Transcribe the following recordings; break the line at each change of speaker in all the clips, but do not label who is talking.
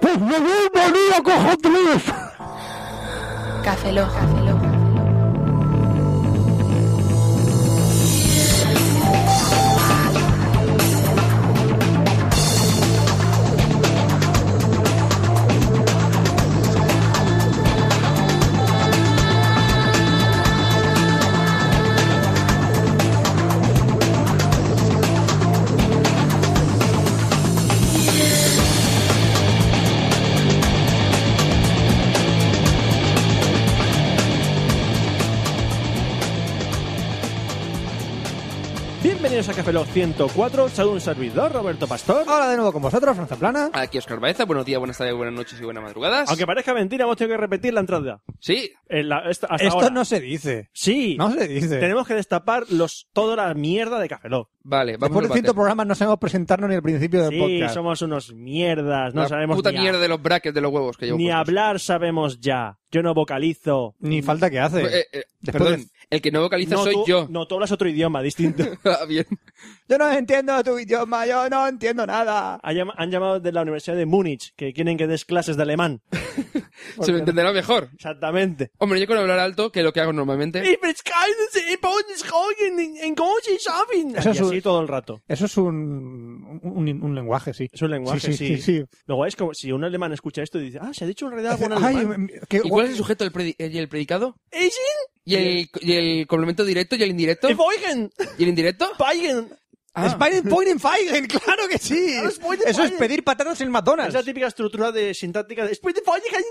¡Pues me voy a cojo tres!
Café Loja. Café Loja.
Bienvenidos a Café Lock 104, saludo un servidor, Roberto Pastor.
Hola de nuevo con vosotros, Franza Plana.
Aquí Oscar Baeza, buenos días, buenas tardes, buenas noches y buenas madrugadas.
Aunque parezca mentira, hemos tenido que repetir la entrada.
Sí,
En la- esta- hasta
Esto
ahora.
no se dice.
Sí,
No se dice.
tenemos que destapar los, toda la mierda de Café Lock.
vale, vamos
Después
al
de 100
váter.
programas no sabemos presentarnos ni al principio del
Sí,
podcast.
somos unos mierdas, no
La
sabemos
puta
ni, a-
mierda de los brackets de los huevos que llevo
ni
puestos.
hablar sabemos ya. Yo no vocalizo.
Ni falta que hace.
Eh, eh,
Después
perdón, el que no vocaliza
no,
soy
tú,
yo.
No, tú hablas otro idioma distinto.
Ah, bien.
Yo no entiendo tu idioma, yo no entiendo nada.
Ha llam- Han llamado de la Universidad de Múnich que quieren que des clases de alemán.
Se lo entenderá mejor.
Exactamente.
Hombre, yo con hablar alto, que es lo que hago normalmente.
Ich beschreibe- ich beschreibe- in Goshi Schaffin.
Eso es
Y
un-
así todo el rato.
Eso es un, un, un lenguaje, sí.
Es un lenguaje, sí.
sí, sí, sí.
Luego es como si un alemán escucha esto y dice, ah, se ha dicho en realidad algo en
Ay,
alemán.
me- oh, qué
¿Y
guay.
cuál es el sujeto el predi- y el predicado?
Es in,
¿Y el, y el complemento directo y el indirecto?
es eugen,
¿Y el indirecto?
beigen.
Ah.
Spider Point in Feigen, claro que sí.
Ah, Spider
Eso es
Feigen.
pedir patatas en
Es la
McDonald's.
típica estructura de sintáctica de "Spiel die Folge in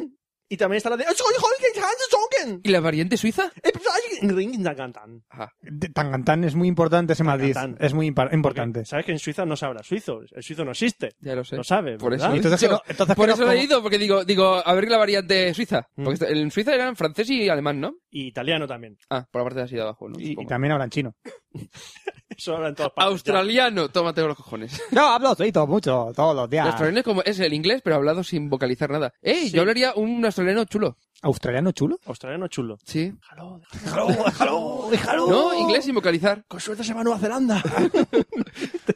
Golden". Y también está la de "Soy Holger Hansen Songen".
¿Y la variante suiza? Ah,
Es pues, Feigen in Ring da Gantan.
Ajá.
De- Tangantán es muy importante ese Madrid.
Tangantán.
Es muy impar-
Porque
importante.
Sabes que en Suiza no se habla suizo. El suizo no existe.
Ya lo sé.
Lo sabe,
Por
¿verdad?
eso. lo he
Entonces
dicho.
que no- entonces que
Por
no
eso lo he
como-
ido, porque digo, digo, a ver la variante suiza.
Mm.
Porque está- en Suiza eran francés y alemán, ¿no?
Y italiano también.
Ah, por la parte de así de abajo, ¿no?
Y- Y,
Supongo.
también hablan chino.
Eso habla en todas partes.
Australiano, tómate los cojones.
Yo hablo suizo mucho, todos
Ah.
los días.
El australiano es como es el inglés, pero hablado sin vocalizar nada. ¡Ey! Yo hablaría un australiano chulo.
¿Australiano chulo?
Ya. Australiano chulo.
Sí.
Déjalo, déjalo, déjalo, déjalo.
No, inglés sin vocalizar.
Con suerte se va a Nueva Zelanda.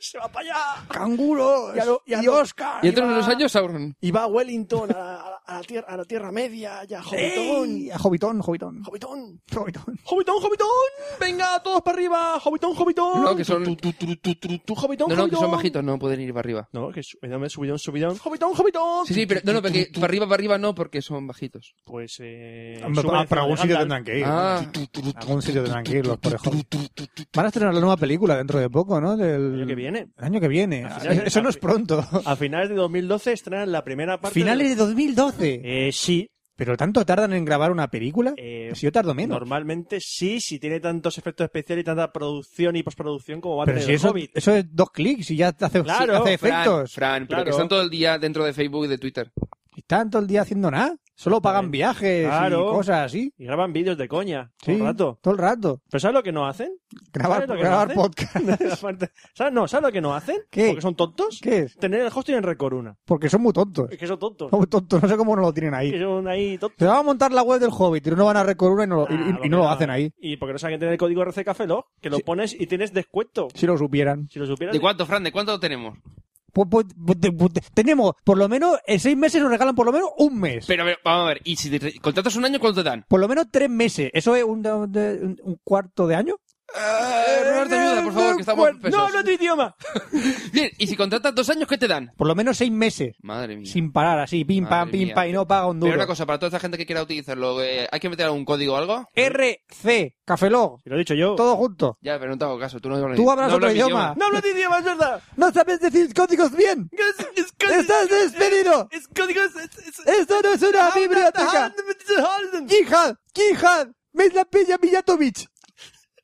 se va para allá.
¡Canguro!
Y, a lo- y, a lo-
Y dentro de unos años, Sauron.
Y va a Wellington, a, a- a la, tierra, a la Tierra Media, y a Hobbiton.
¡Ey! ¡Hobitón, Hobitón!
Hobbiton.
Hobitón.
Hobbiton, Hobbiton. Venga, todos para arriba. Hobbiton, Hobbiton.
No, que son-
Tu, tu, tu, tu, tu, tu, Hobbiton,
No, no, que son
Hobbiton.
bajitos, no pueden ir para arriba.
No, que subidón, subidón, subidón. Hobbiton, Hobbiton.
Sí, sí, pero no, no, porque para arriba, para arriba no, porque son bajitos.
Pues, eh...
Hombre,
suben
para, para
encima
algún
de
sitio tendrán
Gandalf.
que ir.
Ah,
Algún sitio tendrán que ir los porejos. Van a estrenar la nueva película dentro de poco, ¿no? Del...
El año que viene.
El año que viene. Ah,
A finales-
Eso no es pronto.
A finales de 2012 estrenan la primera parte...
Finales de 2012.
De... Eh, sí.
¿Pero tanto tardan en grabar una película?
Eh,
Si yo tardo menos.
Normalmente sí, si tiene tantos efectos especiales y tanta producción y postproducción como va a
Pero
tener
si
el
eso,
Hobbit.
eso es dos clics y ya te hace,
Claro,
hace
Fran,
efectos.
Fran, pero que
Claro.
están todo el día dentro de Facebook y de Twitter.
Y están todo el día haciendo nada. Solo pagan
Vale.
viajes
Claro.
y cosas así.
Y graban vídeos de coña,
Sí,
todo el rato.
Todo el rato.
¿Pero sabes lo que no hacen?
Grabar,
¿Sabes lo que
grabar
no hacen?
podcast.
Aparte- ¿Sabes? No, ¿sabes lo que no hacen?
¿Qué?
Porque son tontos.
¿Qué es?
Tener el hosting en Oh, Recoruna.
Porque son muy tontos.
Es que son tontos.
Son muy tontos. No sé cómo no lo tienen
Que
ahí.
son ahí tontos.
Se va a montar la web del Hobbit y no van a recorrer y no lo, y-
Ah,
y- y
porque
no lo hacen ahí.
Y porque no saben tener el código RC Café Lock, que lo
Sí.
pones y tienes descuento.
Si lo supieran.
Si lo supieras.
¿De cuánto, Fran? ¿De cuánto lo tenemos?
Pues- pues- pues- pues- tenemos, por lo menos, en seis meses nos regalan por lo menos un mes.
Pero, a ver, vamos a ver, ¿y si te- contratas un año, cuánto te dan?
Eh,
Por lo menos tres meses. ¿Eso es un, un- un cuarto de año?
Eh, Roberto, ayuda, por favor, que estamos
no, no
pesos.
es tu idioma.
Bien, ¿y si contratas dos años, qué te dan?
Por lo menos seis meses.
Madre mía.
Sin parar, así, pim,
Madre
pam, pim,
mía.
pam, y no paga un
Pero
duro.
una cosa, para toda esta gente que quiera utilizarlo, eh, ¿hay que meter algún código o algo?
RC, Cafelog,
Si lo he dicho yo.
todo junto.
Ya, pero no te hago caso, tú no hablas,
Tú hablas
no
otro
mi
idioma.
No hablo de idioma, es verdad.
¡No sabes decir códigos bien!
Que es- es que-
¡Estás
Eh,
despedido!
Es código. es- es- es-
¡Esto no es una biblioteca! ¡Kijad! ¡Kijad! Pella Mijatovic!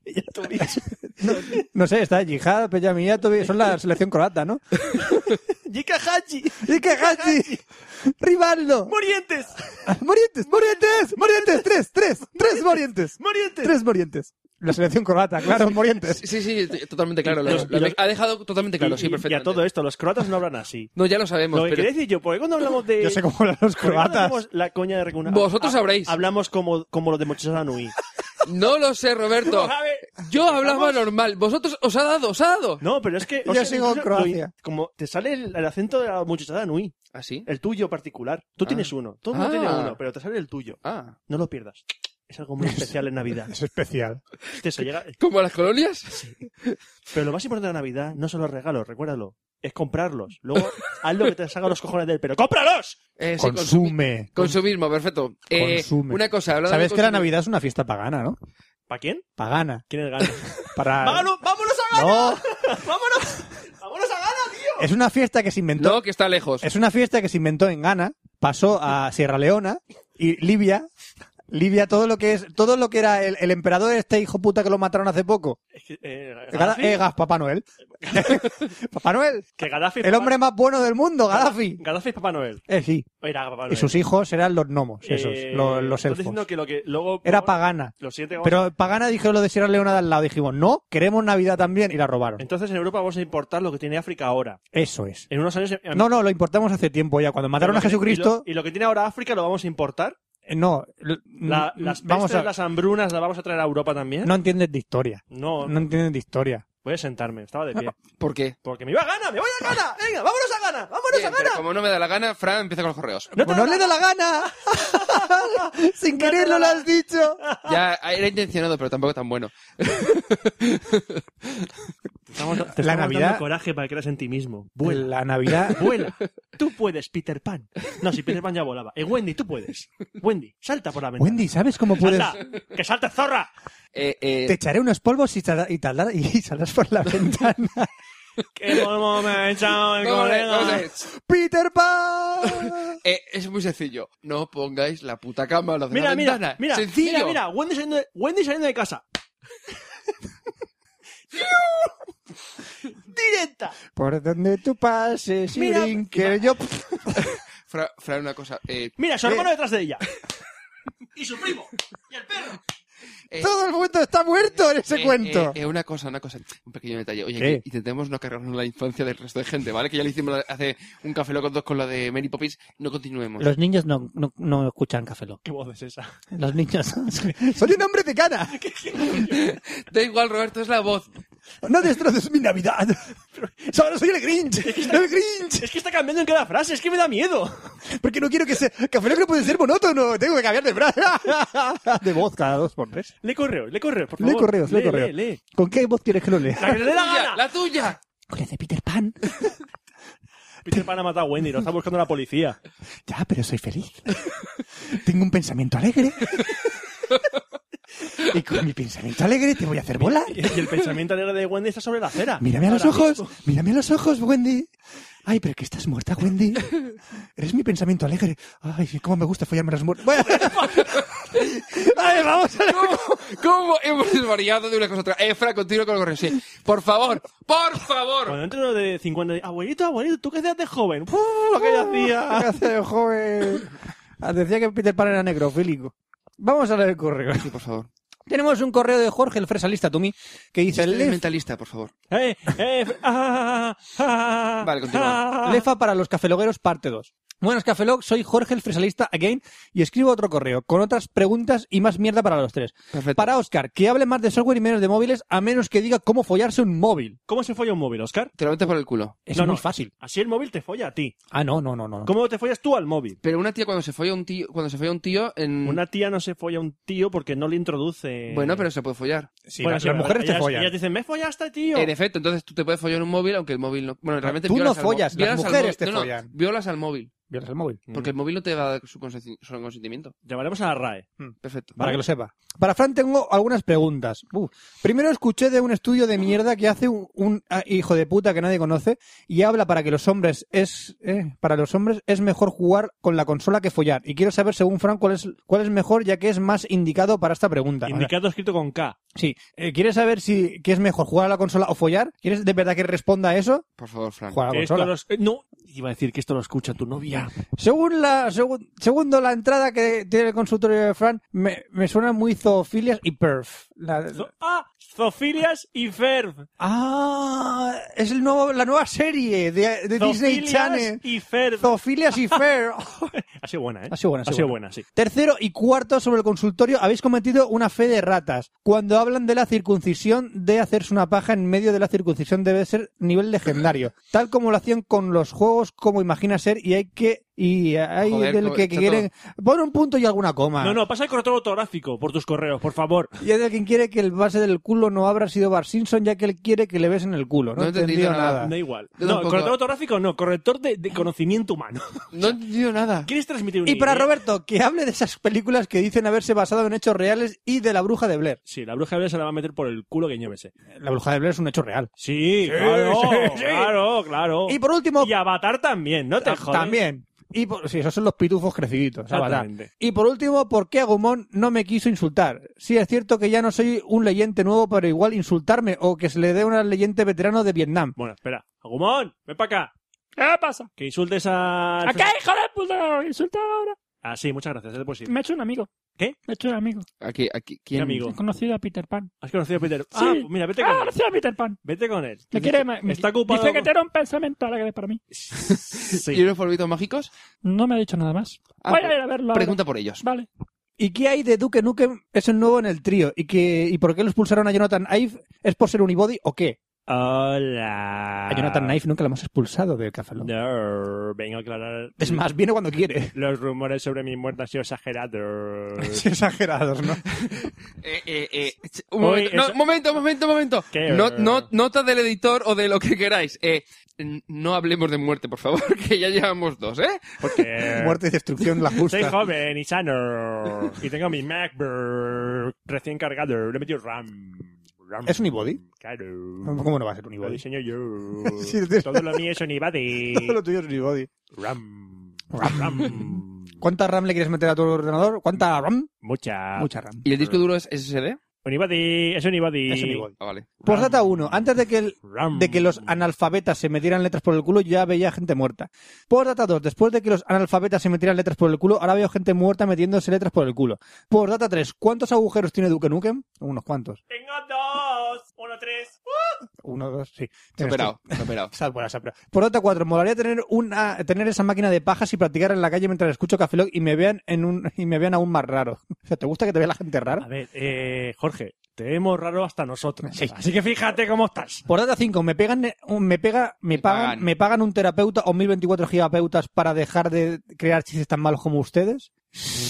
Ya tú dices.
No, no sé, está Jihad, Pella Mijatovic, son la selección croata, ¿no?
Yika Hachi.
¡Y que Haji! ¡Rivaldo!
Morientes.
¡Morientes! ¡Morientes! ¡Morientes! ¡Tres! ¡Tres! ¡Tres morientes!
Morientes.
¡Tres morientes! La selección croata, claro, morientes.
Sí, sí, t- totalmente claro. lo-
Los-
lo-
los-
ha dejado totalmente claro,
Y-
sí,
y-
perfecto.
Y a todo esto, los croatas no hablan así.
No, ya lo sabemos,
Lo que
pero
quería decir yo, porque cuando hablamos de.
Yo sé cómo hablan los
¿por qué cuando
croatas.
hacemos la coña de Recuna.
Vosotros
ha-
sabréis.
Hablamos como, como los de Mochesa Nui.
no lo sé, Roberto. Yo hablaba normal. Vosotros os ha dado, os ha dado.
No, pero es que...
Yo sigo en
incluso-
Croacia.
Como te sale el, el acento de la muchachada Nui,
¿Ah, sí?
el tuyo particular. Tú
Ah.
tienes uno, todo el mundo
Ah.
tiene uno, pero te sale el tuyo.
Ah.
No lo pierdas. Es algo muy especial en Navidad.
Es especial.
Hostia, se llega-
¿Como las colonias?
Pero lo más importante de la Navidad no son los regalos, recuérdalo. Es comprarlos. Luego, haz lo que te salga los cojones de él, pero ¡cómpralos!
Eh, sí, consumi-
Consume.
Consumismo, perfecto. Eh,
Consume.
Una cosa, hablando de
Sabes que la
consumir-
Navidad es una fiesta pagana, ¿no?
¿Para quién?
Pagana.
¿Quién es Gana?
Para...
¡Vámonos, vámonos a Gana!
No,
¡Vámonos! ¡Vámonos a Gana, tío!
es una fiesta que se inventó.
No, que está lejos.
Es una fiesta que se inventó en Ghana, pasó a Sierra Leona y Libia. Libia, todo lo que es, todo lo que era el, el emperador este hijo puta que lo mataron hace poco.
Es que, eh,
Gada-
Gaddafi-
eh, Gaz- Papá Noel. Papá Noel,
que Gaddafi es
el
Papá-
hombre más bueno del mundo, Gaddafi.
Gaddafi es Papá Noel.
Eh, sí.
Era Papá Noel.
Y sus hijos eran los gnomos, esos,
Eh,
lo- los, elfos.
estás diciendo que lo que luego...
Era pagana.
Lo siguiente que vamos
Pero pagana dijeron lo de Sierra Leona de al lado. Dijimos, no, queremos Navidad también y la
a-
robaron.
Entonces en Europa vamos a importar lo que tiene África ahora.
Eso es.
En unos años... en-
No, no, lo importamos hace tiempo ya. Cuando mataron a
lo que-
Jesucristo,
Y lo, y lo que tiene ahora África lo vamos a importar.
eh, no. l-
La-
mm,
las pestes,
vamos a,
las hambrunas las vamos a traer a Europa también.
no entiendes de historia.
No,
No entiendes de historia.
voy a sentarme, estaba de pie.
¿Por qué?
Porque me iba a gana, me voy a gana. Venga, vámonos a gana, vámonos
Bien,
a
pero
gana.
como no me da la gana, Fran empieza con los correos.
No te
Pues no
da
le da la gana. Sin querer no lo has dicho.
Ya era intencionado, pero tampoco tan bueno.
Estamos- te
La
estamos
Navidad-
dando coraje para que creas en ti mismo. Vuela,
La Navidad.
vuela. Tú puedes, Peter Pan. No, si Peter Pan ya volaba. Eh, Wendy, tú puedes. Wendy, salta por la ventana.
Wendy, ¿sabes cómo puedes?
¡Salta! ¡Que salte, zorra!
Eh, eh,
Te echaré unos polvos y, tarda- y, tarda- y saldrás por la ventana.
¡Qué buen momento, el
vamos a ver, vamos
colega!
a ver.
¡Peter Pan!
Eh, es muy sencillo. No pongáis la puta cama a la
Mira,
ventana.
mira, mira,
Sencillo.
mira, mira, Wendy saliendo de, Wendy saliendo de casa. ¡Directa!
Por donde tú pases,
Mira-
sin que yo...
Fra- Fran, una cosa. eh,
Mira, su
Eh.
hermano detrás de ella. y su primo. Y el perro.
eh,
Todo el mundo está muerto en ese
eh,
cuento.
eh, eh, una cosa, una cosa. Un pequeño detalle. Oye,
¿Qué?
que intentemos no cargarnos la infancia del resto de gente, ¿vale? Que ya le hicimos la- hace un café loco dos con la de Mary Poppins. No continuemos.
Los niños no, no, no escuchan Café Lock.
¿Qué voz es esa?
Los niños.
Soy un hombre de gana.
Da igual, Roberto, es la voz.
No destroces mi Navidad. Ahora soy el Grinch. El Grinch.
Es que está cambiando en cada frase, es que me da miedo.
Porque no quiero que sea... Café Lock no puede ser monótono. Tengo que cambiar de frase. De voz cada dos por tres.
Lee correo, lee correo, por favor.
Lee correos, lee correos.
Lee, lee.
¿Con qué voz quieres que lo lea?
La que le dé la
¡Tuya!
gana.
¡La tuya!
Con el de Peter Pan.
Peter Pan ha matado a Wendy, lo está buscando la policía.
Ya, pero soy feliz. Tengo un pensamiento alegre. y con mi pensamiento alegre te voy a hacer volar.
Y el pensamiento alegre de Wendy está sobre la acera.
Mírame a los
Ahora
ojos,
mismo.
mírame a los ojos, Wendy. Ay, pero que estás muerta, Wendy. Eres mi pensamiento alegre. Ay, cómo me gusta follarme a los muertos. Bueno. Ay, vamos a ver.
¿Cómo, cómo hemos variado de una cosa a otra? Eh, Fran, continúa con los correos. Sí. Por favor, por favor.
Cuando entre uno de 50 dice, abuelito, abuelito, tú que seas de joven. ¡Uf! Lo que yo hacía.
Hace, joven. Ah, Decía que Peter Pan era necrofílico. Vamos a leer el correo.
Sí, por favor.
Tenemos un correo de Jorge el Fresalista Tumi que dice
El
"Lef-
mentalista, por favor.
Eh, eh, f- ah, ah, ah, ah,
Vale, continúa.
ah.
Lefa para los cafelogueros, parte 2. Buenas, Cafelog, soy Jorge el Fresalista again y escribo otro correo con otras preguntas y más mierda para los tres.
Perfecto.
Para Oscar, que hable más de software y menos de móviles, a menos que diga cómo follarse un móvil.
¿Cómo se folla un móvil, Oscar?
Te lo metes por el culo.
Es
No,
muy
no.
fácil.
Así el móvil te folla a ti.
Ah, no, no, no, no. no.
¿Cómo te follas tú al móvil?
Pero una tía cuando se folla un tío, cuando se folla un tío en...
Una tía no se folla a un tío porque no le introduce.
Mm. Bueno, pero se puede follar.
Sí,
Bueno,
las,
sí,
las
pero
mujeres te
ellas-
follan.
Ellas dicen, me follaste, este tío.
En efecto, entonces tú te puedes follar un móvil, aunque el móvil no. Bueno, realmente.
tú no
violas al mo-
follas, las
violas al
mujeres
móvil.
te
No, no,
follan. Mm.
violas al móvil.
Violas el móvil.
Mm.
Porque el móvil no te va a dar su, consen- su consentimiento.
Llamaremos a la RAE.
Hmm.
Perfecto.
Para que lo sepa. Para Fran tengo algunas preguntas. Uh, Primero escuché de un estudio de mierda que hace un, un, ah, hijo de puta que nadie conoce y habla para que los hombres es eh, para los hombres es mejor jugar con la consola que follar. Y quiero saber según Fran cuál es cuál es mejor ya que es más indicado para esta pregunta.
Indicado escrito con K.
O sea, sí. Eh, ¿Quieres saber si qué es mejor jugar a la consola o follar? ¿Quieres de verdad que responda a eso?
Por favor, Fran.
Jugar a la
Que esto
consola.
los- eh, No, iba a decir que esto lo escucha tu novia.
Según la segun- segundo la entrada que tiene el consultorio de Fran me, me suena muy zoofilias y perf. La-
Zo- ¡Ah! Zofilias y Ferb.
Ah, es el nuevo, la nueva serie de, de Disney
Zofilias
Channel.
y Ferb.
Zofilias y Fair.
Ha sido buena, ¿eh?
Ha sido buena, ha sido
buena, sí.
Tercero y cuarto sobre el consultorio, habéis cometido una fe de ratas. Cuando hablan de la circuncisión, de hacerse una paja en medio de la circuncisión debe ser nivel legendario. Tal como lo hacían con los juegos, como imagina ser, y hay que... Y hay
Joder,
del
co-
que, que
chato.
quieren... Pon un punto y alguna coma.
No, no, pasa el corrector ortográfico por tus correos, por favor.
Y hay de quien quiere que el base del culo no habrá sido Bar Simpson, ya que él quiere que le besen el culo. No,
No
he
he
entendido
entendido
nada.
Da igual.
Yo
No,
tampoco.
corrector ortográfico no, corrector de, de conocimiento humano.
No he entendido nada.
¿Quieres transmitir un
Y para
idea?
Roberto, que hable de esas películas que dicen haberse basado en hechos reales y de la bruja de Blair.
Sí, la bruja de Blair se la va a meter por el culo que llévese.
La bruja de Blair es un hecho real.
Sí, claro,
sí, sí.
claro, claro.
Y por último,
Y Avatar también, no te
ta-
jodas.
también. Y por, sí, esos son los pitufos creciditos. Avatar.
Exactamente.
Y por último, ¿por qué Agumon no me quiso insultar? Sí, es cierto que ya no soy un leyente nuevo, pero igual insultarme o que se le dé a un leyente veterano de Vietnam.
Bueno, espera. Agumón, ven para acá. ¿Qué pasa? Que insultes a...
¿A qué hijo de puta? Insulta ahora.
Ah, sí, muchas gracias, es posible.
Me ha hecho un amigo.
¿Qué?
Me ha hecho un amigo.
Aquí, aquí,
Mi
¿quién?
amigo.
He conocido a Peter Pan.
¿Has conocido a Peter?
Sí.
Ah, pues mira, vete
Ah,
con él.
conocí a Peter Pan.
Vete con él.
Me quiere, me, me-
Está ocupado.
Dice que tiene un pensamiento alegre para mí.
¿Y
Sí.
los polvitos mágicos?
No me ha dicho nada más.
Ah,
Voy
pues,
a ir a verlo. ahora.
Pregunta por ellos.
Vale.
¿Y qué hay de Duke Nukem? Es el nuevo en el trío. ¿Y, que, ¿Y por qué lo expulsaron a Jonathan Ive? ¿Es por ser unibody o qué?
Hola.
A Jonathan Ive nunca lo hemos expulsado del Café Lock.
No, vengo a aclarar.
Es más, viene cuando quiere.
Los rumores sobre mi muerte han sido exagerados.
Sí, exagerados, ¿no?
Eh, eh, eh, un
Hoy
momento, no,
es-
momento, momento, momento.
¿Qué?
No- no- nota del editor o de lo que queráis. Eh, n- no hablemos de muerte, por favor, que ya llevamos dos, ¿eh?
Porque
Muerte y destrucción la justa.
soy joven y sano. Y tengo mi MacBook recién cargado. Le he metido RAM. RAM.
¿Es unibody?
Claro.
¿Cómo no va a ser
Lo
unibody?
diseño yo.
Sí, sí.
Todo lo mío es unibody.
Lo tuyo es unibody.
RAM. RAM.
¿Cuánta RAM le quieres meter a tu ordenador? ¿Cuánta RAM?
Mucha.
Mucha RAM.
¿Y el disco duro es SSD?
Unibody. Es unibody.
Es unibody.
Ah, vale.
Postdata 1. Antes de que, el-
RAM.
de que los analfabetas se metieran letras por el culo, ya veía gente muerta. Postdata 2. Después de que los analfabetas se metieran letras por el culo, ahora veo gente muerta metiéndose letras por el culo. Postdata 3. ¿Cuántos agujeros tiene Duke Nukem? Unos cuantos.
Tengo dos. Uno, tres.
Uno, dos, sí.
Superado, superado.
Está buena esa, pero- Por otra cuatro, molaría tener una tener esa máquina de pajas y practicar en la calle mientras escucho Café Lock y me vean en un y me vean aún más raro. O sea, ¿te gusta que te vea la gente
A
rara?
ver, eh, Jorge, te vemos raro hasta nosotros.
Sí.
Así que fíjate cómo estás.
Por data 5, me pegan me pega me
Me
pagan,
pagan.
me pagan un terapeuta o 1024 gigapeutas para dejar de crear chistes tan malos como ustedes?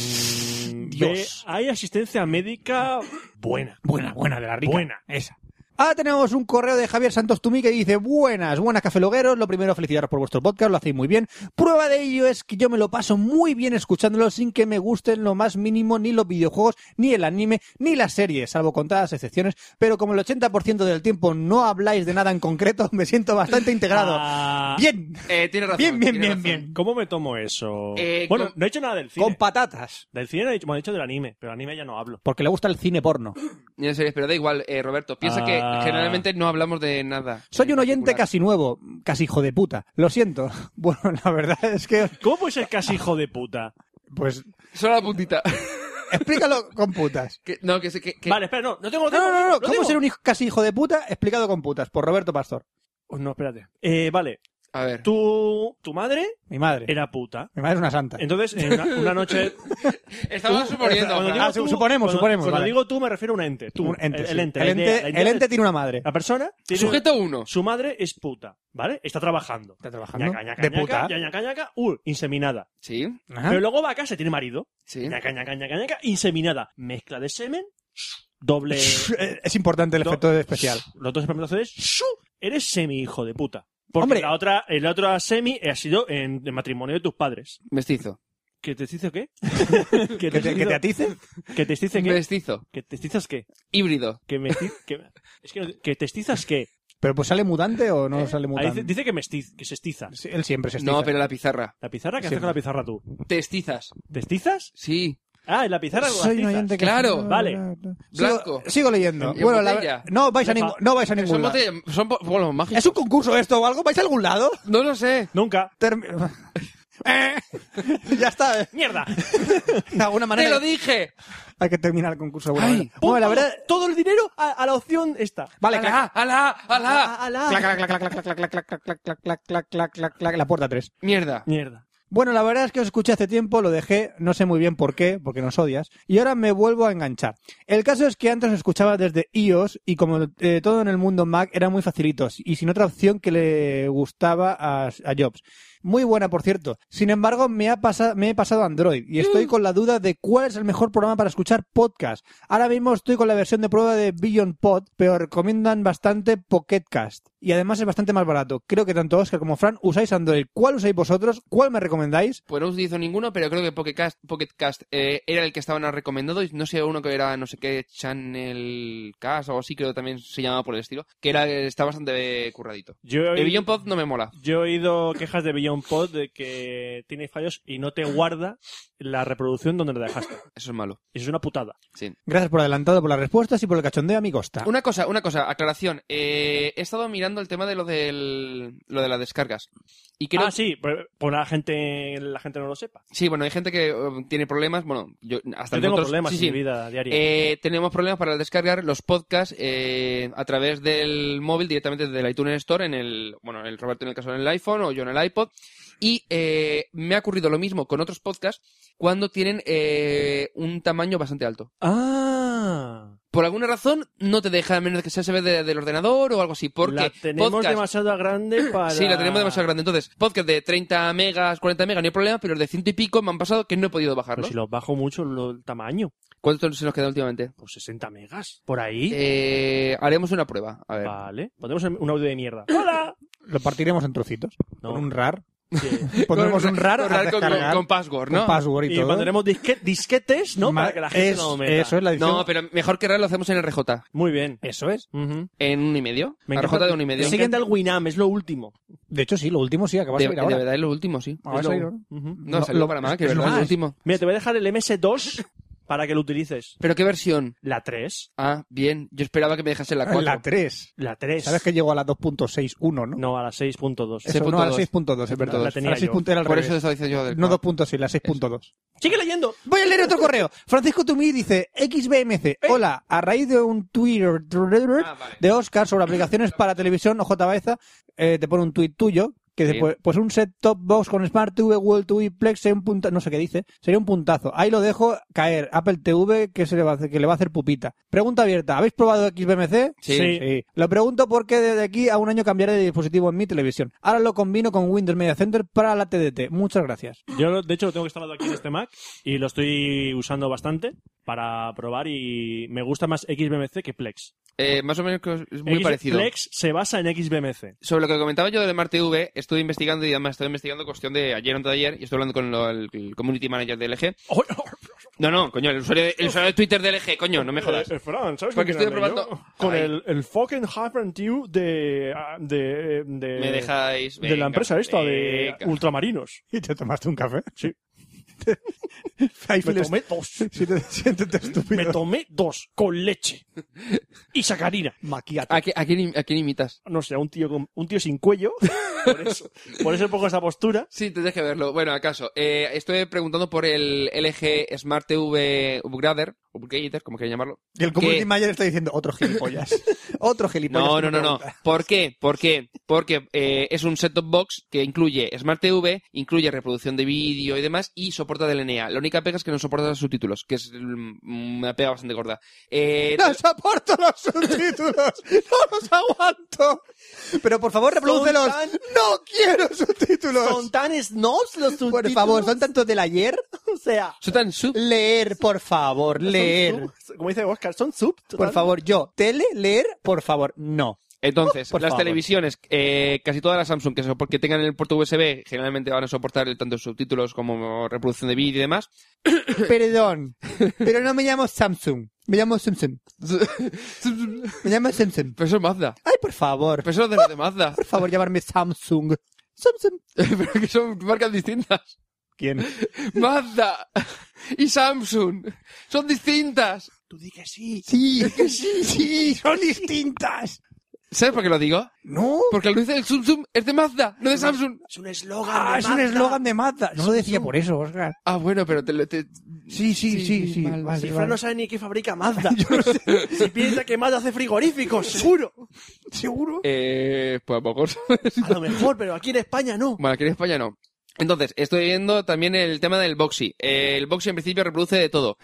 Dios.
Mm, Ve, hay asistencia médica buena.
Buena, buena de la rica.
Buena.
Esa. Ah, tenemos un correo de Javier Santos Tumí que dice, buenas, buenas cafelogueros, lo primero felicitaros por vuestro podcast, lo hacéis muy bien. Prueba de ello es que yo me lo paso muy bien escuchándolo sin que me gusten lo más mínimo ni los videojuegos, ni el anime, ni las series, salvo contadas excepciones, pero como el 80% del tiempo no habláis de nada en concreto, me siento bastante integrado.
Ah,
Bien,
Eh, tiene razón.
bien, bien,
tiene
bien,
razón.
bien.
¿Cómo me tomo eso?
Eh,
bueno,
con-
no he hecho nada del cine.
Con patatas.
del cine no he dicho, bueno, he dicho del anime, pero anime ya no hablo.
Porque le gusta el cine porno.
Ni en serio, pero da igual, eh, Roberto. Piensa que
Ah.
generalmente no hablamos de nada.
Soy un oyente
casi
casi nuevo, casi hijo de puta. Lo siento. Bueno, la verdad es que,
¿Cómo puedes ser casi hijo de puta?
pues,
Solo la puntita.
explícalo con putas.
Que- no, que sé que... que-
Vale, espera, no, no tengo lo
No,
tengo,
no, no, no.
lo
¿Cómo
tengo.
ser un hijo, casi hijo de puta? Explicado con putas, por Roberto Pastor.
Oh, No, espérate. Eh, vale,
A ver.
tu, tu madre
Mi madre.
era puta.
Mi madre es una santa.
Entonces, en una, una noche.
Estamos suponiendo.
Uh, Cuando
Fran.
digo
Ah, su- suponemos,
cuando-
suponemos,
Cuando
vale.
digo tú, me refiero a un ente. Tú,
Un ente,
el,
sí.
el ente.
El
la
ente-
idea- la idea
el
es-
ente tiene una madre.
La persona tiene-
Sujeto 1.
Su madre es puta, ¿vale? Está trabajando.
Está trabajando.
Ñaca, ñaca,
De
ñaca,
puta. Ah.
ya, ñaca, ñaca, uh, inseminada.
Sí,
Ajá.
Pero luego va a casa, tiene marido.
sí.
Ñaca, ñaca, ñaca, ñaca, inseminada. Mezcla de semen, doble...
Eh, Es importante el
do-
efecto especial.
Los dos espermatozoides, shu, eres semi hijo de puta. Porque
Hombre.
la otra, la otra semi ha sido en, en matrimonio de tus padres.
Mestizo.
¿Que te dice qué? ¿Que
¿Que te, que te
dice
atice?
que testice qué?
Mestizo.
¿Que testizas qué?
Híbrido.
¿Que mestiz- que- Es que, no- ¿que testizas qué?
¿Pero pues sale mudante o no sale
Eh, Ahí dice,
mutante?
dice que mestiz, que se estiza.
Sí, Él siempre se estiza.
No, pero la pizarra.
¿La pizarra? ¿Qué
Sí.
haces con la pizarra tú?
Testizas.
¿Testizas?
Sí.
Ah, en la pizarra con las
Soy un
tizas.
oyente que...
Claro.
Vale.
Sigo-
Blanco.
Sigo leyendo.
En
Bueno, la-
botella.
no vais a
Lefa.
ningún, no vais a
Son,
ningún lado.
botellas- son po- polvos mágicos.
¿Es un concurso esto o algo? ¿Vais a algún lado?
No lo sé.
Nunca.
Termi- Eh, ya está. eh.
¡Mierda!
De alguna
¡Te
manera
lo dije!
hay que terminar el concurso. de alguna
Ay,
manera.
Pon
Bueno, la
todo-
verdad...
Todo el dinero a, a la opción esta.
Vale, Ah. clac,
¡Alá, alá, alá!
A- a la-
clac, clac, clac, clac, clac, clac, clac, clac, clac, clac, clac, clac, clac, clac, la puerta 3.
Mierda.
Mierda.
Bueno, la verdad es que os escuché hace tiempo, lo dejé, no sé muy bien por qué, porque nos odias, y ahora me vuelvo a enganchar. El caso es que antes os escuchaba desde iOS y como eh, todo en el mundo Mac eran muy facilitos y sin otra opción que le gustaba a, a Jobs. Muy buena, por cierto. Sin embargo, me, ha pasa- me he pasado a Android y
Mm.
estoy con la duda de cuál es el mejor programa para escuchar podcast. Ahora mismo estoy con la versión de prueba de Beyond Pod, pero recomiendan bastante Pocket Cast. Y además es bastante más barato. Creo que tanto Oscar como Fran usáis Android. ¿Cuál usáis vosotros? ¿Cuál me recomendáis?
Pues no utilizo ninguno, pero creo que Pocket Cast, Pocket Cast, eh, era el que estaban recomendado y no sé uno que era no sé qué Channel Cast o algo así, creo que también se llamaba por el estilo, que era está bastante curradito.
Yo he,
El Billion Pod no me mola.
yo he oído quejas de Beyond Pod de que tiene fallos y no te guarda la reproducción donde lo dejaste.
Eso es malo.
Eso es una putada.
Sí.
Gracias por adelantado por las respuestas y por el cachondeo a mi
Ah.
costa.
Una cosa, una cosa, aclaración. Eh, he estado mirando el tema de lo del lo de las descargas. Y creo
Ah, sí, por, por la gente la gente no lo sepa.
sí, bueno, hay gente que eh, tiene problemas, bueno, yo hasta
Yo tengo
nosotros-
problemas
sí,
en mi
sí.
vida diaria.
Eh, tenemos problemas para descargar los podcasts eh, a través del móvil directamente desde el iTunes Store en el bueno el Roberto en el caso en el iPhone o yo en el iPod y eh, me ha ocurrido lo mismo con otros podcasts cuando tienen eh, un tamaño bastante alto
ah,
por alguna razón no te deja a menos que sea se ve de- del ordenador o algo así porque
la tenemos
podcast-
demasiado grande para...
Sí, la tenemos demasiado grande. Entonces, podcast de 30 megas, 40 megas, no hay problema, pero los de ciento y pico me han pasado que no he podido
Pero
bajarlos.
Pues si los bajo mucho lo- el tamaño,
¿Cuánto se nos queda últimamente?
pues 60 megas, por ahí.
Eh, haremos una prueba. A ver.
Vale. Pondremos un audio de mierda. ¡Hola!
Lo partiremos en trocitos.
No.
Con un RAR.
Sí.
Pondremos
Con-
un RAR,
con
a
con,
descargar,
con password,
con
¿no?
password y,
Y
todo.
pondremos disque- disquetes, ¿no?
Ma-
Para que la gente
es-
no lo meta.
Eso es la edición.
No, pero mejor que RAR lo hacemos en RJ.
Muy bien.
Eso es.
Ujú.
En un y medio.
Me
RJ
encanta-
de un y medio.
Me encanta pues, el Winam, es lo último.
De hecho, sí, lo último sí, acabas
de,
de ir
de
ahora.
verdad es lo último, sí.
Acaba de
Es lo-
salir ahora.
Ujú.
No,
Lo-
salió
lo-
para
es
Mac,
que
es
es lo
verdad, es lo
más.
último.
Mira, te voy a dejar el MS2 para que lo utilices.
¿Pero qué versión?
La 3.
Ah, bien. Yo esperaba que me dejase la 4.
La 3.
La 3.
Sabes que llegó a la 2.61, ¿no?
No, a la 6.2.
Eso, no, a la
6.2.
6.2, es verdad.
La tenía
A la 6.2 era al
Por
revés.
eso estaba diciendo yo del
No 2.6, la 6.2.
¡Sigue leyendo!
Voy a leer otro correo. Francisco Tumí dice, XBMC, hola, a raíz de un Twitter
¿Eh? Ah, vale.
de Oscar sobre aplicaciones para televisión, OJ Baeza, eh, te pone un tuit tuyo, que
Sí.
dice, pues, pues un set top box con Smart TV, Google TV, Plex, sería un punta- no sé qué dice, sería un puntazo. Ahí lo dejo caer, Apple TV, que, se le, va a hacer, que le va a hacer pupita. Pregunta abierta, ¿habéis probado XBMC?
Sí.
Sí.
Sí. Lo pregunto porque desde aquí a un año cambiaré de dispositivo en mi televisión. Ahora lo combino con Windows Media Center para la TDT. Muchas gracias.
Yo, lo- de hecho, lo tengo instalado aquí en este Mac y lo estoy usando bastante para probar y me gusta más XBMC que Plex.
Eh, más o menos que es muy
X-
parecido.
Plex se basa en XBMC.
Sobre lo que comentaba yo del MarTV, estuve investigando y además estuve investigando cuestión de ayer o antes de ayer y estoy hablando con lo- el, el community manager de LG.
Oh,
No, no, coño, el usuario, el usuario de Twitter de LG, coño, no me jodas.
Eh, eh, Fran, ¿sabes
Porque
con quién
estoy
hablé yo?
probando-
Con
Ay.
el, el fucking Hyper View de, ah, de, eh, de-
Me dejáis.
de la
venga,
empresa esta de
venga.
ultramarinos.
¿Y te tomaste un café?
Sí.
Ahí
Me
files-
tomé dos.
Siéntete, siéntete
Me
estúpido.
tomé dos con leche y sacarina.
Maquillaje.
¿A, qué- a quién, im- a quién imitas?
No sé, a un tío, con- un tío sin cuello. Por eso, por eso pongo esa postura.
Sí, tendrás que verlo. Bueno, acaso. Eh, estoy preguntando por el LG Smart TV Upgrader, Upgrader, como quieran llamarlo.
Y el community
¿Qué?
manager está diciendo otro gilipollas. otro gilipollas.
No,
que
no, no, no.
pregunta.
¿Por qué? ¿Por qué? Porque eh, es un set-top box que incluye Smart TV, incluye reproducción de vídeo y demás, y soporta DLNA. La única pega es que no soporta los subtítulos, que es mm, una pega bastante gorda. Eh,
No soporto los subtítulos. No los aguanto. Pero por favor, reprodúcelos.
tan-
No quiero subtítulos.
Son tan snobs los subtítulos.
Por favor, son tantos del ayer.
O sea,
son tan sub-
Leer, por favor, leer.
Son sub, Como dice Oscar, son sub.
Por favor, yo, tele, leer, por favor, no.
Entonces,
Por
las
favor.
televisiones, eh, casi todas las Samsung que, sopor- que tengan el puerto USB, generalmente van a soportar tanto subtítulos como reproducción de vídeo y demás.
Perdón. Pero no me llamo Samsung. Me llamo Samsung. Me llamo Samsung.
Pero eso es Mazda.
Ay, por favor.
Pero eso es de los de Mazda.
Por favor, llamarme Samsung. Samsung.
Pero que son marcas distintas.
¿Quién?
Mazda y Samsung son distintas.
Sí, sí, sí, son distintas.
¿Sabes por qué lo digo?
No.
Porque lo dice el Zoom Zoom es de Mazda, no de Samsung.
Es un eslogan.
Ah,
de
es un
Mazda.
eslogan de Mazda. No lo decía por eso, Oscar.
Ah, bueno, pero te, lo- te-
Sí, sí, sí, sí.
vale,
vale,
Si
vale.
Fran no sabe ni qué fabrica Mazda. Si piensa que Mazda hace frigoríficos, seguro. Seguro.
eh, pues a lo mejor.
A lo mejor, pero aquí en España no.
Bueno, aquí en España no. Entonces, estoy viendo también el tema del boxy. Eh, el boxy en principio reproduce de todo.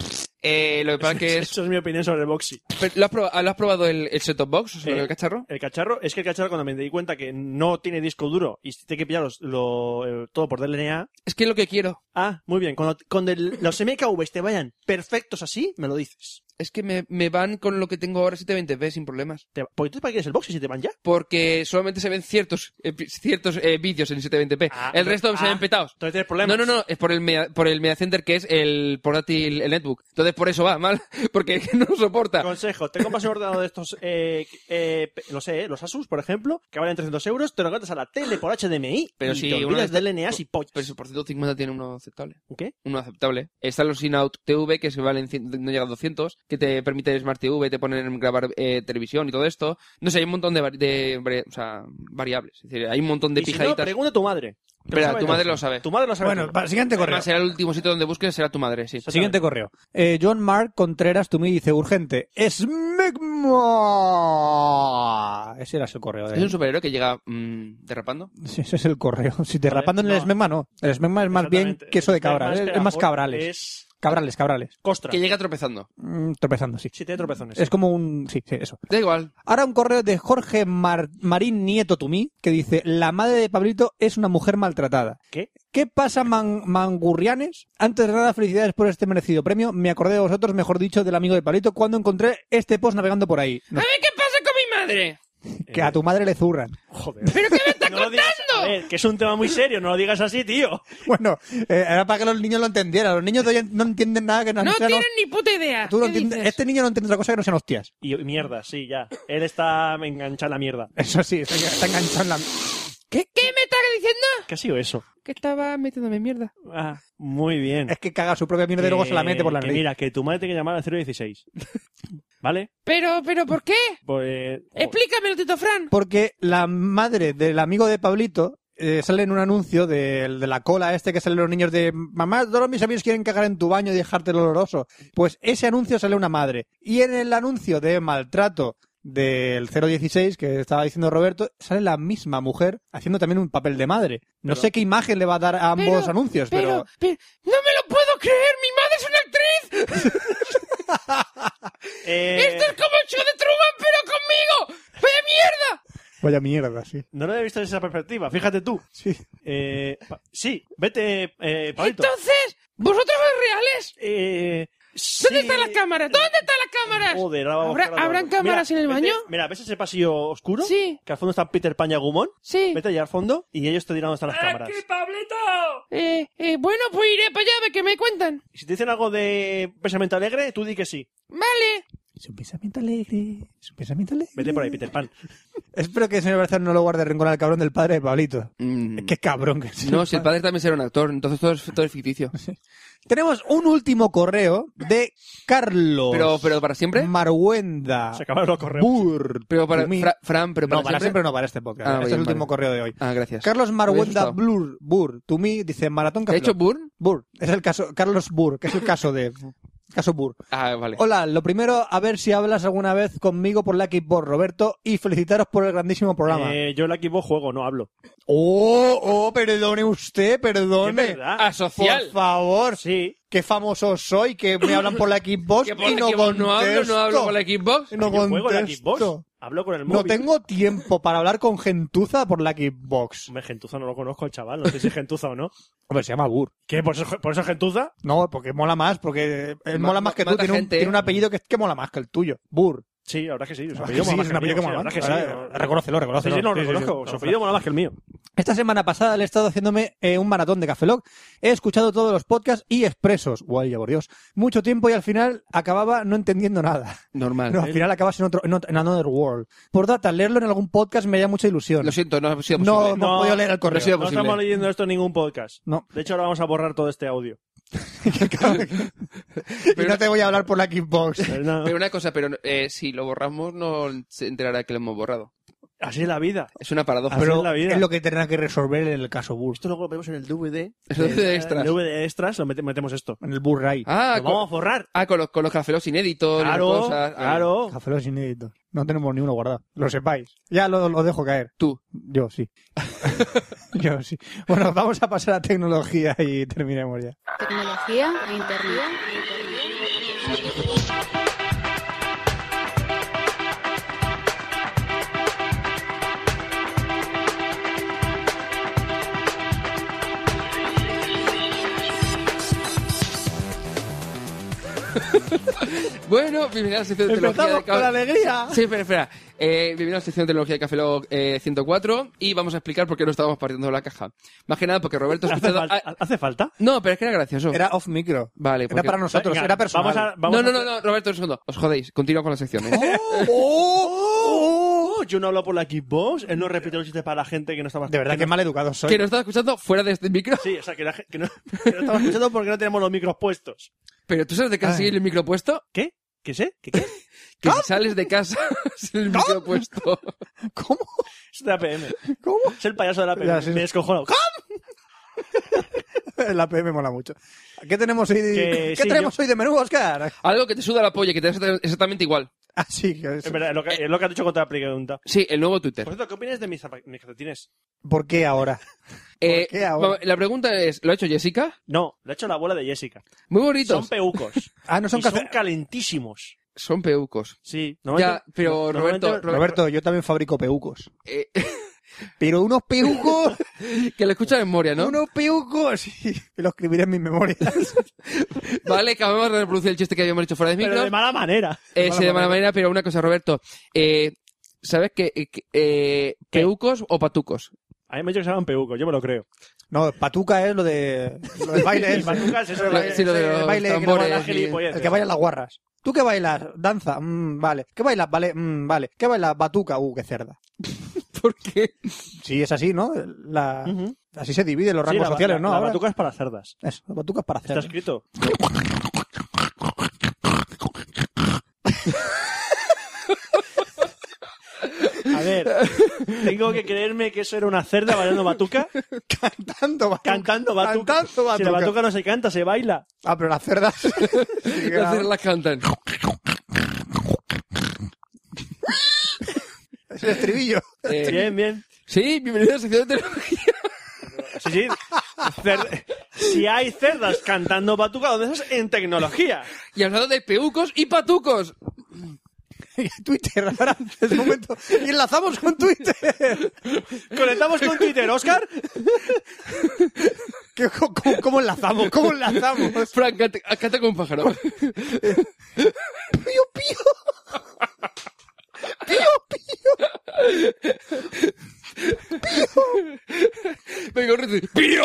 Eh, lo que pasa que es...
Eso es mi opinión sobre el boxy.
pero, ¿Lo has probado, lo has probado el, el set-top box? O sea,
Eh,
el cacharro?
El cacharro, es que el cacharro cuando me di cuenta que no tiene disco duro y tiene que pillar los- lo, eh, todo por DLNA.
Es que es lo que quiero.
Ah, muy bien. Cuando, cuando el- los MKVs te vayan perfectos así, me lo dices.
Es que me, me van con lo que tengo ahora 720p sin problemas.
Te, porque tú para qué quieres el boxy si te van ya.
Porque solamente se ven ciertos, eh, pi- ciertos eh, vídeos en 720p.
Ah,
el resto se
ah,
ven petados.
Entonces tienes
No,
problemas.
no, no, es por el, Mea- por el Media Center que es el portátil, el netbook. Entonces por eso va mal, porque no lo soporta.
Consejo, te compras un ordenador de estos, eh, eh, pe- no sé, eh, los Asus, por ejemplo, que valen 300 euros, te lo gastas a la tele por HDMI
Pero
y
si
te
uno
olvidas
de-
de LNAs y pollas.
Pero eso por 150 tiene uno aceptable.
¿Qué?
Uno aceptable. Están los in-out TV que se valen, cien- no llegan a 200, que te permite Smart TV, te ponen grabar eh, televisión y todo esto. No sé, hay un montón de, vari- de vari- o sea, variables. Es decir, hay un montón de
y si no,
pijaditas.
pregunta a tu madre. Te lo
Espera,
sabe
tu
todo.
madre lo sabe.
Tu madre lo sabe.
Bueno,
todo.
va, siguiente correo.
Además, será el último sitio donde busques, será tu madre, sí.
Siguiente correo. Eh, John Mark Contreras Tumí dice urgente. Smegma. Ese era su correo. de
Es
él.
un superhéroe que llega mm, derrapando.
Sí, ese es el correo. Si te
Vale,
rapando en el
no.
Smegma, no. El Smegma es más bien
Exactamente.
queso de
Este es
cabra.
más
Es, es
que
más
la-
cabrales.
Es
Cabrales, cabrales.
costra.
Que llega tropezando.
Mm, tropezando, sí.
Siete tropezones.
Es como un... Sí, sí, eso.
Da igual.
Ahora un correo de Jorge Mar- Marín Nieto Tumí que dice La madre de Pablito es una mujer maltratada.
¿Qué?
¿Qué pasa, man- mangurrianes? Antes de nada, felicidades por este merecido premio. Me acordé de vosotros, mejor dicho, del amigo de Pablito cuando encontré este post navegando por ahí. No,
A ver qué pasa con mi madre.
que a tu madre le zurran.
Eh, Joder. ¿Pero qué me estás contando? A ver, que es un tema muy serio, no lo digas así, tío.
Bueno, eh, era para que los niños lo entendieran. Los niños de hoy no entienden nada
Ah,
que no, sean hostias.
ni puta idea.
Tú no entiendes- Este niño no entiende otra cosa que no sean hostias.
Y mierda, sí, ya. Él está enganchado en la mierda.
Eso sí, está, está enganchado en la...
¿Qué me estás diciendo?
¿Qué ha sido eso?
Que estaba metiéndome mierda.
Ah, muy bien.
Es que caga su propia mierda y luego se la mete por la
Que
nariz.
Mira, que tu madre tiene que llamar al 016. ¿Vale?
Pero, pero, ¿por qué?
Pues.
Oh. Eh, Explícamelo, Tito Fran.
Porque la madre del amigo de Pablito eh, sale en un anuncio de, de la cola este que salen los niños de mamá, todos mis amigos quieren cagar en tu baño y dejarte el oloroso. Pues ese anuncio sale una madre. Y en el anuncio de maltrato del 016 que estaba diciendo Roberto, sale la misma mujer haciendo también un papel de madre. No sé qué imagen le va a dar a ambos
Pero-
anuncios, pero...
no me lo puedo creer, mi madre es una actriz.
eh,
como el show de Truman, pero conmigo. ¡Vaya mierda!
Vaya mierda, sí.
No lo he visto desde esa perspectiva, fíjate tú.
Sí.
Eh, pa- sí, vete, eh, Pablito.
Entonces, ¿vosotros sois reales?
Eh, sí.
¿Dónde están las cámaras? ¿Dónde están las cámaras?
Joder, ahora vamos
¿Habrá-
a buscar a
¿Habrán
Pablito.
cámaras
Mira,
en el
vete-
baño?
Mira, ¿ves ese pasillo oscuro?
Sí.
Que al fondo está Peter Pan y Agumon.
Sí. Ah,
Vete allá al fondo y ellos te dirán dónde están las cámaras.
¡Aquí, Pablito!
Eh, eh, bueno, pues iré para allá a ver qué me cuentan.
Si te dicen algo de pensamiento alegre, tú di que sí.
Vale.
Es un pensamiento alegre. Es un pensamiento alegre.
Vete por ahí, Peter Pan.
Espero que el señor Barzán no lo guarde rincón al cabrón del padre de Pablito. Qué cabrón que es.
Mm. No, si el padre también será un actor, entonces todo es, todo es ficticio.
Tenemos un último correo de Carlos.
Pero, pero para siempre.
Marhuenda.
Se acabaron los correos.
Bur.
Pero para
Tumí.
Fra- Fran, pero para,
no, para siempre no, para este podcast.
Ah,
este
bien,
es el último
vale.
correo de hoy.
Ah, gracias.
Carlos Marhuenda
asustado.
Blur. Bur. To me dice Maratón
¿Te ha
Café.
hecho burn?
Bur. Es el caso, Carlos Bur, que es el caso de. Caso Bur.
Ah, vale.
Hola, lo primero, a ver si hablas alguna vez conmigo por la Xbox, Roberto, y felicitaros por el grandísimo programa.
Eh, yo en la Xbox juego, no hablo.
Oh, oh, perdone usted,
¿Qué
perdone.
verdad?
Asocial.
Por favor,
Sí.
qué famoso soy, que me hablan por la Xbox
Que por
y
la
no
Xbox no hablo,
pues contesto.
no hablo por la Xbox.
No
yo juego en la
contesto.
Xbox. Hablo con el móvil.
No tengo tiempo para hablar con gentuza por la Xbox.
Hombre, Gentuza no lo conozco, el chaval. No sé si es Gentuza o no.
Hombre, se llama Bur.
¿Qué? ¿Por eso, por eso es Gentuza?
No, porque mola más, porque él
Ma-
mola más que tú.
mata
Tiene un,
gente. ¿eh?
tiene un apellido que, que mola más que el tuyo. Bur.
Sí, la verdad es que sí. Su
Ah,
apellido
sí,
mola más
es un
que el
apellido
mío,
que
sí,
mola
la
más.
verdad es que sí.
Ahora, Reconócelo,
Sí,
reconócelo.
sí, no, lo
Sí, sí, sí.
reconozco. Su apellido mola más que el mío.
Esta semana pasada le he estado haciéndome eh, un maratón de Café Lock. He escuchado todos los podcasts y expresos. Guay, ya por Dios. Mucho tiempo y al final acababa no entendiendo nada.
Normal.
No, al final acabas en otro, en, ot- en another world. Por data, leerlo en algún podcast me da mucha ilusión.
Lo siento, pues, eh, no ha sido
no
posible.
hemos
No,
podido leer el
no ha sido
correo.
No
posible.
estamos leyendo esto en ningún podcast.
No.
De hecho, ahora vamos a borrar todo este audio.
pues,
y no te voy a hablar por la Xbox.
Pero no.
Pero una cosa, pero eh, si lo borramos no se enterará que lo hemos borrado.
Así es la vida.
Es una paradoja.
Así
Pero
es la vida.
es lo que tendrá que resolver en el caso Burr.
Esto luego lo vemos en el DVD.
El DVD
Eh,
extras.
El DVD extras lo mete- metemos esto.
En el Burr Ray.
Ah,
lo
con,
vamos a forrar.
ah, con los, con los cafelos inéditos. y las
Claro,
cosas. Ah,
claro.
Café los inéditos. No tenemos ni uno guardado. Lo sepáis. Ya lo, lo dejo caer.
Tú.
Yo sí. Yo sí. Bueno, vamos a pasar a tecnología y terminemos ya.
Tecnología e internet.
Bueno, bienvenido a la sección de tecnología. de
Empezamos
Café-
con la alegría.
Sí, espera, espera. Eh, bienvenido a la sección de tecnología de Café Lock, eh, 104 y vamos a explicar por qué no estábamos partiendo la caja. Más que nada porque Roberto ha
¿Hace,
escuchado...
falta-
ah,
hace falta?
no, pero es que era gracioso.
Era off micro.
Vale,
Era
porque-
para nosotros,
Venga,
era personal.
Vamos a, vamos
no,
a-
no, no, no, Roberto, un segundo. Os jodéis. Continúa con ¿eh? las secciones.
Oh, yo no hablo por la Xbox. Él no repite los chistes para la gente que no estaba
De verdad que mal educado soy.
que no estaba escuchando fuera de este micro.
Sí, o sea, que, la gen- que no, que no estaba escuchando porque no tenemos los micros puestos.
Pero tú sales de casa
Ay.
sin el micro puesto.
¿Qué? ¿Qué sé? ¿Qué qué?
Que si sales de casa sin el micro puesto.
¿Cómo?
Es de APM.
¿Cómo?
Es el payaso de la APM.
Ya, sí.
Me descojono.
¡Ah!
La PM mola mucho. ¿Qué tenemos hoy de,
Que
¿qué
sí,
tenemos hoy de menú, Oscar?
Algo que te suda la polla, que te da exactamente igual.
Así que es-
Es verdad, es lo que, es lo que has dicho contra la pregunta.
Sí, el nuevo
Por
Twitter.
cierto, ¿qué opinas de mis, zapa- mis calcetines?
¿Por qué ahora?
Eh,
qué ahora?
vamos, la pregunta es, ¿lo ha hecho Jessica?
No, lo ha hecho la abuela de Jessica.
Muy
Son
bonitos.
peucos.
Ah, no son
y son
café.
calentísimos.
Son peucos.
Sí.
Ya,
normalmente-
pero
no-
Roberto,
normalmente-
Roberto, yo también fabrico peucos.
eh,
Pero unos peucos,
que lo escucha de memoria, ¿no?
unos peucos. Y lo escribiré en mis memorias.
Vale, que acabamos de reproducir el chiste que habíamos hecho fuera de
Pero
micro.
de mala manera.
Eh, sí, de mala manera, pero una cosa, Roberto. Eh, ¿Sabes qué? Eh, que- eh,
¿Qué?
¿Peucos o patucos?
A mí me han dicho que se llaman peucos, yo me lo creo.
No, patuca es lo de lo del baile.
Y
ese.
patucas, eso
Lo-
es
sí, lo de
ese
los
baile que no
tambores
baila
y-
gilipolleces.
El que baila las guarras. ¿Tú qué bailas? Danza. Mm, vale. ¿Qué bailas? Vale. Mm, vale. ¿Qué bailas? Batuca. Uh, qué cerda.
¿Por qué?
Sí, es así, ¿no? La-
Ujú.
Así se dividen los
Sí,
rangos
la-
sociales,
la-
¿no?
La
Ahora-
batuca es para cerdas.
Eso, la batuca es para
Está
cerdas.
escrito. A ver, tengo que creerme que eso era una cerda bailando batuca,
Cantando batuca.
cantando batuca.
Cantando
Si la
batuca.
batuca no se canta, se baila.
Ah, pero las cerdas. Sí que
Las
era-
cerdas las cantan.
es el estribillo.
Eh,
Bien, bien.
sí, bienvenido a la sección de tecnología.
Sí, sí. Cer- Si hay cerdas cantando batuca, ¿dónde estás? En tecnología.
Y hablando de peucos y patucos.
Twitter, ahora es el este momento. Y enlazamos con Twitter.
Conectamos con Twitter, Oscar.
¿Qué- cómo, cómo- cómo enlazamos? ¿Cómo enlazamos?
Frank, canta- canta con un pájaro.
¡Pío, pío! ¡Pío, pío!
Venga, un rito. ¡Pío!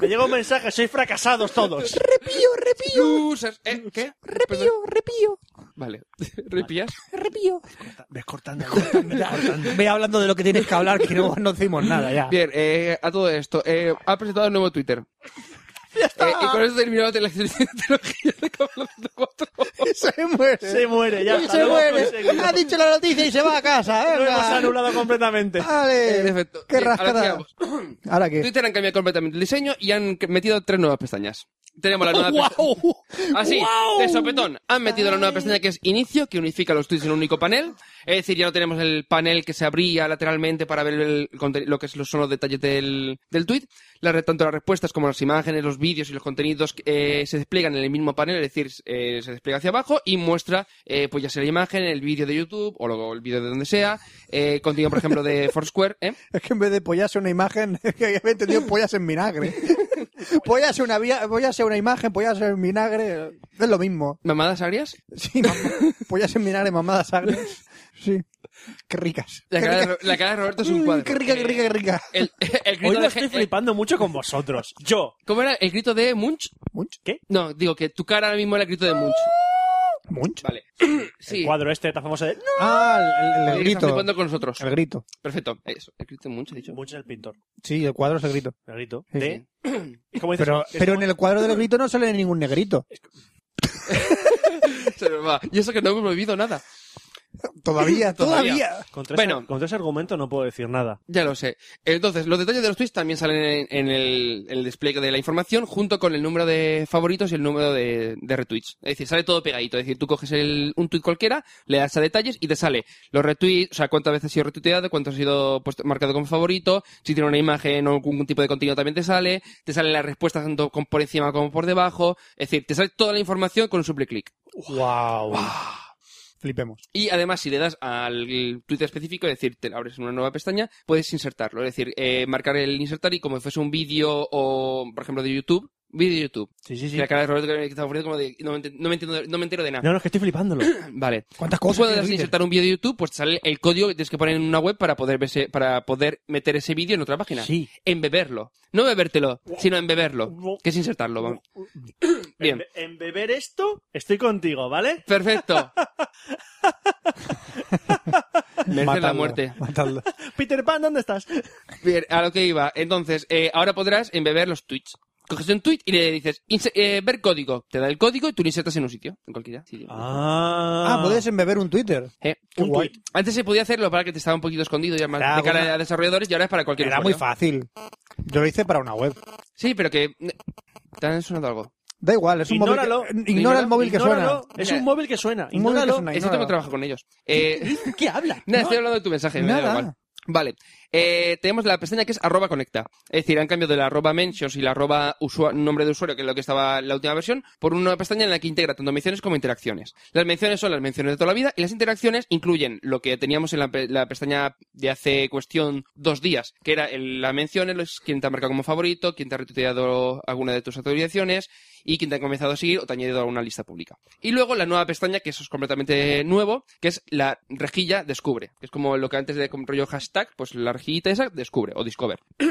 Me llega un mensaje, sois fracasados todos.
¡Repío, repío!
Usas- ¿Eh? ¿Qué?
¡Repío, repío!
Vale. ¿Repías?
¡Repío!
Ves cortando.
Ve hablando de lo que tienes que hablar, que no, no decimos nada ya.
Bien, eh, a todo esto. Eh, ha presentado el nuevo Twitter. Eh, y con eso terminamos la sección de tecnología de Cablo 104.
Se muere.
Se muere, ya.
Y
está,
se
lo hemos
muere.
conseguido.
Ha dicho la noticia y se va a casa.
Lo hemos
venga.
anulado completamente.
Ah,
Vale.
En efecto.
Eh, Qué
Bien, ahora
rascada.
sigamos.
Ahora qué.
Twitter han cambiado completamente el diseño y han c- metido tres nuevas pestañas. Tenemos la nueva
¡Guau!
pestaña. Así, Ah, de sopetón. Han metido la nueva pestaña que es inicio, que unifica los tweets en un único panel. Es decir, ya no tenemos el panel que se abría lateralmente para ver el conte- lo que es los- son los detalles del, del tweet. La re- tanto las respuestas como las imágenes, los vídeos y los contenidos eh, se despliegan en el mismo panel, es decir, eh, se despliega hacia abajo y muestra, eh, pues ya sea la imagen, el vídeo de YouTube o luego el vídeo de donde sea, eh, contenido, por ejemplo, de Foursquare. ¿eh?
Es que en vez de pollarse una imagen, es que había entendido pollas en vinagre. pollarse, una, via- pollarse una imagen, pollarse en vinagre, es lo mismo.
¿Mamadas agrias?
Sí, mam- pollarse en vinagre, mamadas agres. Sí. Qué ricas.
La
Qué
cara, de,
ricas.
Ro- la cara de Roberto es un
Mm,
cuadro.
Qué rica, qué rica, qué rica.
El, el
Hoy
grito
lo
de, eh.
estoy
el-
flipando mucho con vosotros. Yo.
¿Cómo era? ¿El grito de Munch?
Munch.
No, digo que tu cara ahora mismo era el grito de Munch.
Munch.
Vale. Sí.
Cuadro este tan famoso de... No.
Ah, el, el- el
Estás
grito.
flipando con nosotros.
El grito.
Perfecto. Eso. El grito de Munch, he dicho.
Mucho es el pintor.
Sí, el cuadro es el grito.
El grito.
Sí,
de... ¿Y cómo dices?
Pero,
Este Es
pero
como-
en el cuadro del grito no sale ningún negrito.
Se nos va. Y eso que no hemos bebido nada.
Todavía,
Todavía.
todavía.
Contra
Bueno.
ese, contra ese argumento no puedo decir nada.
Ya lo sé. Entonces, los detalles de los tweets también salen en, en el, el display de la información junto con el número de favoritos y el número de, de retweets. Es decir, sale todo pegadito. Es decir, tú coges el- un tweet cualquiera, le das a detalles y te sale los retweets, o sea, cuántas veces ha sido retuiteado, cuánto ha sido puesto- marcado como favorito, si tiene una imagen o algún tipo de contenido también te sale, te sale la respuesta tanto con- por encima como por debajo. Es decir, te sale toda la información con un simple clic.
Wow. Flipemos.
Y además, si le das al tweet específico, es decir, te abres una nueva pestaña, puedes insertarlo. Es decir, eh, marcar el insertar y como si fuese un vídeo o, por ejemplo, de YouTube. Vídeo de YouTube.
Sí, sí, sí.
La cara de Roberto que me está ofreciendo como de, no, me ent- no me entiendo- no me entero de nada.
No, no, es que estoy flipándolo.
Vale.
¿Cuántas
Tú
cosas?
puedes
tiene Twitter?
insertar un vídeo de YouTube, pues te sale el código que tienes que poner en una web para poder, verse- para poder meter ese vídeo en otra página.
Sí.
Embeberlo. No bebértelo, sino embeberlo. Que es insertarlo, vamos. Bien.
En, en beber esto, estoy contigo, ¿vale?
Perfecto. Merece la
Matadlo,
muerte.
matadlo.
Peter Pan, ¿dónde estás?
Bien, a lo que iba. Entonces, eh, ahora podrás embeber los tweets. Coges un tweet y le dices, "Inse- eh, ver código. Te da el código y tú lo insertas en un sitio, en cualquier sitio.
Ah,
Ah, puedes embeber un Twitter.
Eh,
Qué
un
guay.
tweet. Antes se podía hacerlo para que te estaba un poquito escondido ya más
Era
de cara
una-
a desarrolladores y ahora es para cualquier
Era muy
usuario.
fácil. Yo lo hice para una web.
Sí, pero que... mm, ¿Te han sonado algo?
Da igual, es un
Ignóralo.
móvil. que- Ignora el móvil que
Ignóralo.
suena.
Es
Mira.
un móvil que suena.
Un móvil que
Ignóralo.
suena.
Eso tengo
ignóralo.
trabajo con ellos. Eh,
¿Qué habla?
nada, estoy hablando de tu mensaje. me da
Nada.
igual. Vale. Eh, tenemos la pestaña que es arroba conecta. Es decir, han cambiado de la arroba mentions y la arroba usua- nombre de usuario, que es lo que estaba en la última versión, por una nueva pestaña en la que integra tanto menciones como interacciones. Las menciones son las menciones de toda la vida y las interacciones incluyen lo que teníamos en la, pe- la pestaña de hace cuestión dos días, que era el- las menciones, los- quién te ha marcado como favorito, quién te ha retuiteado alguna de tus actualizaciones y quién te ha comenzado a seguir o te ha añadido a una lista pública. Y luego la nueva pestaña, que eso es completamente nuevo, que es la rejilla descubre, que es como lo que antes de con rollo hashtag, pues la rejillita esa descubre o discover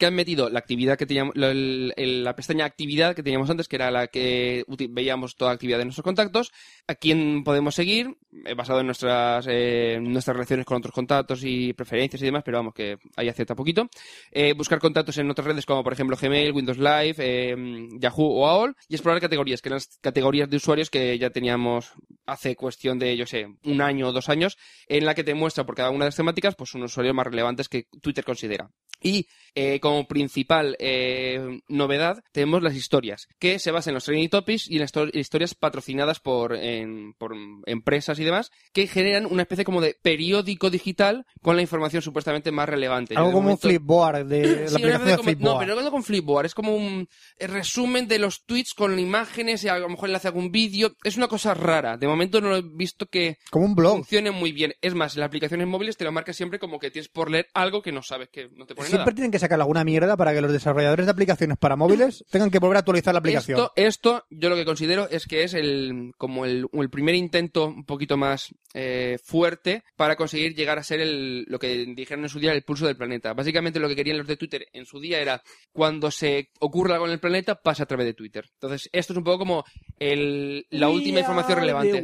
que han metido la actividad que teníamos, lo- el- el- la pestaña actividad que teníamos antes, que era la que uti- veíamos toda la actividad de nuestros contactos, a quién podemos seguir, eh, basado en nuestras, eh, nuestras relaciones con otros contactos y preferencias y demás, pero vamos, que ahí acierta poquito. Eh, buscar contactos en otras redes como, por ejemplo, Gmail, Windows Live, eh, Yahoo o AOL, y explorar categorías, que eran las categorías de usuarios que ya teníamos hace cuestión de, yo sé, un año o dos años, en la que te muestra por cada una de las temáticas, pues unos usuarios más relevantes que Twitter considera. Y eh, como principal eh, novedad tenemos las historias, que se basan en los trending topics y en las histo- historias patrocinadas por, en- por empresas y demás, que generan una especie como de periódico digital con la información supuestamente más relevante. Yo
Algo
de
como un
momento-
flipboard de la
Sí, una
aplicación
especie
de
como- no,
flipboard.
pero no con Flipboard, es como un eh, resumen de los tweets con imágenes y a lo mejor le hace algún vídeo. Es una cosa rara. De momento no lo he visto que
Como un blog.
funcione muy bien. Es más, en las aplicaciones móviles te lo marca siempre como que tienes por leer algo que no sabes, que no te pone
Siempre
Pues nada.
tienen que sacar alguna mierda para que los desarrolladores de aplicaciones para móviles tengan que volver a actualizar la aplicación.
Esto, esto yo lo que considero es que es el como el, el primer intento un poquito más eh, fuerte para conseguir llegar a ser el, lo que dijeron en su día el pulso del planeta. Básicamente lo que querían los de Twitter en su día era cuando se ocurre algo en el planeta pasa a través de Twitter. Entonces esto es un poco como el, la última información relevante.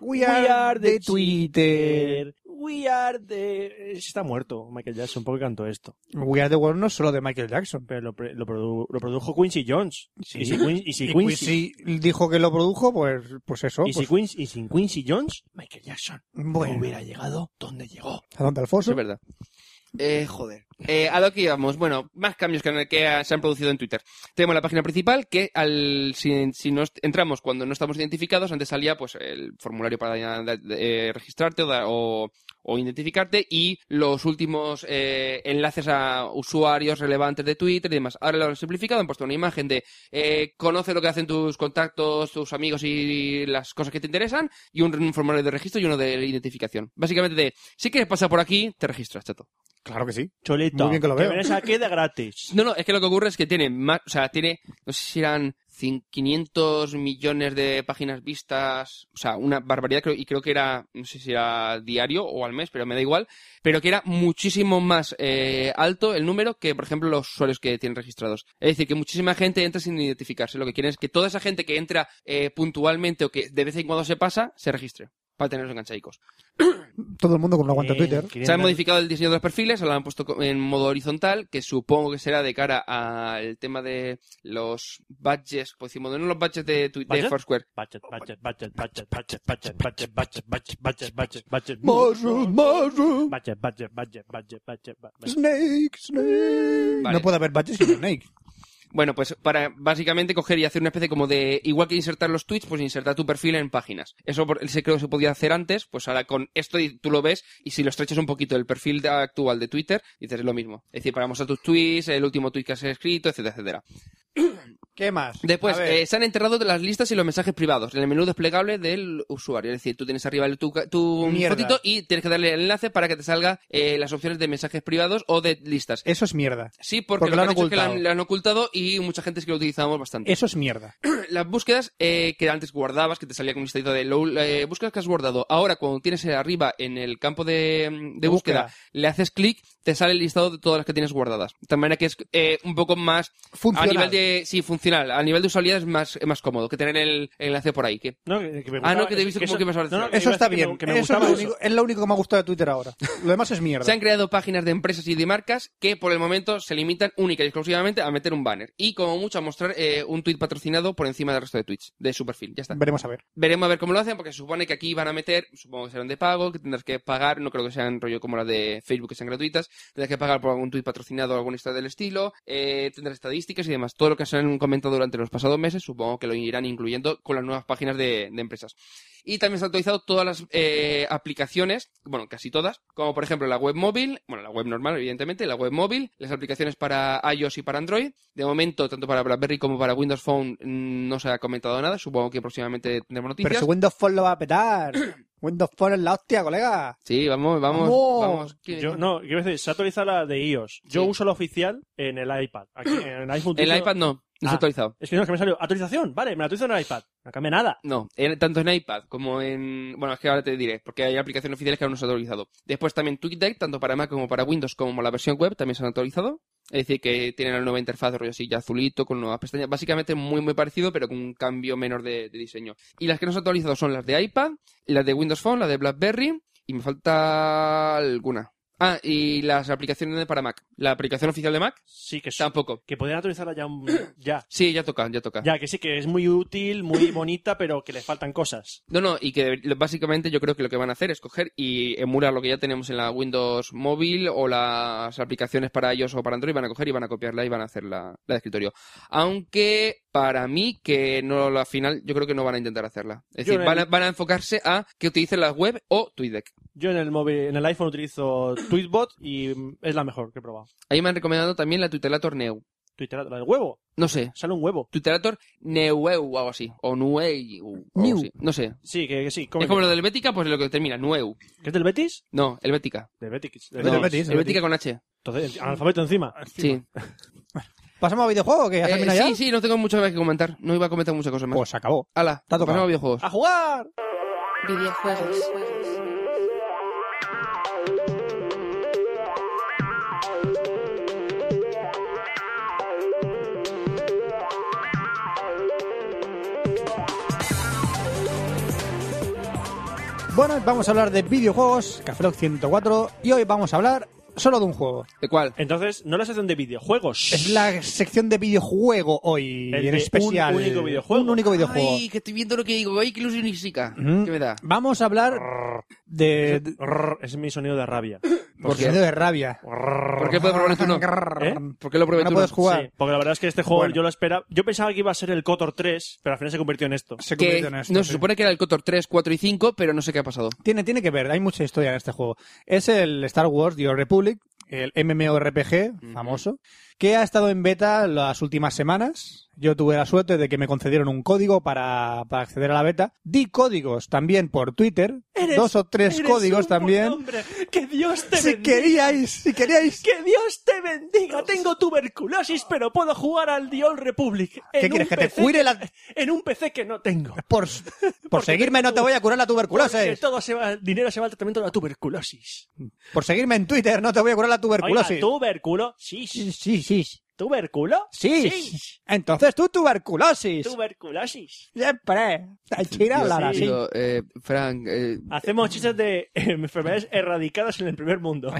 We
are
de
the
Twitter.
We are the... Está muerto Michael Jackson, porque cantó esto.
We are the world no es solo de Michael Jackson.
Pero lo, pre- lo produ- lo produjo Quincy Jones.
Sí.
Y si, Quin- y si
Y
Quincy...
Quincy dijo que lo produjo, pues, pues eso.
y si
pues,
Quincy- y sin Quincy Jones, Michael Jackson
bueno,
no hubiera llegado donde llegó.
¿A dónde
Sí,
Alfonso?
es verdad. Eh, joder. Eh, a lo que íbamos. Bueno, más cambios que, han- que ha- se han producido en Twitter. Tenemos la página principal que al, si, si nos entramos cuando no estamos identificados, antes salía pues el formulario para da- de- eh, registrarte o, da- o- o identificarte y los últimos eh, enlaces a usuarios relevantes de Twitter y demás. Ahora lo han simplificado, han puesto una imagen de eh, conoce lo que hacen tus contactos, tus amigos y las cosas que te interesan y un, un formulario de registro y uno de identificación. Básicamente de, si quieres pasar por aquí, te registras, chato.
Claro que sí.
Cholito.
Muy bien que lo veo.
vienes aquí de gratis.
No, no, es que lo que ocurre es que tiene más, o sea, tiene, no sé si eran cin- 500 millones de páginas vistas, o sea, una barbaridad, creo, y creo que era, no sé si era diario o al mes, pero me da igual, pero que era muchísimo más eh, alto el número que, por ejemplo, los usuarios que tienen registrados. Es decir, que muchísima gente entra sin identificarse, lo que quieren es que toda esa gente que entra eh, puntualmente o que de vez en cuando se pasa, se registre. para tenerlos enganchaicos.
Todo el mundo con lo aguanta
Eh,
Twitter.
500.
Se ha modificado el diseño de los perfiles, ahora lo han puesto co- en modo horizontal, que supongo que será de cara al tema de los badges, pues decimos, no los badges de, Twitter,
¿Badges?
Foursquare.
Budget, budget, budget, budget, budget, budget, budget, budget, budget, budget, budget, budget.
Mushroom, mushroom,
Budget, budget, budget, budget, budget, budget.
snake, snake.
Vale.
No puede haber baches sin Snake.
Bueno, pues para básicamente coger y hacer una especie como de, igual que insertar los tweets, pues insertar tu perfil en páginas. Eso por- se creo que se podía hacer antes, pues ahora con esto y tú lo ves y si lo estrechas un poquito el perfil de- actual de Twitter, dices lo mismo. Es decir, para mostrar tus tweets, el último tweet que has escrito, etcétera, etcétera.
¿Qué más?
Después,
A ver,
eh, se han enterrado de las listas y los mensajes privados en el menú desplegable del usuario. Es decir, tú tienes arriba el- tu, ca- tu
Mierda.
fotito y tienes que darle el enlace para que te salga eh, las opciones de mensajes privados o de listas.
Eso es mierda.
Sí, porque,
Eh, porque lo
lo,
han
que han dicho es que lo
ocultado. Eh.
han, lo han ocultado y mucha gente es que lo utilizamos bastante.
Eso es mierda.
Las búsquedas eh, que antes guardabas, que te salía con un listadito de lo- eh, búsquedas que has guardado, ahora cuando tienes arriba en el campo de, mm, de búsqueda,
Búsqueda.
le haces clic, te sale el listado de todas las que tienes guardadas. De tal manera que es eh, un poco más
Funcional.
a nivel de sí, funcional. A nivel de usabilidad es más, es más cómodo que tener el el enlace por ahí. que-
No, que, que me
Ah, no,
gustaba-
que te he visto como
eso-
que ibas a decir.
no, no, que
Eso
iba a
está
decir que me-
bien.
que me
eso es,
gustaba
lo
eso.
único, es lo único que me ha gustado de Twitter ahora. Lo demás es mierda.
Se han creado páginas de empresas y de marcas que por el momento se limitan única y exclusivamente a meter un banner y como mucho a mostrar eh, un tweet patrocinado por encima del resto de tweets de su perfil. Ya está.
Veremos a ver.
Veremos a ver cómo lo hacen porque se supone que aquí van a meter, supongo que serán de pago, que tendrás que pagar, no creo que sean rollo como las de Facebook que sean gratuitas, tendrás que pagar por algún tweet patrocinado o alguna historia del estilo, eh, tendrás estadísticas y demás. Todo lo que se han comentado durante los pasados meses supongo que lo irán incluyendo con las nuevas páginas de- de empresas. Y también se han actualizado todas las eh, aplicaciones, bueno, casi todas, como por ejemplo la web móvil, bueno, la web normal, evidentemente, la web móvil, las aplicaciones para iOS y para Android. De momento, tanto para BlackBerry como para Windows Phone mm, no se ha comentado nada, supongo que próximamente tendremos
Pero
noticias.
si Windows Phone lo va a petar. Windows Phone es la hostia, colega.
Sí, vamos, vamos,
¡Vamos!
vamos. ¿Qué-
Yo, no, quiero decir, se ha actualizado la de iOS. Yo uso la oficial en el iPad. Aquí, en el iPhone.
El
tío-
iPad no, no se ha
Ah.
actualizado.
Es que no, es que me salió. Actualización, vale, me la actualizo en el iPad. No cambia nada.
No, en- tanto en iPad como en... Bueno, es que ahora te diré, porque hay aplicaciones oficiales que aún no se han actualizado. Después también TweetDeck, tanto para Mac como para Windows, como la versión web, también se han actualizado. Es decir, que tienen la nueva interfaz, rollo así, ya azulito, con nuevas pestañas. Básicamente muy, muy parecido, pero con un cambio menor de, de diseño. Y las que no se han actualizado son las de iPad, las de Windows Phone, las de BlackBerry, y me falta alguna. Ah, y las aplicaciones para Mac. La aplicación oficial de Mac,
Sí, que, sí,
tampoco.
que podrían actualizarla ya. un- ya.
Sí, ya toca, ya toca.
Ya, que sí, que es muy útil, muy bonita, pero que le faltan cosas.
No, no, y que deber- básicamente yo creo que lo que van a hacer es coger y emular lo que ya tenemos en la Windows móvil o las aplicaciones para iOS o para Android, van a coger y van a copiarla y van a hacer la, la de escritorio. Aunque para mí, que no la final, yo creo que no van a intentar hacerla. Es
Yo
decir,
en
van a,
el-
van a enfocarse a que utilicen la web o TweetDeck.
Yo en el móvil, en el iPhone utilizo Tweetbot y mm, es la mejor que he probado.
Ahí me han recomendado también la Twitterator Neu.
Twitter, la del huevo.
No sé.
Sale un huevo.
Twitterator Neu o algo así. O Nueu. o algo
Neu.
así. No sé.
Sí, que, que sí.
Es
cómete.
como lo del Bética, pues lo que termina, Nueu.
¿Que es del Betis?
No, Helvética.
Del Betis. del
No,
Betis.
Betis, del
Helvética con H.
Entonces, analfabeto encima.
Sí.
¿Pasamos a videojuegos que ya
Eh,
termina
sí,
ya?
sí, no tengo mucho más que comentar. No iba a comentar muchas cosas más.
Pues se acabó.
Ala,
te ha tocado. Ah.
pasamos a videojuegos.
¡A jugar!
Videojuegos.
Bueno, vamos a hablar de videojuegos, Café Lock 104, y hoy vamos a hablar solo de un juego.
¿De cuál?
Entonces, no la sección de videojuegos.
Es la sección de videojuego hoy,
El
en
de
especial.
un único videojuego.
Un único videojuego.
Ay, que estoy viendo lo que digo. Ay, qué ilusión y chica.
Mm.
¿Qué me da?
Vamos a hablar de... de-
Rrr, Es mi sonido de rabia.
¿Por
sonido
qué?
de rabia.
¿Por qué puedo probar tú no?
¿Eh?
¿Por qué lo probé
No
tú
puedes
no?
jugar.
Sí, porque la verdad es que este juego
Bueno.
yo lo esperaba. Yo pensaba que iba a ser el Cotor 3, pero al final se convirtió en esto.
Se
Que
convirtió en esto,
no,
sí.
se supone que era el Cotor 3, 4 y 5, pero no sé qué ha pasado.
Tiene, tiene que ver, hay mucha historia en este juego. Es el Star Wars The Old Republic, el MMORPG famoso, que ha estado en beta las últimas semanas. Yo tuve la suerte de que me concedieron un código para, para acceder a la beta. Di códigos también por Twitter, dos o tres códigos también.
que Dios te
Si queríais, si queríais.
Que Dios te bendiga. Tengo tuberculosis, pero puedo jugar al Dion Republic.
¿Qué quieres, que te cuire la...
En un PC que no tengo.
Por, por seguirme no te voy a curar la
Que
tuberculosis.
todo se va, el dinero se va al tratamiento de la tuberculosis.
Por seguirme en Twitter no te voy a curar la
Oiga,
tuberculosis.
tuberculosis.
Sí, sí.
¿Tubérculo?
Sí. Entonces tú tuberculosis.
Tuberculosis.
Siempre. Al chino hablar
sí.
así.
Yo-
Eh, Frank, eh,
Hacemos chistes de enfermedades erradicadas en el primer mundo.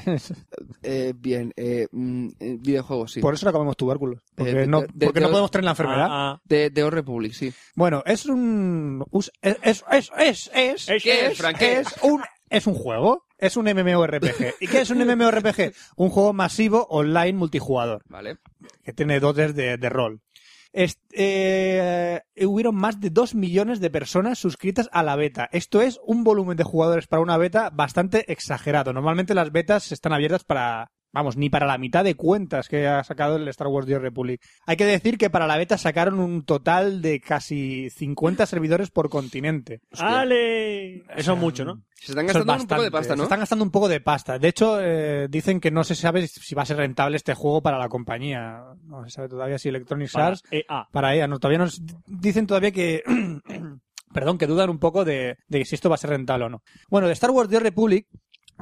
eh, bien, eh, mm, eh, videojuegos, sí.
Por eso no comemos tubérculos.
Eh,
Porque,
de-
no,
de- de-
porque no
de-
podemos tener la enfermedad.
Ah, ah.
De, de Old Republic, sí.
Bueno, es un. us- Es, es, es, es, es,
Es-
¿Qué es, Frank? ¿Qué
es un, es un juego. Es un MMORPG. ¿Y qué es un MMORPG? Un juego masivo online multijugador.
Vale.
que tiene dotes de, de rol. Est- eh, hubieron más de 2 millones de personas suscritas a la beta. Esto es un volumen de jugadores para una beta bastante exagerado. Normalmente las betas están abiertas para, vamos, ni para la mitad de cuentas que ha sacado el Star Wars The Old Republic. Hay que decir que para la beta sacaron un total de casi 50 servidores por continente.
Hostia.
¡Ale! Eso es mucho, ¿no?
Se están
Eso es
gastando un poco
bastante.
de pasta,
Se
¿no?
están gastando un poco de pasta. De hecho, eh, dicen que no se sabe si va a ser rentable este juego para la compañía. No se sabe todavía si Electronic
Para E
Arts
EA.
para ella. No, todavía nos dicen todavía que. perdón, que dudan un poco de, de si esto va a ser rentable o no. Bueno, de Star Wars The Old Republic.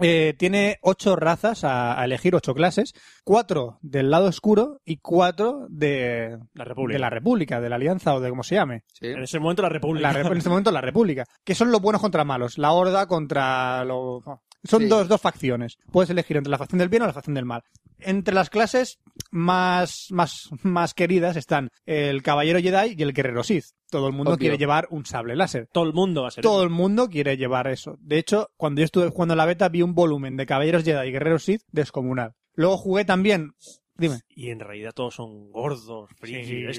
eh, tiene ocho razas a, a elegir, ocho clases, cuatro del lado oscuro y cuatro de,
La República.
de la República, de la Alianza o de como se llame.
Sí.
En ese momento la
La
República.
re- en este momento la República, que son los buenos contra malos, la Horda contra los... Son
Sí.
dos, dos facciones. Puedes elegir entre la facción del bien o la facción del mal. Entre las clases más, más, más queridas están el Caballero Jedi y el Guerrero Sith. Todo el mundo
Obvio.
quiere llevar un sable láser.
Todo el mundo va a ser. E
Todo el mundo quiere llevar eso. De hecho, cuando yo estuve jugando la beta vi un volumen de Caballeros Jedi y Guerreros Sith descomunal. Luego jugué también... Dime.
Y en realidad todos son gordos, frikis,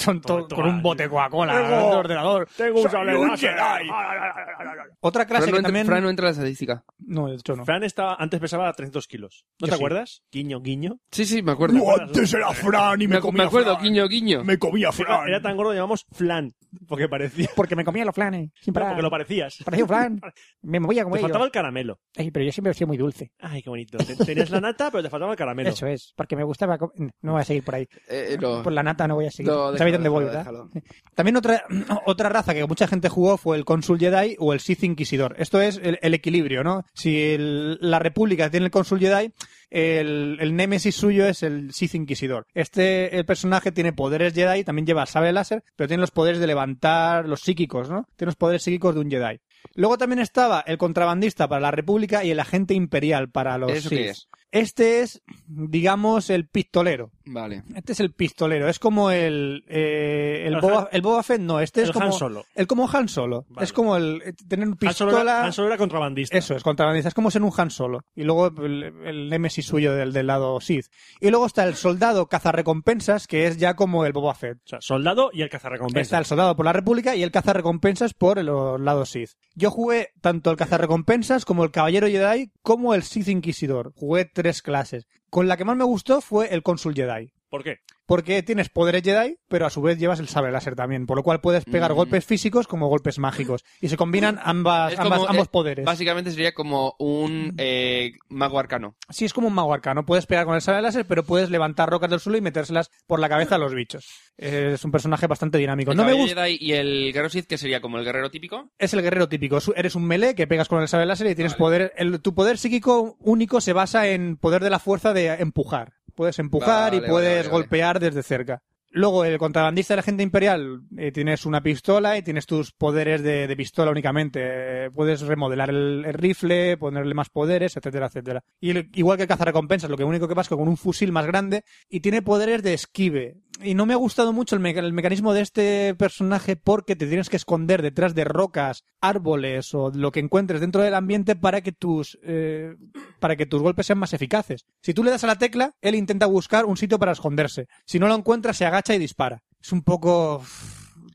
Son todos con un bote Coca-Cola,
Luego-
un ordenador.
Tengo un
Soy
sable
un
láser.
Jedi.
Ah, ah, ah, ah, ah, ah.
Otra clase
Fran no,
que
entra,
también...
Fran no entra en la estadística.
No, de hecho no.
Fran estaba, antes pesaba 300 kilos. ¿No
Yo
te
sí.
acuerdas? Guiño, guiño.
Sí, sí, me acuerdo.
antes era Fran y
Me, acu- me acuerdo, guiño, guiño.
Me comía
Era, era tan gordo, llamamos Flan. Porque parecía.
Porque me comía los flanes. Sin
No,
parar.
porque lo parecías.
Parecía un flan. Me movía como
Te
ellos.
faltaba el caramelo.
Ay, pero yo siempre he sido muy dulce.
Ay, qué bonito. Te- Tenías la nata, pero te faltaba el caramelo.
Eso es, porque me gustaba... com- No voy a seguir por ahí.
Eh, eh, no.
Por la nata no voy a seguir.
No, déjalo,
¿Sabéis dónde voy,
déjalo,
verdad?
déjalo.
También otra, otra raza que mucha gente jugó fue el Cónsul Jedi o el Sith Inquisidor. Esto es el, el equilibrio, ¿no? Si el- la República tiene el Cónsul Jedi, el, el némesis suyo es el Sith Inquisidor. Este el personaje tiene poderes Jedi, también lleva sabe láser, pero tiene los poderes de levantar los psíquicos, ¿no? Tiene los poderes psíquicos de un Jedi. Luego también estaba el contrabandista para la República y el agente imperial para los
¿Eso
Sith.
qué es?
Este es, digamos, el pistolero.
Vale.
Este es el pistolero, es como el eh, el,
El
Boba,
Han-
el Boba Fett no, este es
el
como
Han Solo.
el como Han Solo,
Vale.
es como el eh, tener un
Han Solo, era,
pistola,
Han Solo era contrabandista.
eso es contrabandista, es como ser un Han Solo y luego el, el
Mm.
némesis suyo del, del lado Sith y luego está el soldado cazarrecompensas que es ya como el Boba Fett.
O sea, soldado y el cazarrecompensa.
Está el soldado por la República y el cazarrecompensas por el lado Sith. Yo jugué tanto el cazarrecompensas como el caballero Jedi como el Sith Inquisidor. Jugué tres clases. Con la que más me gustó fue el cónsul Jedi.
¿Por qué?
Porque tienes poderes Jedi, pero a su vez llevas el sable láser también, por lo cual puedes pegar
Mm.
golpes físicos como golpes mágicos. Y se combinan ambas,
Es como-
ambas- ambos
eh,
poderes.
Básicamente sería como un eh, mago arcano.
Sí, es como un mago arcano. Puedes pegar con el sable láser, pero puedes levantar rocas del suelo y metérselas por la cabeza a los bichos. Eh, Es un personaje bastante dinámico.
El
Pues No me
caballero
gusta.
Jedi y el guerrero Sith, que sería como el guerrero típico.
Es el guerrero típico. Es- Eres un melee que pegas con el sable láser y tienes
Vale.
poder. el- tu poder psíquico único se basa en poder de la fuerza de empujar. Puedes empujar
Vale,
y
vale,
puedes
vale, vale.
golpear desde cerca. Luego, el contrabandista de la gente imperial, eh, tienes una pistola y tienes tus poderes de, de pistola únicamente. Eh, puedes remodelar el, el rifle, ponerle más poderes, etcétera, etcétera. Y el- igual que el cazarrecompensas, lo que único que pasa es que con un fusil más grande y tiene poderes de esquive. Y no me ha gustado mucho el, meca- el mecanismo de este personaje porque te tienes que esconder detrás de rocas, árboles o lo que encuentres dentro del ambiente para que tus eh, para que tus golpes sean más eficaces. Si tú le das a la tecla, él intenta buscar un sitio para esconderse. Si no lo encuentra, se agacha y dispara. Es un poco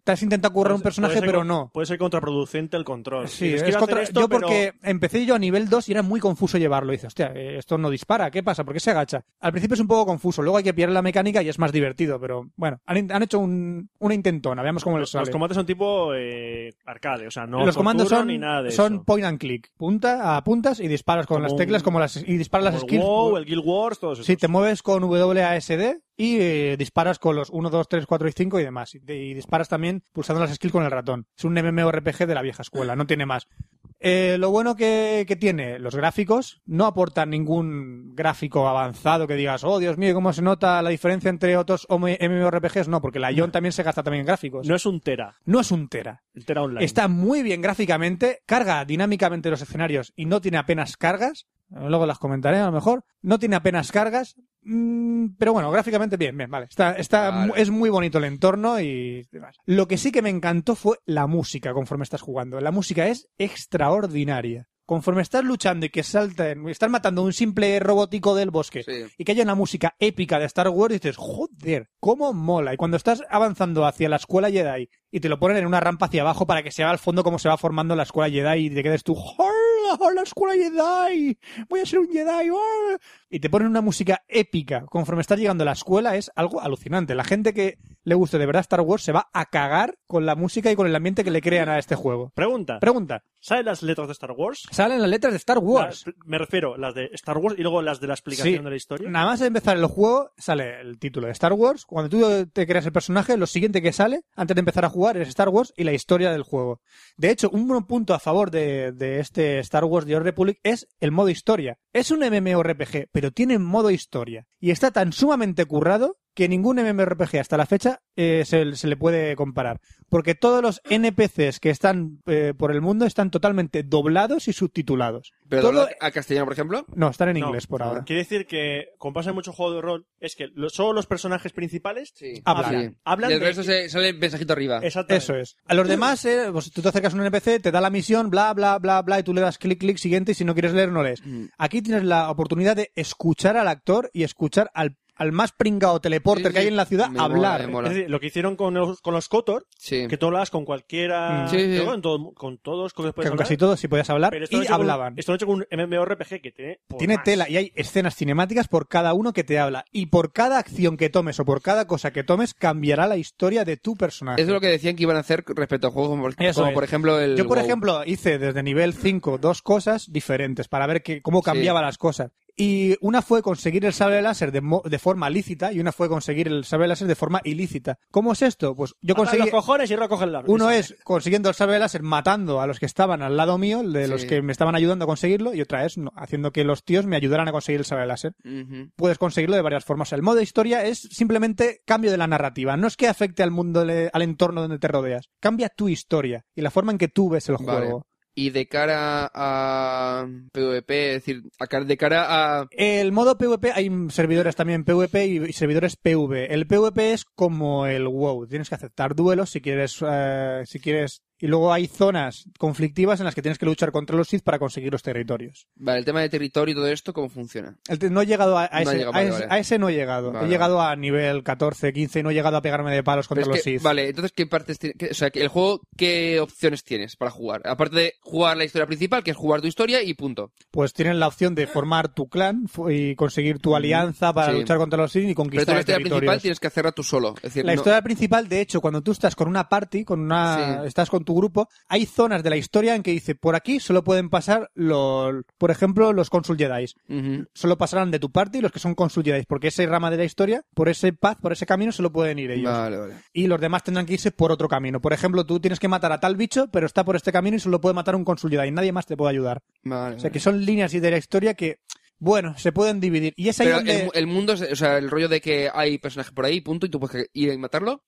te has intentado currar un
Puede ser-
personaje,
puede ser
pero
con-
no.
Puede ser contraproducente el control.
Sí,
Dices,
es
quiero hacer
contra-
esto,
yo
pero-
porque empecé yo a nivel 2 y era muy confuso llevarlo. Dice, hostia, eh, esto no dispara, ¿qué pasa? ¿Por qué se agacha? Al principio es un poco confuso, luego hay que pillar la mecánica y es más divertido, pero bueno, han, in- han hecho un, una intentona, veamos cómo les
Los,
sale.
los comandos son tipo eh, arcade, o sea, no
Los
por
comandos
turno
son,
ni nada de
son
eso.
point and click. Punta, apuntas y disparas con
Como
las teclas
un-
como las, y disparas las
Como
skills.
El WoW, el Guild Wars, todos esos.
Sí, te mueves con WASD y eh, disparas con los 1, 2, 3, 4 y 5 y demás. Y, y disparas también pulsando las skills con el ratón. Es un MMORPG de la vieja escuela, no tiene más. Eh, lo bueno que, que tiene los gráficos, no aporta ningún gráfico avanzado que digas, oh Dios mío, ¿cómo se nota la diferencia entre otros OM- MMORPGs? No, porque la Ion también se gasta también en gráficos.
No es un Tera,
No es un Tera.
el Tera Online.
Está muy bien gráficamente, carga dinámicamente los escenarios y no tiene apenas cargas. Luego las comentaré a lo mejor. No tiene apenas cargas. mm, Pero bueno, gráficamente bien, bien, vale. Está, está,
Vale.
mu- Es muy bonito el entorno y demás. Lo que sí que me encantó fue la música conforme estás jugando. La música es extraordinaria. Conforme estás luchando y que saltan, estás matando a un simple robótico del bosque
Sí.
y que haya una música épica de Star Wars, dices, joder, cómo mola. Y cuando estás avanzando hacia la escuela Jedi y te lo ponen en una rampa hacia abajo para que se vea al fondo cómo se va formando la escuela Jedi y te quedes tú, ¡hola, hola, escuela Jedi! ¡Voy a ser un Jedi! ¡hola!". Y te ponen una música épica conforme estás llegando a la escuela, es algo alucinante. La gente que le guste de verdad Star Wars se va a cagar con la música y con el ambiente que le crean a este juego.
Pregunta,
Pregunta,
¿sabes las letras de Star Wars?
¿salen las letras de Star Wars?
Las- me refiero, las de Star Wars y luego las de la explicación
Sí.
de la historia.
Nada más empezar el juego, sale el título de Star Wars. Cuando tú te creas el personaje, lo siguiente que sale, antes de empezar a jugar, es Star Wars y la historia del juego. De hecho, un buen punto a favor de, de este Star Wars The Old Republic es el modo historia. Es un MMORPG, pero tiene modo historia. Y está tan sumamente currado que ningún MMORPG hasta la fecha eh, se, se le puede comparar. Porque todos los NPCs que están eh, por el mundo están totalmente doblados y subtitulados.
Pero
Todo- e-
doblado a castellano, por ejemplo.
No, están en
No,
inglés por ahora.
Quiere decir que, como pasa en muchos juegos de rol, es que lo- solo los personajes principales
Sí.
Ah, Hablan.
Sí.
Hablan
y el
de-
resto se- sale el mensajito arriba.
Exactamente.
Ah, Eso es. A los demás, eh, pues, tú te acercas a un NPC, te da la misión, bla, bla, bla, bla, y tú le das clic, clic, siguiente, y si no quieres leer, no lees.
Mm,
Aquí tienes la oportunidad de escuchar al actor y escuchar al, al más pringado teleporter
Sí,
que hay
sí.
en la ciudad
Me mola,
hablar.
me mola.
Es decir, lo que hicieron con los, con los Kotor,
Sí.
que tú hablas con cualquiera,
Sí, sí.
yo con, todo- con todos, con,
que Mm. con casi todos sí podías hablar y hablaban.
Pues esto lo he hecho con un MMORPG que tiene. por
Tiene
más.
tela y hay escenas cinemáticas por cada uno que te habla. Y por cada acción que tomes o por cada cosa que tomes, cambiará la historia de tu personaje.
Eso es lo que decían que iban a hacer respecto a juegos como,
Eso
como,
es.
por ejemplo, el.
Yo, por
WoW.
ejemplo, hice desde nivel 5 dos cosas diferentes para ver que, cómo cambiaba las cosas. Y una fue conseguir el sable láser de, mo- de forma lícita y una fue conseguir el sable láser de forma ilícita. ¿Cómo es esto? Pues yo
Atan
conseguí...
los cojones y recogen la
Uno es consiguiendo el sable láser matando a los que estaban al lado mío, de los
Sí.
que me estaban ayudando a conseguirlo, y otra es no, haciendo que los tíos me ayudaran a conseguir el sable láser
Ujú.
puedes conseguirlo de varias formas. El modo historia es simplemente cambio de la narrativa. No es que afecte al mundo, le- al entorno donde te rodeas. Cambia tu historia y la forma en que tú ves el
Vale.
juego.
Y de cara a PvP, es decir, a car- de cara a.
El modo PvP, hay servidores también PvP y y servidores PV. El PvP es como el WoW. Tienes que aceptar duelos si quieres, eh, si quieres. Y luego hay zonas conflictivas en las que tienes que luchar contra los Sith para conseguir los territorios.
Vale, el tema de territorio y todo esto, ¿cómo funciona?
El te- No he llegado a, a
No ha
ese,
llegado,
a,
vale,
ese,
vale.
a ese no he llegado.
Vale,
he llegado a nivel 14, 15 y no he llegado a pegarme de palos contra
Pero es
los
que-
Sith.
vale, entonces, ¿qué partes tiene- qué- o sea, que el juego, ¿qué opciones tienes para jugar? Aparte de jugar la historia principal, que es jugar tu historia y punto.
Pues tienes la opción de formar tu clan fu- y conseguir tu alianza para
sí.
luchar contra los Sith y
Pero tú
conquistar el
la historia principal
territorio.
tienes que hacerla tú solo. Es decir,
La
no-
historia principal, de hecho, cuando tú estás con una party, con una,
Sí.
estás con tu grupo, hay zonas de la historia en que dice, por aquí solo pueden pasar, los, por ejemplo, los Consul Jedi.
Ujú.
Solo pasarán de tu party los que son Consul Jedi, porque esa rama de la historia, por ese paz, por ese camino, solo pueden ir ellos.
Vale, vale.
y los demás tendrán que irse por otro camino. Por ejemplo, tú tienes que matar a tal bicho, pero está por este camino y solo puede matar un consul Jedi. Nadie más te puede ayudar.
vale,
O sea,
vale.
que son líneas y de la historia que, bueno, se pueden dividir. Y es ahí
Pero
donde...
el, el mundo, es- o sea, el rollo de que hay personajes por ahí, punto, y tú puedes ir y matarlo.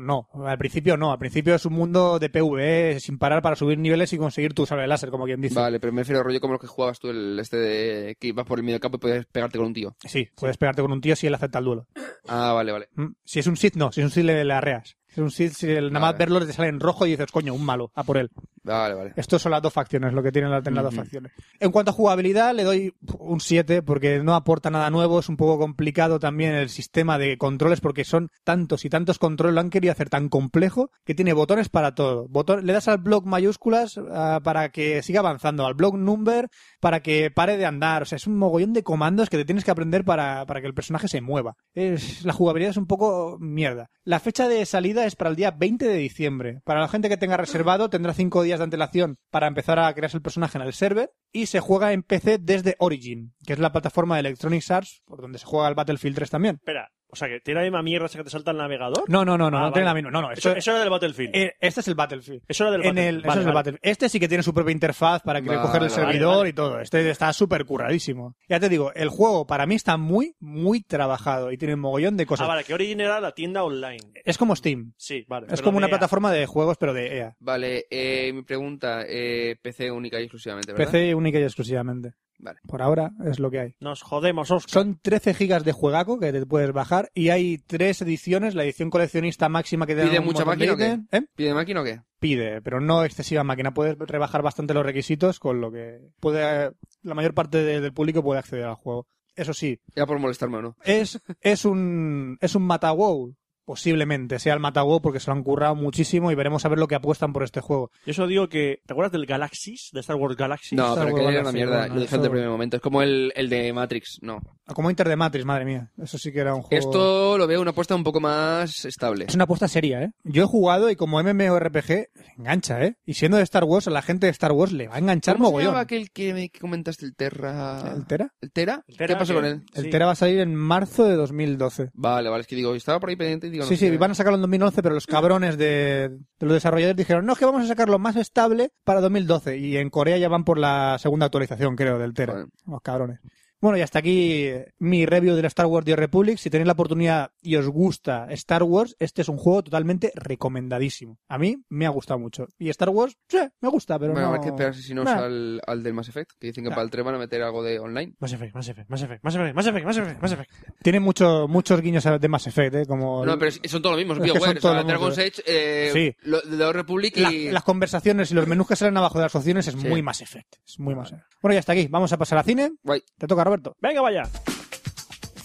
No, al principio no. Al principio es un mundo de PvE sin parar para subir niveles y conseguir tu sable láser, como quien dice.
Vale, pero me refiero al rollo como lo que jugabas tú, el este de que ibas por el medio campo y podías pegarte con un tío.
Sí, puedes pegarte con un tío si él acepta el duelo.
Ah, vale, vale.
Mm. Si es un Sith, no. Si es un Sith, le le arreas. Si es un Sith, si el, nada más
Vale.
verlo te sale en rojo y dices, coño, un malo, a por él.
Vale, vale.
Estos son las dos facciones, lo que tienen las, las dos
Ujú.
facciones. En cuanto a jugabilidad, le doy un 7 porque no aporta nada nuevo. Es un poco complicado también el sistema de controles porque son tantos y tantos controles. Lo han querido hacer tan complejo que tiene botones para todo. Botón- le das al block mayúsculas ah, para que siga avanzando, al block number para que pare de andar. O sea, es un mogollón de comandos que te tienes que aprender para, para que el personaje se mueva. Es, la jugabilidad es un poco mierda. La fecha de salida es para el día 20 de diciembre. Para la gente que tenga reservado, tendrá 5 días de antelación para empezar a crearse el personaje en el server. Y se juega en PC desde Origin, que es la plataforma de Electronic Arts, por donde se juega el Battlefield 3 también.
Espera, O sea, que tiene la misma mierda esa que te salta el navegador.
No, no, no, no,
Ah,
no tiene
vale.
la misma. No, no,
Eso,
esto-
eso era del Battlefield.
eh, este es el Battlefield.
eso era del
En
Battlefield.
el, eso
Vale,
es el
vale.
Battlefield. Este sí que tiene su propia interfaz para que
Vale,
recoger el
vale,
servidor
vale.
y todo. Este está súper curradísimo. Ya te digo, el juego para mí está muy, muy trabajado y tiene un mogollón de
Ah,
cosas.
vale, que Origin era la tienda online.
Es como Steam.
Sí, vale.
Es
pero E
como
de
una
EA.
plataforma de juegos, pero de E EA.
Vale, eh, mi pregunta, eh, PC única y exclusivamente, ¿verdad?
PC única y exclusivamente.
Vale.
Por ahora es lo que hay.
Nos jodemos, Oscar.
Son 13 gigas de juegaco que te puedes bajar y hay tres ediciones. La edición coleccionista máxima que te
¿Pide
dan un
mucha
montón de
máquina o
ítem. ¿Eh?
¿Pide máquina o qué?
Pide, pero no excesiva máquina. Puedes rebajar bastante los requisitos con lo que puede la mayor parte de- del público puede acceder al juego. Eso sí,
Ya por molestarme o no.
es, es un es un mata wow. Posiblemente sea el mata wow porque se lo han currado muchísimo y veremos a ver lo que apuestan por este juego.
Yo solo digo que. ¿Te acuerdas del Galaxies? ¿De Star Wars Galaxies?
no,
está
pero que
huevón
era
la
una mierda.
figura,
Lo dijeron
eso-
de primer momento. Es como el, el de Matrix. No.
Como Inter de Matrix, madre mía. Eso sí que era un juego.
Esto lo veo una apuesta un poco más estable.
Es una apuesta seria, ¿eh?
Yo he jugado y como MMORPG engancha, ¿eh? Y siendo de Star Wars, a la gente de Star Wars le va a enganchar
¿Cómo se
mogollón.
llamaba aquel que me comentaste? El Terra...
¿El Tera?
¿El Tera?
El Tera,
¿Qué pasó
que-
con él?
El
sí.
Tera va a salir en marzo de 2012.
Vale, vale, es que digo, estaba por ahí pendiente y digo... no
sí,
sé
sí,
qué.
van a sacarlo en 2011, pero los cabrones de, de los desarrolladores dijeron, no, es que vamos a sacarlo más estable para 2012. Y en Corea ya van por la segunda actualización, creo, del Tera.
Joder.
Los cabrones. Bueno, y hasta aquí eh, mi review del Star Wars The Old Republic. Si tenéis la oportunidad y os gusta Star Wars, este es un juego totalmente recomendadísimo. A mí me ha gustado mucho. Y Star Wars, sí, me gusta, pero
Bueno,
no...
a ver qué esperarse si no
Nah.
al, al del Mass Effect, que dicen que
Nah.
para el 3 van a meter algo de online.
Más Effect, más Effect, más Effect, más Effect, más Effect, más Effect, más Effect.
Tiene mucho- muchos guiños de Mass Effect, ¿eh? Como
No, pero es- son todos los mismos,
Es que son
BioWare. O
todos
sea,
los
Dragon's Age,
mismos.
eh,
Sí.
lo- de la Republic
la-
y...
las conversaciones y los menús que salen abajo de las opciones es
Sí.
muy Mass Effect. Es muy Mass Effect. Bueno, y hasta aquí. Vamos a pasar a cine.
Guay.
Te toca, Roberto.
Venga, vaya.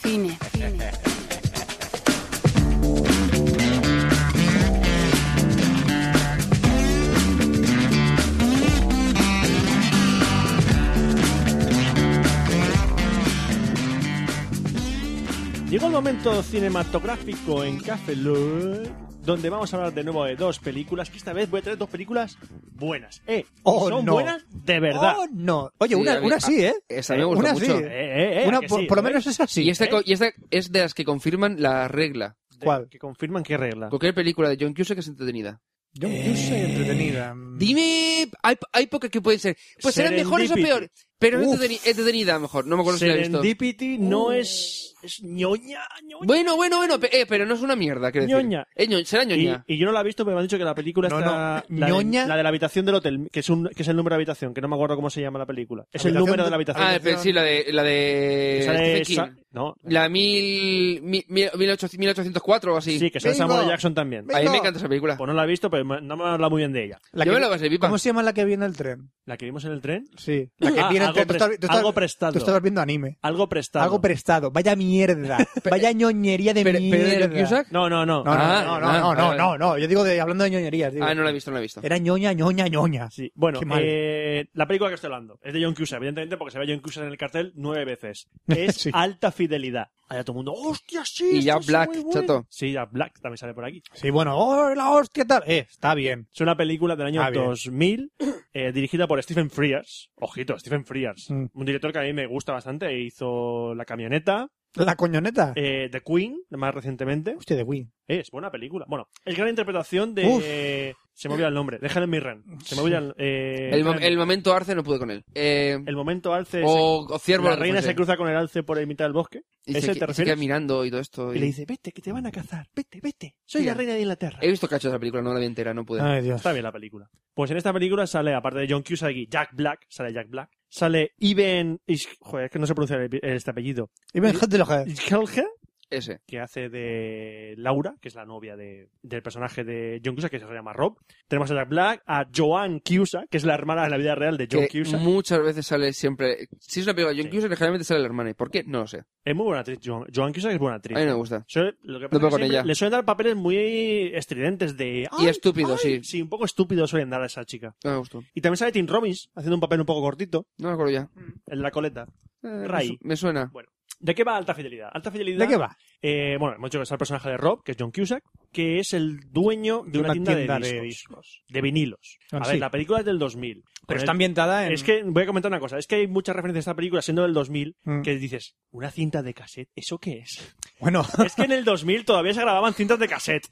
Cine, cine.
Llegó el momento cinematográfico en Café Lock, donde vamos a hablar de nuevo de dos películas, que esta vez voy a traer dos películas buenas. Eh, y
Oh,
son
no.
buenas de verdad.
Oh, no. Oye,
Sí,
una,
a mí-
una sí, ¿eh?
Esa me gusta
Una
mucho.
sí.
Eh, eh, eh,
Una,
¿a que
por,
sí?
por lo
¿Eh?
menos es así.
Y esta,
¿eh?
co- y esta es de las que confirman la regla.
De-
¿Cuál?
Que confirman qué
Ah.
regla.
Cualquier película de John Cusack es entretenida.
Yo, yo soy entretenida.
Dime, hay, hay pocas que pueden ser. Pues serán mejores o
Serendipity.
peores, pero es
Uf.
entreteni- entretenida mejor. No me acuerdo si la he visto.
Serendipity
Uh.
no es, es ñoña, ñoña.
Bueno, bueno, bueno, pe- eh, pero no es una mierda, quiero decir.
Ñoña.
Eh, ño- será
Y,
ñoña.
y yo no la he visto, pero me han dicho que la película
No,
está.
no.
La,
Ñoña.
De, la de la habitación del hotel, que es, un, que es el número de habitación, que no me acuerdo cómo se llama la película. Es el
Habitación
número
de-
de la habitación.
Ah, pero sí, la de... La de...
Sale
Stephen
Sa-
King.
no,
La mil, mil, mil- 1800 1804 o así.
sí, que sale
Venga.
Samuel Jackson también.
Venga.
A mí me encanta esa película.
Pues no la he visto, pero me- no me han hablado muy bien de ella.
La
Yo
que-
me la pasé pipa.
¿Cómo se llama la que viene el tren?
¿La que vimos en el tren?
Sí. La que
Ah,
viene el
algo
tren. Tú
pres-
estás- tú estás-
algo prestado.
Tú estabas viendo anime.
Algo prestado.
Algo prestado. Vaya mierda. Vaya ñoñería de
Pero- pero
mierda.
de John Cusack.
No, no, no.
No, no,
Ah,
no, no,
ah,
no, no,
ah.
no, no. Yo digo de, hablando de ñoñerías. digo.
Ah, no la he visto, no la he visto.
Era ñoña, ñoña, ñoña.
Sí. Bueno,
Qué mal.
eh, la película que estoy hablando es de John Cusack, evidentemente, porque se ve John Cusack en el cartel nueve veces. Es
Sí.
alta fidelidad. Allá todo el mundo, ¡hostia, sí!
Y
esto
ya
es
Black,
muy bueno".
chato.
Sí, ya Black también sale por aquí.
Sí, bueno, oh, la hostia tal. Eh, está bien.
Es una película del año
Ah, bien.
2000, eh, dirigida por Stephen Frears. Ojito, Stephen Frears.
Mm.
Un director que a mí me gusta bastante. Hizo La Camioneta,
La coñoneta.
eh, The Queen, más recientemente.
Hostia, de Wii.
Eh, es buena película. Bueno, es gran interpretación de... se me olvida el nombre. De Helen Mirren. Se me olvida el... eh,
El, mo-
Helen-
el momento Arce no pude con él. Eh,
el momento alce...
o, o Ciervo.
la
lo que
reina
fuese.
se cruza con el alce por el mitad del bosque.
Y se,
¿Ese te
que- y se queda
refieres?
mirando y todo esto.
Y
y-
le dice, vete, que te van a cazar. Vete, vete. Soy
Tía.
la reina de Inglaterra.
He visto cachos de la película, no la vi entera, no pude.
Ah.
Ay, Dios.
Está bien la película. Pues en esta película sale, aparte de John Cusack y Jack Black, sale Jack Black, sale Iben... Is- Joder, es que no sé pronunciar el- este apellido.
Y ven, gente lo que-
Iskelge,
Ese.
que hace de Laura, que es la novia de- del personaje de John Cusack, que se llama Rob. Tenemos a Jack Black, a Joan Cusack, que es la hermana en la vida real de John
Que
Cusack.
muchas veces sale siempre. Si es una película de John
Sí.
Cusack, generalmente sale la hermana. ¿Y por qué? No lo sé.
Es muy buena actriz. Joan, Joan Cusack es buena actriz.
A mí me gusta.
Suele- lo que pasa
No puedo
es que
con
siempre
ella.
le suelen dar papeles muy estridentes de...
Y
"Ay,
estúpido,
ay".
sí.
Sí, un poco estúpido suelen dar a esa chica.
No me gustó.
Y también sale Tim Robbins, haciendo un papel un poco cortito,
No me acuerdo ya.
en la coleta.
Eh, me
Ray.
su- Me suena.
¿De qué va Alta Fidelidad? Alta Fidelidad...
¿De qué va?
Eh, bueno, hemos dicho que está el personaje de Rob, que es John Cusack, que es el dueño de, una, tienda, de, discos, de vinilos.
Ah,
a
sí.
ver, la película es del 2000. Con
Pero
el-
está ambientada en...
Es que voy a comentar una cosa. Es que hay muchas referencias a esta película siendo del 2000
Mm.
que dices, ¿una cinta de cassette? ¿Eso qué es?
Bueno,
es que en el 2000 todavía se grababan cintas de cassette.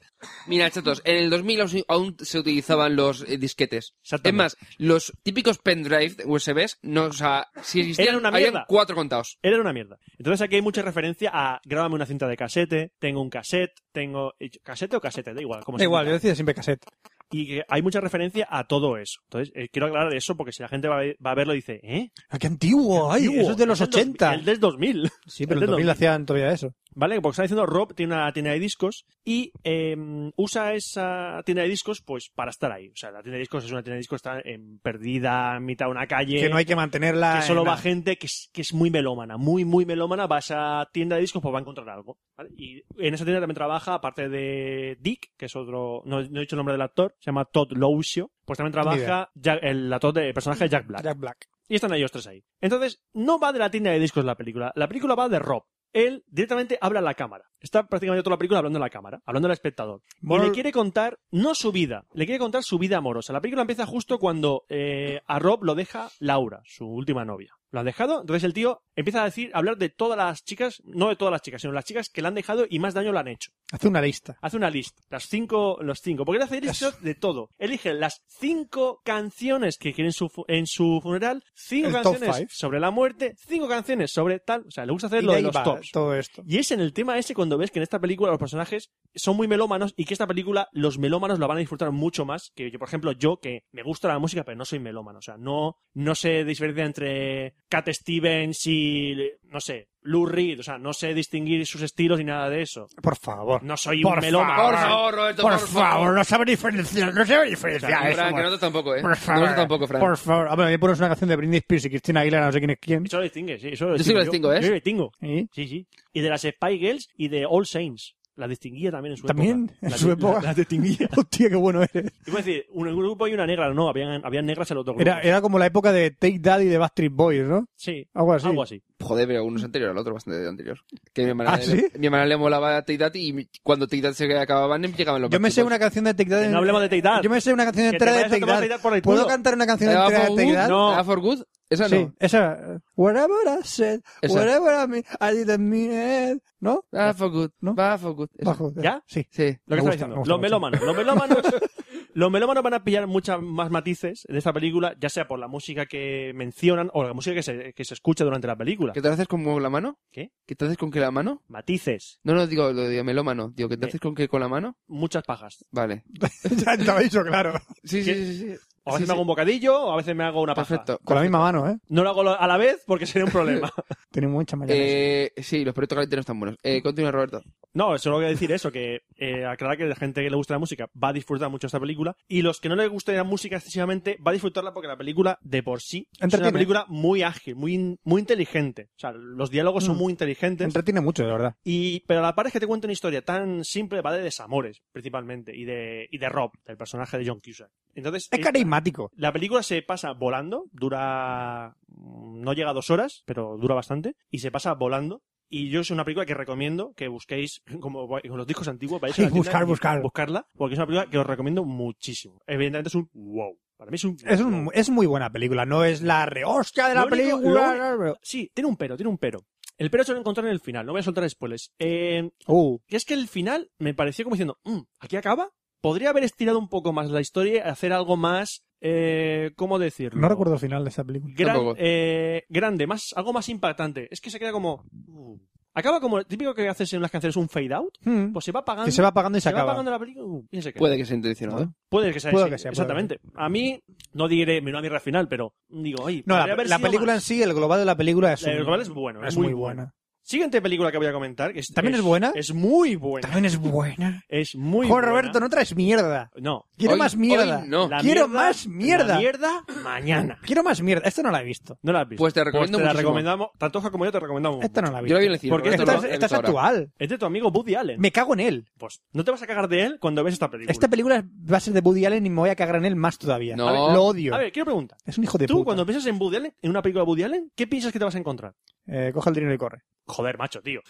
Mira, chatos, en el 2000 aún se- aún se utilizaban los eh, disquetes. Es más, los típicos pendrive de USBs, no, o sea, si existían,
Eran una
habían
mierda.
cuatro contados.
Era una mierda. Entonces aquí hay mucha referencia a grábame una cinta de casete, tengo un cassette, tengo... ¿Casete o casete? Da igual. Como
da igual, yo decía siempre cassette.
Y que hay mucha referencia a todo eso. Entonces eh, quiero aclarar eso porque si la gente va a, ver- va a verlo dice, ¿eh?
Ah, ¡Qué antiguo! ¡Ay,
Antiguo,
eso es de los
del dos-
80!
El del 2000.
Sí, pero
el
en
del
2000 hacían todavía eso.
¿Vale? Porque está diciendo Rob tiene una tienda de discos y eh, usa esa tienda de discos pues para estar ahí. O sea, la tienda de discos es una tienda de discos está en perdida, en mitad de una calle.
que no hay que mantenerla...
que solo
en-
va gente que es, que es muy melómana, muy, muy melómana. Va a esa tienda de discos, pues va a encontrar algo. ¿vale? Y en esa tienda también trabaja, aparte de Dick, que es otro, no, no he dicho el nombre del actor, se llama Todd Lousio, pues también trabaja Jack- el actor de el personaje de Jack Black.
Jack Black.
Y están ellos tres ahí. Entonces, no va de la tienda de discos la película. La película va de Rob. Él directamente habla a la cámara. Está prácticamente toda la película hablando a la cámara, hablando al espectador.
Bueno,
Y le quiere contar, no su vida, le quiere contar su vida amorosa. La película empieza justo cuando eh, a Rob lo deja Laura, su última novia. Lo ha dejado, entonces el tío empieza a decir, a hablar de todas las chicas, no de todas las chicas, sino las chicas que le han dejado y más daño le han hecho.
Hace una lista.
Hace una lista, las cinco, los cinco, porque él hace listas de todo. Elige las cinco canciones que quiere en su, fu- en su funeral, cinco
El top five.
canciones sobre la muerte, cinco canciones sobre tal, o sea, le gusta hacer
Y
lo de
ahí
los
va
tops.
todo esto.
Y es en el tema ese cuando ves que en esta película los personajes son muy melómanos y que esta película los melómanos la van a disfrutar mucho más que yo, por ejemplo, yo que me gusta la música pero no soy melómano. O sea, no, no sé diferencia entre Cat Stevens y, no sé, Lou Reed. O sea, no sé distinguir sus estilos ni nada de eso.
Por favor.
No soy
Por
un melómano.
Por favor, Roberto, por,
Ah, Por favor, no sabe diferenciar, no sabe diferenciar. eso,
Fran, que
por-
nosotros tampoco, ¿eh?
Por favor.
Nosotros tampoco, Fran.
Por favor. A ver, me pones una canción de Britney Spears y Cristina Aguilera, no sé quién es quién.
Eso lo distingue, sí. Eso lo
Yo sí lo distingo, ¿eh?
Yo lo distingo.
¿Eh?
Sí, sí. Y de las Spy Girls y de All Saints. La distinguía también en su
También,
época.
en
La-
su época.
La, la distinguía.
Hostia, qué bueno eres.
Iba a decir, un grupo y una negra. No, habían, habían negras en el otro grupo.
Era, era como la época de Take Daddy de Backstreet Boys, ¿no?
Sí.
Algo así.
Algo así.
Joder, pero uno es anterior al otro, bastante anterior. Que mi hermana,
¿Ah,
le,
sí?
mi hermana le molaba a Teidati y mi- cuando Teidati se acababan llegaban los
Yo me
Backstreet
sé
Boys.
una canción de Take Daddy.
No hablemos de Take That.
Yo me sé una canción
Que te
entera de
vayas a
Take
tomar
Daddy.
Take That por el
¿Puedo
culo.
cantar una canción
¿Era
entera de
for
Take
Good?
That?
No.
¿Era for Good? Esa
Sí,
no.
esa. Whatever I said,
Esa.
whatever I mean, I didn't mean it. ¿No?
Ah, for good.
¿No?
Va, for good. Esa.
Bajo.
¿Ya?
Sí.
Sí.
Lo que
Me gusta,
estaba
me gusta
diciendo.
mucho.
Los melómanos. Los melómanos. Los melómanos van a pillar muchas más matices de esta película, ya sea por la música que mencionan o la música que se, que se escucha durante la película.
¿Qué te haces con la mano?
¿Qué?
¿Qué te haces con qué la mano?
Matices,
No, no, digo, lo de melómano. Digo, ¿qué te
Me-
haces con qué con la mano?
muchas pajas.
Vale.
ya estaba dicho, claro.
Sí, sí, sí, sí.
O a veces
Sí,
me hago
sí.
un bocadillo o a veces me hago una paja.
Perfecto.
Con la misma mano, ¿eh?
No lo hago lo- a la vez porque sería un problema.
Tiene mucha mayonesa.
Eh, sí, los proyectos calientes no están buenos.
Mm.
Eh, continúa, Roberto.
No, solo voy a decir eso, que eh, aclarar que la gente que le gusta la música va a disfrutar mucho esta película y los que no le guste la música excesivamente va a disfrutarla porque la película de por sí es
Entretiene.
una película muy ágil, muy, in- muy inteligente. O sea, los diálogos son
Mm.
muy inteligentes.
Entretiene mucho, de verdad.
Y, pero a la par es que te cuenta una historia tan simple, va de desamores, principalmente, y de, y de Rob, del personaje de John Cusack. Entonces,
Es
eh,
carismático.
la película se pasa volando, dura, mm, no llega a dos horas, pero dura bastante, y se pasa volando. Y yo es una película que recomiendo que busquéis, como va- con los discos antiguos, vais a la
Sí,
tienda
buscar,
y
buscar.
buscarla, porque es una película que os recomiendo muchísimo. Evidentemente es un wow. Para mí es un,
Es, un- es muy buena película, no es la rehostia de la
Lo único-
película.
Sí, tiene un pero, tiene un pero. El pero se lo encontré en el final, no voy a soltar spoilers. Eh,
Uh,
que es que el final me pareció como diciendo, "Mm, aquí acaba. Podría haber estirado un poco más la historia y hacer algo más, eh, ¿cómo decirlo?
no recuerdo el final de esa película.
Gran-
Tampoco.
eh, grande, más, algo más impactante. Es que se queda como... uh. Acaba como el típico que haces en las canciones un fade out.
Hmm.
Pues se va apagando.
Que se va apagando y se,
se va
acaba.
apagando la película. uh, y se queda.
Puede que sea intencionado. ¿eh?
Puede que sea.
Puede
sí,
que sea, puede
exactamente. A mí, no diré mi nombre al final, pero digo, oye,
No,
podría
la,
haber
la
sido
película en
más.
sí, el global de la película es,
El
un-
global es bueno, es,
es muy buena.
Siguiente película que voy a comentar. que
¿También es buena?
Es muy buena.
También es buena.
Es
Joder,
muy buena.
Roberto, no traes mierda.
No,
Quiero
Hoy-
más mierda.
hoy no.
La
Quiero
mierda-
más mierda.
La mierda mañana.
Quiero más mierda. Esto no la he visto.
No la has visto.
Pues te recomiendo
la
muchísimo.
recomendamos, tanto Oja como yo te recomendamos.
Esta no la he
Yo
visto.
la vi en el cine.
Porque
Roberto,
esta
lo
es,
he
esta es
visto ahora.
actual.
Es de tu amigo Woody Allen.
Me cago en él.
Pues no te vas a cagar de él cuando ves esta película.
Esta película va a ser de Woody Allen y me voy a cagar en él más todavía.
No.
A ver, Lo odio.
A ver, quiero preguntar.
es un hijo de
Tú,
puta.
cuando piensas en Woody Allen, en una película de Woody Allen, ¿qué piensas que te vas a encontrar?
Eh, coge el dinero y corre.
Joder, macho, tío.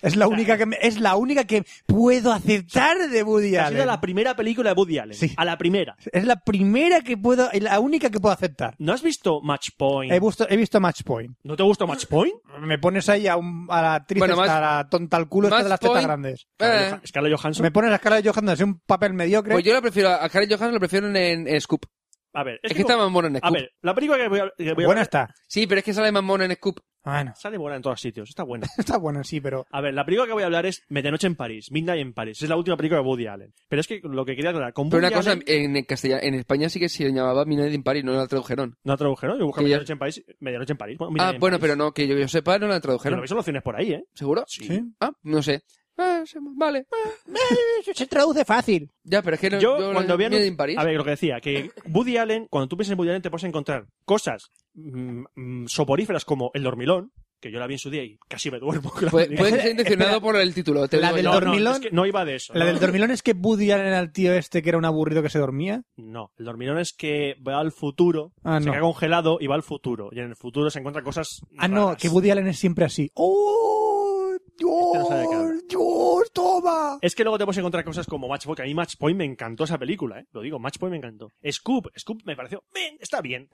Es la única que, me- es la única que puedo aceptar de Woody
Ha sido
Allen.
la primera película de Woody Allen.
Sí.
A la primera.
Es la primera que puedo, la única que puedo aceptar.
¿No has visto Match Point?
He visto, he visto Match Point.
¿No te gusta Match Point?
Eh.
Me pones ahí a, un- a la actriz,
Bueno,
esta,
Match-
a la tonta al culo esta de
Match
las tetas
Point-
grandes.
Eh,
Scarlett Johansson.
Me pones la cara de Johan es un papel mediocre.
pues yo la prefiero, a Karen Johansson la prefiero en, en Scoop.
A ver, es
Es
que
que está
como-
más buena en
A
Scoop.
ver, la película que voy a, que voy a
buena
hablar-
está.
Sí, pero es que sale más mona en Scoop.
Bueno,
Sale buena en todos sitios, está buena.
está buena, sí, pero
A ver, la película que voy a hablar es Medianoche en París, Midnight en París. Es la última película de Woody Allen. Pero es que lo que quería aclarar, con
Pero una
Woody
cosa,
Allen-
en, castellano, en España sí que se llamaba Midnight in Paris, no la tradujeron.
No tradujeron, yo busqué
Que ya-
Medianoche en París. Medianoche en París.
ah, bueno, pero no, que yo, yo sepa, no la
Pero
tradujeron.
lo veis en los cines por ahí, ¿eh?
¿Seguro?
sí.
Ah, no sé. Ah, sí, vale.
Se traduce fácil.
Ya, pero es que no,
Yo, cuando vi anun-
Midnight in Paris.
A ver, lo que decía, que Woody Allen, cuando tú piensas en Woody Allen, te puedes encontrar cosas mm, mm, soporíferas como El Dormilón, que yo la vi en su día y casi me duermo. con la
Puede,
película.
puede que sea intencionado por el título. Te
La
digo
del
yo.
no, no,
Dormilón-
es que no iba de eso.
La
no.
del dormilón es que Woody Allen era el tío este que era un aburrido que se dormía.
No, el dormilón es que va al futuro,
Ah,
se
no.
queda congelado y va al futuro. Y en el futuro se encuentra cosas.
Ah, no,
raras.
que Woody Allen es siempre así. ¡Oh!
Este no sabe de qué habla.
¡Dios! ¡Dios! ¡Toma!
Es que luego te puedes encontrar cosas como Match Point, que a mí Match Point me encantó esa película, ¿eh? Lo digo, Match Point me encantó. Scoop, Scoop me pareció, bien, está bien.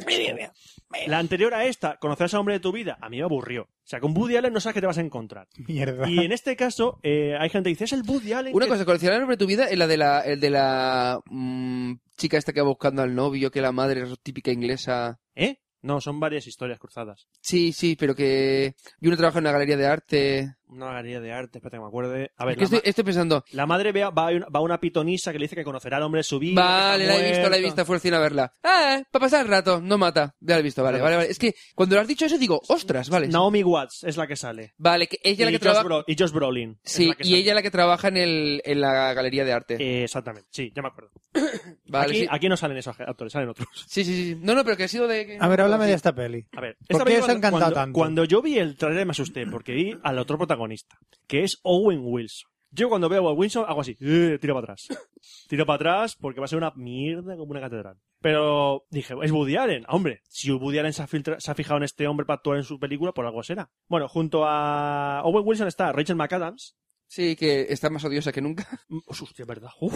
La anterior a esta, conocerás a hombre de tu vida, a mí me aburrió. O sea, con Woody Allen no sabes qué te vas a encontrar.
Mierda.
Y en este caso, eh, hay gente que dice, es el Woody Allen.
Una
que-
cosa, coleccionar sobre tu vida es la de la, el de la mm, chica esta que va buscando al novio, que la madre es típica inglesa.
¿Eh? No, son varias historias cruzadas.
Sí, sí, pero que. Y uno trabaja en una galería de arte.
Una galería de arte, espérate que me acuerde. A ver,
Es que
Pues la,
este- estoy,
ma-
estoy pensando.
la madre ve a- va, a una- va a una pitonisa que le dice que conocerá al hombre de su vida. que
Vale,
está
la he visto, la he
muerto.
visto, fue al cine a verla. Ah, eh, para pasar el rato, no mata. Ya la he visto, vale, vale, vale. Es que cuando lo has dicho eso digo, ostras, vale.
Naomi Watts es la que sale.
Vale, que ella es la
y,
que
Josh
trabaja.
Bro- y Josh Brolin. es
Sí,
la que
y
sale.
ella es la que trabaja en, el, en la galería de arte.
Eh, exactamente, sí, ya me acuerdo.
vale,
aquí,
sí.
aquí no salen esos actores, salen otros.
sí. Sí, sí, No, no, pero que ha sido de.
A ver, háblame de esta peli.
A ver,
¿Por qué os ha
película,
encantado
cuando,
tanto?
Cuando yo vi el trailer me asusté, porque vi al otro protagonista, que es Owen Wilson. Yo cuando veo a Owen Wilson hago así, eh, tiro para atrás. Tiro para atrás porque va a ser una mierda como una catedral. Pero dije, es Woody Allen. Hombre, si Woody Allen se ha, filtra- se ha fijado en este hombre para actuar en su película, por algo será. Bueno, junto a Owen Wilson está Rachel McAdams.
Sí, que está más odiosa que nunca.
Mm, Hostia, verdad. Uf.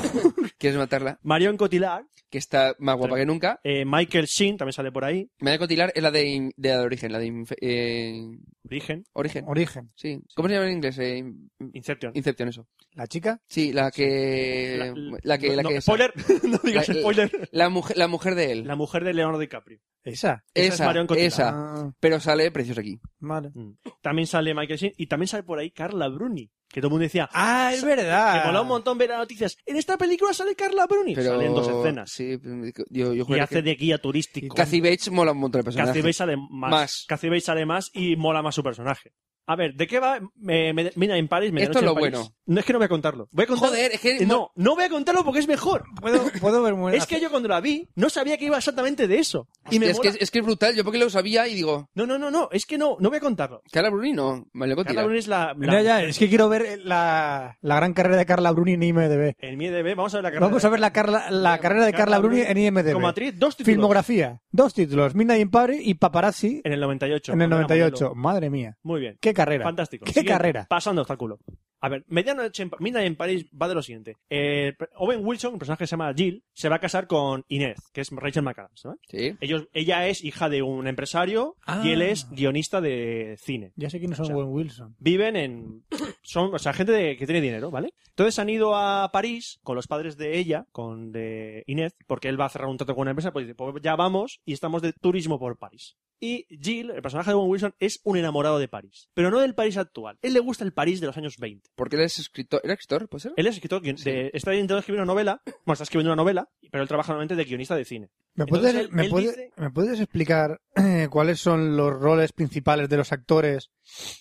Quieres matarla.
Marion Cotillard.
Que está más guapa
Pero-
que nunca.
eh, Michael Sheen también sale por ahí.
María Cotilar es la de, in- de la de origen, la de inf- eh,
Origen.
origen.
Origen.
Sí. ¿Cómo se llama en inglés? Eh, in-
Inception.
Inception, eso.
¿La chica?
Sí, la que. La, que. La,
no,
que
spoiler, no digas
La- la-
spoiler.
la mujer, la mujer de él.
La mujer de Leonardo DiCaprio.
Esa.
esa es
esa,
Marion Cotillard.
esa.
Ah,
Pero sale preciosa aquí.
vale.
También sale Michael Sheen y también sale por ahí Carla Bruni, que todo el mundo decía,
Ah, es
me molaba un
verdad.
montón ver las noticias. En esta película sale Carla Bruni.
Pero,
Salen dos escenas.
Sí, yo, yo
y
juraría
hace
que-
de guía turístico.
Kathy Bates mola un montón de personajes.
Kathy Bates sale más.
Más.
Kathy Bates sale más y mola más su personaje. A ver, ¿de qué va? Me- me- mira, en París, me
Esto es lo bueno.
No es que no voy a contarlo. Voy a contar-
Joder, es que.
Eh, No, no voy a contarlo porque es mejor.
¿Puedo, puedo ver muy-
Es que yo cuando la vi no sabía que iba exactamente de eso. Y me
es, que
mola.
es, es que es brutal. Yo porque lo sabía y digo.
No, no, no, no, es que no, no voy a contarlo.
Carla Bruni no. María
Carla
Cotilar.
Bruni es la, la-
Ya, ya, es que quiero ver la, la gran carrera de Carla Bruni en IMDb.
en mi IMDb, vamos a ver la carrera.
Vamos a ver la, Carla- la carrera de Carla Bruni en IMDb.
Como actriz, dos títulos.
Filmografía. Dos títulos. Midnight in Paris y Paparazzi
En el 98.
en el
Cuando era
98.
modelo.
Madre mía.
Muy bien.
Qué carrera.
Fantástico.
Qué
Siguiente.
carrera.
Pasando obstáculo. A ver, Medianoche en, Pa- Midnight en París va de lo siguiente. Eh, Owen Wilson, un personaje que se llama Jill, se va a casar con Inés, que es Rachel McAdams. ¿no?
Sí.
Ellos, ella es hija de un empresario
Ah.
y él es guionista de cine.
Ya sé quiénes son
O sea,
Owen Wilson.
viven en son o sea gente de- que tiene dinero vale entonces han ido a París con los padres de ella con de Inés porque él va a cerrar un trato con una empresa pues dice pues ya vamos y estamos de turismo por París y Jill el personaje de Owen Wilson es un enamorado de París pero no del París actual él le gusta el París de los años 20
Porque él es escritor. ¿Era escritor? ¿Puede ser?
él es escritor guion-
Sí.
de- está intentando escribir una novela bueno está escribiendo una novela pero él trabaja normalmente de guionista de cine
¿Me
Entonces,
puedes,
él-
me,
él
puede-
dice-
me puedes explicar eh, cuáles son los roles principales de los actores,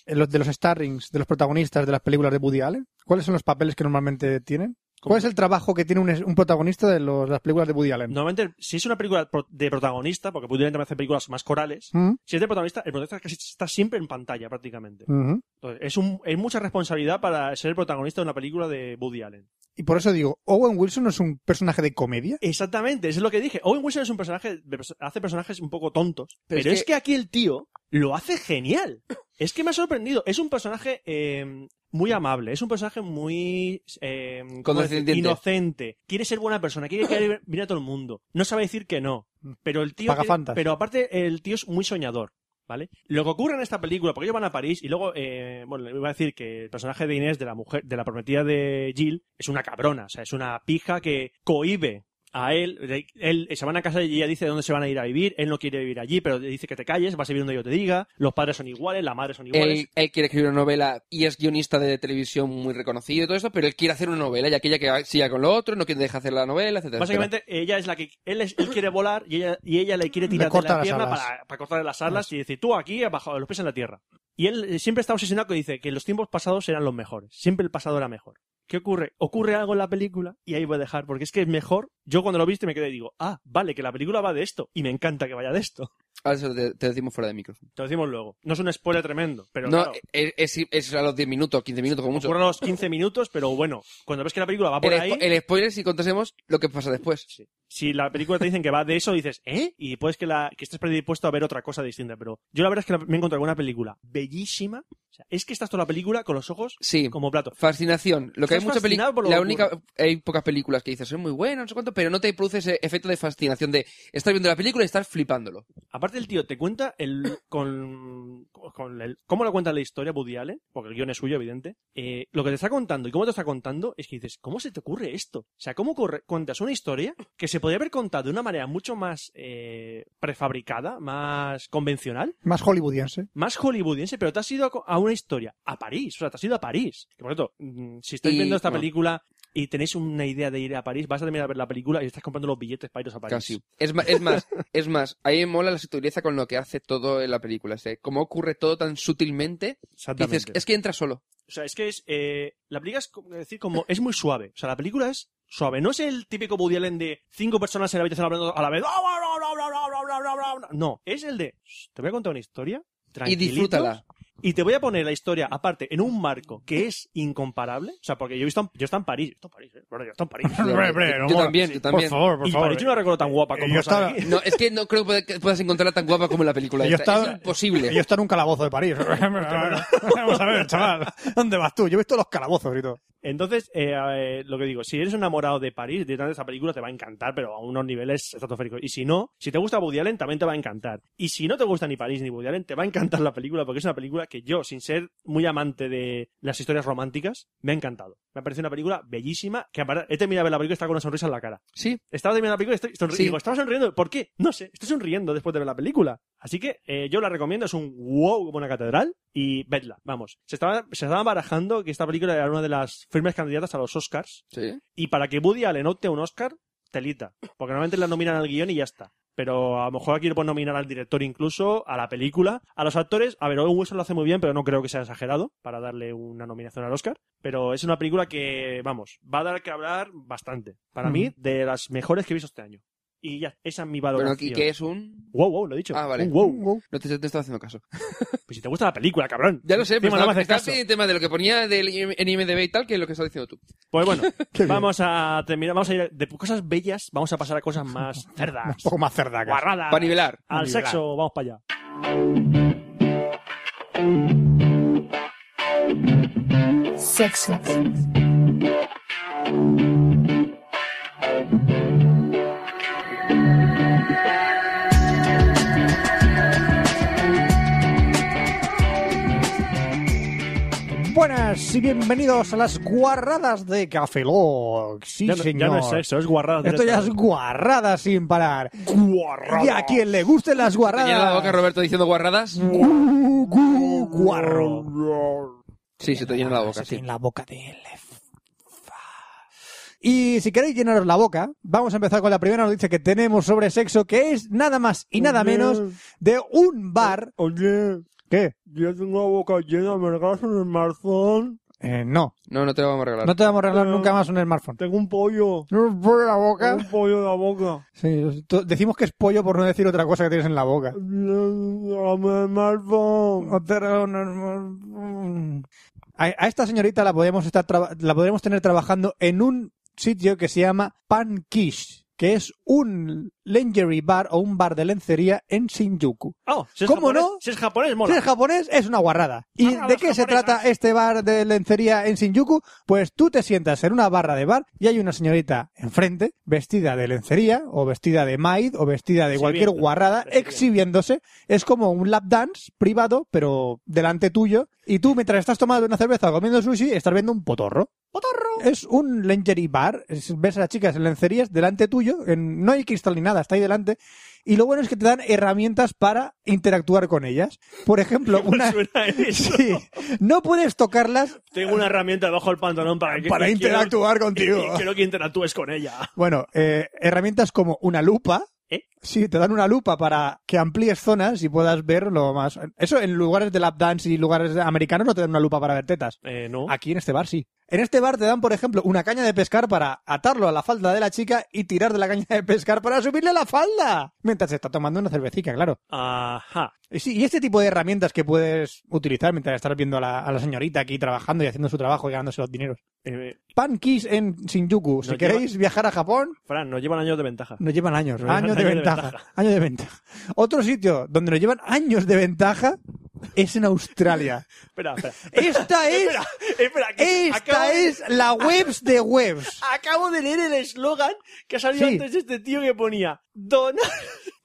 eh, los de los starrings, de los protagonistas de las películas de Woody Allen? ¿Cuáles son los papeles que normalmente tienen? ¿Cuál es el trabajo que tiene un, es- un protagonista de los- las películas de Woody Allen?
normalmente si es una película pro- de protagonista porque Woody Allen también hace películas más corales
¿Mm?
si es de protagonista el protagonista casi está siempre en pantalla prácticamente
Ujú.
Entonces, es, un, es mucha responsabilidad para ser el protagonista de una película de Woody Allen.
Y por eso digo, ¿Owen Wilson no es un personaje de comedia?
Exactamente, eso es lo que dije. Owen Wilson es un personaje, de perso- hace personajes un poco tontos, pero,
Pero
es,
es
que... aquí el tío lo hace genial. Es que me ha sorprendido. Es un personaje eh, muy amable, es un personaje muy eh, ¿cómo decir?
Condescendiente.
inocente, quiere ser buena persona, quiere querer bien a todo el mundo, no sabe decir que no, pero el tío,
Pagafantas.
pero aparte el tío es muy soñador. ¿Vale? Lo que ocurre en esta película, porque ellos van a París y luego, eh, bueno, le iba a decir que el personaje de Inés, de la mujer, de la prometida de Jill, es una cabrona, o sea, es una pija que cohíbe a él, de- él eh, se van a casa y ella dice dónde se van a ir a vivir, él no quiere vivir allí, pero le dice que te calles, vas a vivir donde yo te diga, los padres son iguales, las madres son iguales.
Él, él quiere escribir una novela y es guionista de televisión muy reconocido y todo esto, pero él quiere hacer una novela y aquella que siga con lo otro, no quiere dejar hacer la novela, etcétera.
Básicamente, ella es la que. Él, es- él quiere volar y ella, y ella le quiere tirar de
corta
la
las
pierna
alas.
para, para cortarle las alas y decir, tú aquí, abajo, los pies en la tierra. Y él eh, siempre está obsesionado que dice que los tiempos pasados eran los mejores. Siempre el pasado era mejor. ¿Qué ocurre? Ocurre algo en la película y ahí voy a dejar, porque es que es mejor. Yo cuando lo viste me quedé y digo, ah, vale, que la película va de esto y me encanta que vaya de esto.
Ahora eso te, te decimos fuera de micrófono.
Te lo decimos luego. No es un spoiler tremendo, pero
no,
claro,
es, es- es a los 10 minutos, 15 minutos como mucho.
ocurre a los 15 minutos, pero bueno, cuando ves que la película va por
el,
ahí.
spo- el spoiler si contásemos lo que pasa después.
si la película te dicen que va de eso, dices, ¿eh? Y puedes que, la, que estés predispuesto a ver otra cosa distinta. Pero yo la verdad es que la- me he encontrado con una película bellísima. O sea, es que estás toda la película con los ojos
Sí.
como plato.
Fascinación. Lo que hay
Estás
muchas
fascinado por lo
películas. La
que
única. Hay pocas películas que dices, es muy bueno, no sé cuánto, pero no te produce ese efecto de fascinación de estar viendo la película y estar flipándolo.
Aparte el tío te cuenta el con, con el, cómo lo cuenta la historia Woody Allen, porque el guión es suyo, evidente. Eh, lo que te está contando y cómo te está contando es que dices, ¿cómo se te ocurre esto? O sea, ¿cómo corre- cuentas una historia que se podría haber contado de una manera mucho más eh, prefabricada, más convencional?
Más hollywoodiense.
más hollywoodiense, pero te has ido a, co- a una historia, a París, o sea, te has ido a París. Que, por cierto, mm, si estáis
Y-
viendo esta
bueno.
película y tenéis una idea de ir a París, vas a terminar a ver la película y estás comprando los billetes para iros a París.
Casi. Es, ma- es más, es más, ahí me mola la sutileza con lo que hace todo en la película. ¿sí? Cómo ocurre todo tan sutilmente. que
Exactamente.
Dices, es que entra solo.
O sea, es que es, eh, la película es como decir como, es muy suave. O sea, la película es suave. No es el típico Woody Allen de cinco personas en la habitación hablando a la vez. "Ah, No, es el de, "Shh, te voy a contar una historia.
Y
tranquilitos,
disfrútala.
Y te voy a poner la historia, aparte, en un marco que es incomparable. O sea, porque yo he visto, yo he estado en París. Yo he estado en París, eh. Bueno, yo he estado en París.
Yo, yo también, yo también.
favor, eh.
y París tiene una recuerdo tan guapa como
yo
los hay
estaba-
aquí.
No, es que no creo que pueda- que puedas encontrarla tan guapa como en la película.
Yo
esta.
estaba-
Es imposible.
Yo estar en un calabozo de París. Vamos a ver, chaval. ¿Dónde vas tú? Yo he visto los calabozos y todo.
Entonces, eh, eh, lo que digo, si eres enamorado de París, directamente esta película te va a encantar, pero a unos niveles estratosféricos. Y si no, si te gusta Woody Allen, también te va a encantar. Y si no te gusta ni París ni Woody Allen, te va a encantar la película, porque es una película que yo, sin ser muy amante de las historias románticas, me ha encantado. Me ha parecido una película bellísima, que aparte- he terminado de ver la película y estaba con una sonrisa en la cara.
Sí,
Estaba terminando la película y estoy sonri-
Sí.
digo, estaba sonriendo. ¿Por qué? No sé, estoy sonriendo después de ver la película. Así que eh, yo la recomiendo, es un wow como una catedral y vedla, vamos. Se estaba, se estaba barajando que esta película era una de las firmes candidatas a los Oscars
sí.
y para que Woody Allen opte a un Oscar, telita. Porque normalmente la nominan al guión y ya está. Pero a lo mejor aquí le pueden nominar al director incluso, a la película, a los actores. A ver, Owen Wilson lo hace muy bien, pero no creo que sea exagerado para darle una nominación al Oscar. Pero es una película que, vamos, va a dar que hablar bastante. Para mí, de las mejores que he visto este año. Y ya, esa es mi
Bueno,
valoración.
aquí que es un.
Wow, wow, lo he dicho.
Ah, vale.
Un wow.
No te, no te estaba haciendo caso.
Pues si te gusta la película, cabrón.
Ya lo sé, pero
Encima no me
estaba,
haces
estaba
caso.
en tema de lo que ponía del, IM en IMDB y tal, que es lo que estás diciendo tú.
Pues bueno, vamos a terminar, vamos a ir de cosas bellas, vamos a pasar a cosas más cerdas,
Un poco más cerda. casi.
guarradas.
Para nivelar.
Al
Liberal.
sexo, vamos para allá.
Sexo.
Buenas y bienvenidos a las guarradas de Café Lock. Sí,
ya, no, ya
señor.
no es sexo, es guarrada.
Esto ya es guarradas sin parar. Y a quien le gusten las
¿Te llena la boca
guarradas.
Roberto diciendo guarradas?
gu- gu- Guarro.
Sí, se te llena la boca.
Se
Sí.
tiene la boca de elef- Y si queréis llenaros la boca, vamos a empezar con la primera noticia que tenemos sobre sexo, que es nada más y nada menos de un bar.
Oye,
¿Qué?
yo tengo la boca llena, me regalas un smartphone.
Eh, no,
No, no te lo vamos a regalar.
no te vamos a regalar nunca más un smartphone.
Tengo un pollo.
No por la boca.
pollo en la boca.
Sí, to- decimos que es pollo por no decir otra cosa que tienes en la boca.
Dame smartphone.
No te regalo un smartphone. A, a esta señorita la podemos estar traba- la podremos tener trabajando en un sitio que se llama Panquish, que es un lingerie bar o un bar de lencería en Shinjuku.
Oh, si es
¿Cómo
japonés-
no?
Si es japonés,
Si
mola.
es japonés, es una guarrada. ¿Y
Vamos a
de
los
qué se
japoneses.
trata este bar de lencería en Shinjuku? Pues tú te sientas en una barra de bar y hay una señorita enfrente, vestida de lencería, o vestida de maid, o vestida de cualquier
Exhibiendo.
guarrada,
Exhibiendo.
exhibiéndose. Es como un lap dance privado, pero delante tuyo. Y tú, mientras estás tomando una cerveza o comiendo sushi, estás viendo un potorro. ¡Potorro! Es un lingerie bar. Es- ves a las chicas en lencerías delante tuyo. en- no hay cristal ni nada, está ahí delante. Y lo bueno es que te dan herramientas para interactuar con ellas. Por ejemplo, una...
Pues Suena eso.
Sí. No puedes tocarlas
Tengo una herramienta debajo del pantalón para que...
para
y quiero-
interactuar
y-
contigo.
y quiero que interactúes con ella.
Bueno, eh, herramientas como una lupa.
¿Eh?
Sí, te dan una lupa para que amplíes zonas y puedas ver lo más... Eso en lugares de lap dance y lugares americanos no te dan una lupa para ver tetas.
Eh, no.
Aquí en este bar sí. En este bar te dan, por ejemplo, una caña de pescar para atarlo a la falda de la chica y tirar de la caña de pescar para subirle la falda. Mientras está tomando una cervecita, claro.
Ajá.
Y Sí, y este tipo de herramientas que puedes utilizar mientras estás viendo a la, a la señorita aquí trabajando y haciendo su trabajo y ganándose los dineros.
Eh,
Pankis en Shinjuku. Si
Nos
queréis viajar a Japón,
Fran, nos llevan años de ventaja.
nos llevan años.
Nos llevan
años de
años de
ventaja. Años de ventaja. Otro sitio donde nos llevan años de ventaja es en Australia.
Espera, espera.
Esta es,
espera, espera. que acabo
esta
de-
es la webs de webs.
Acabo de leer el eslogan que ha salido
Sí.
antes de este tío que ponía Donar.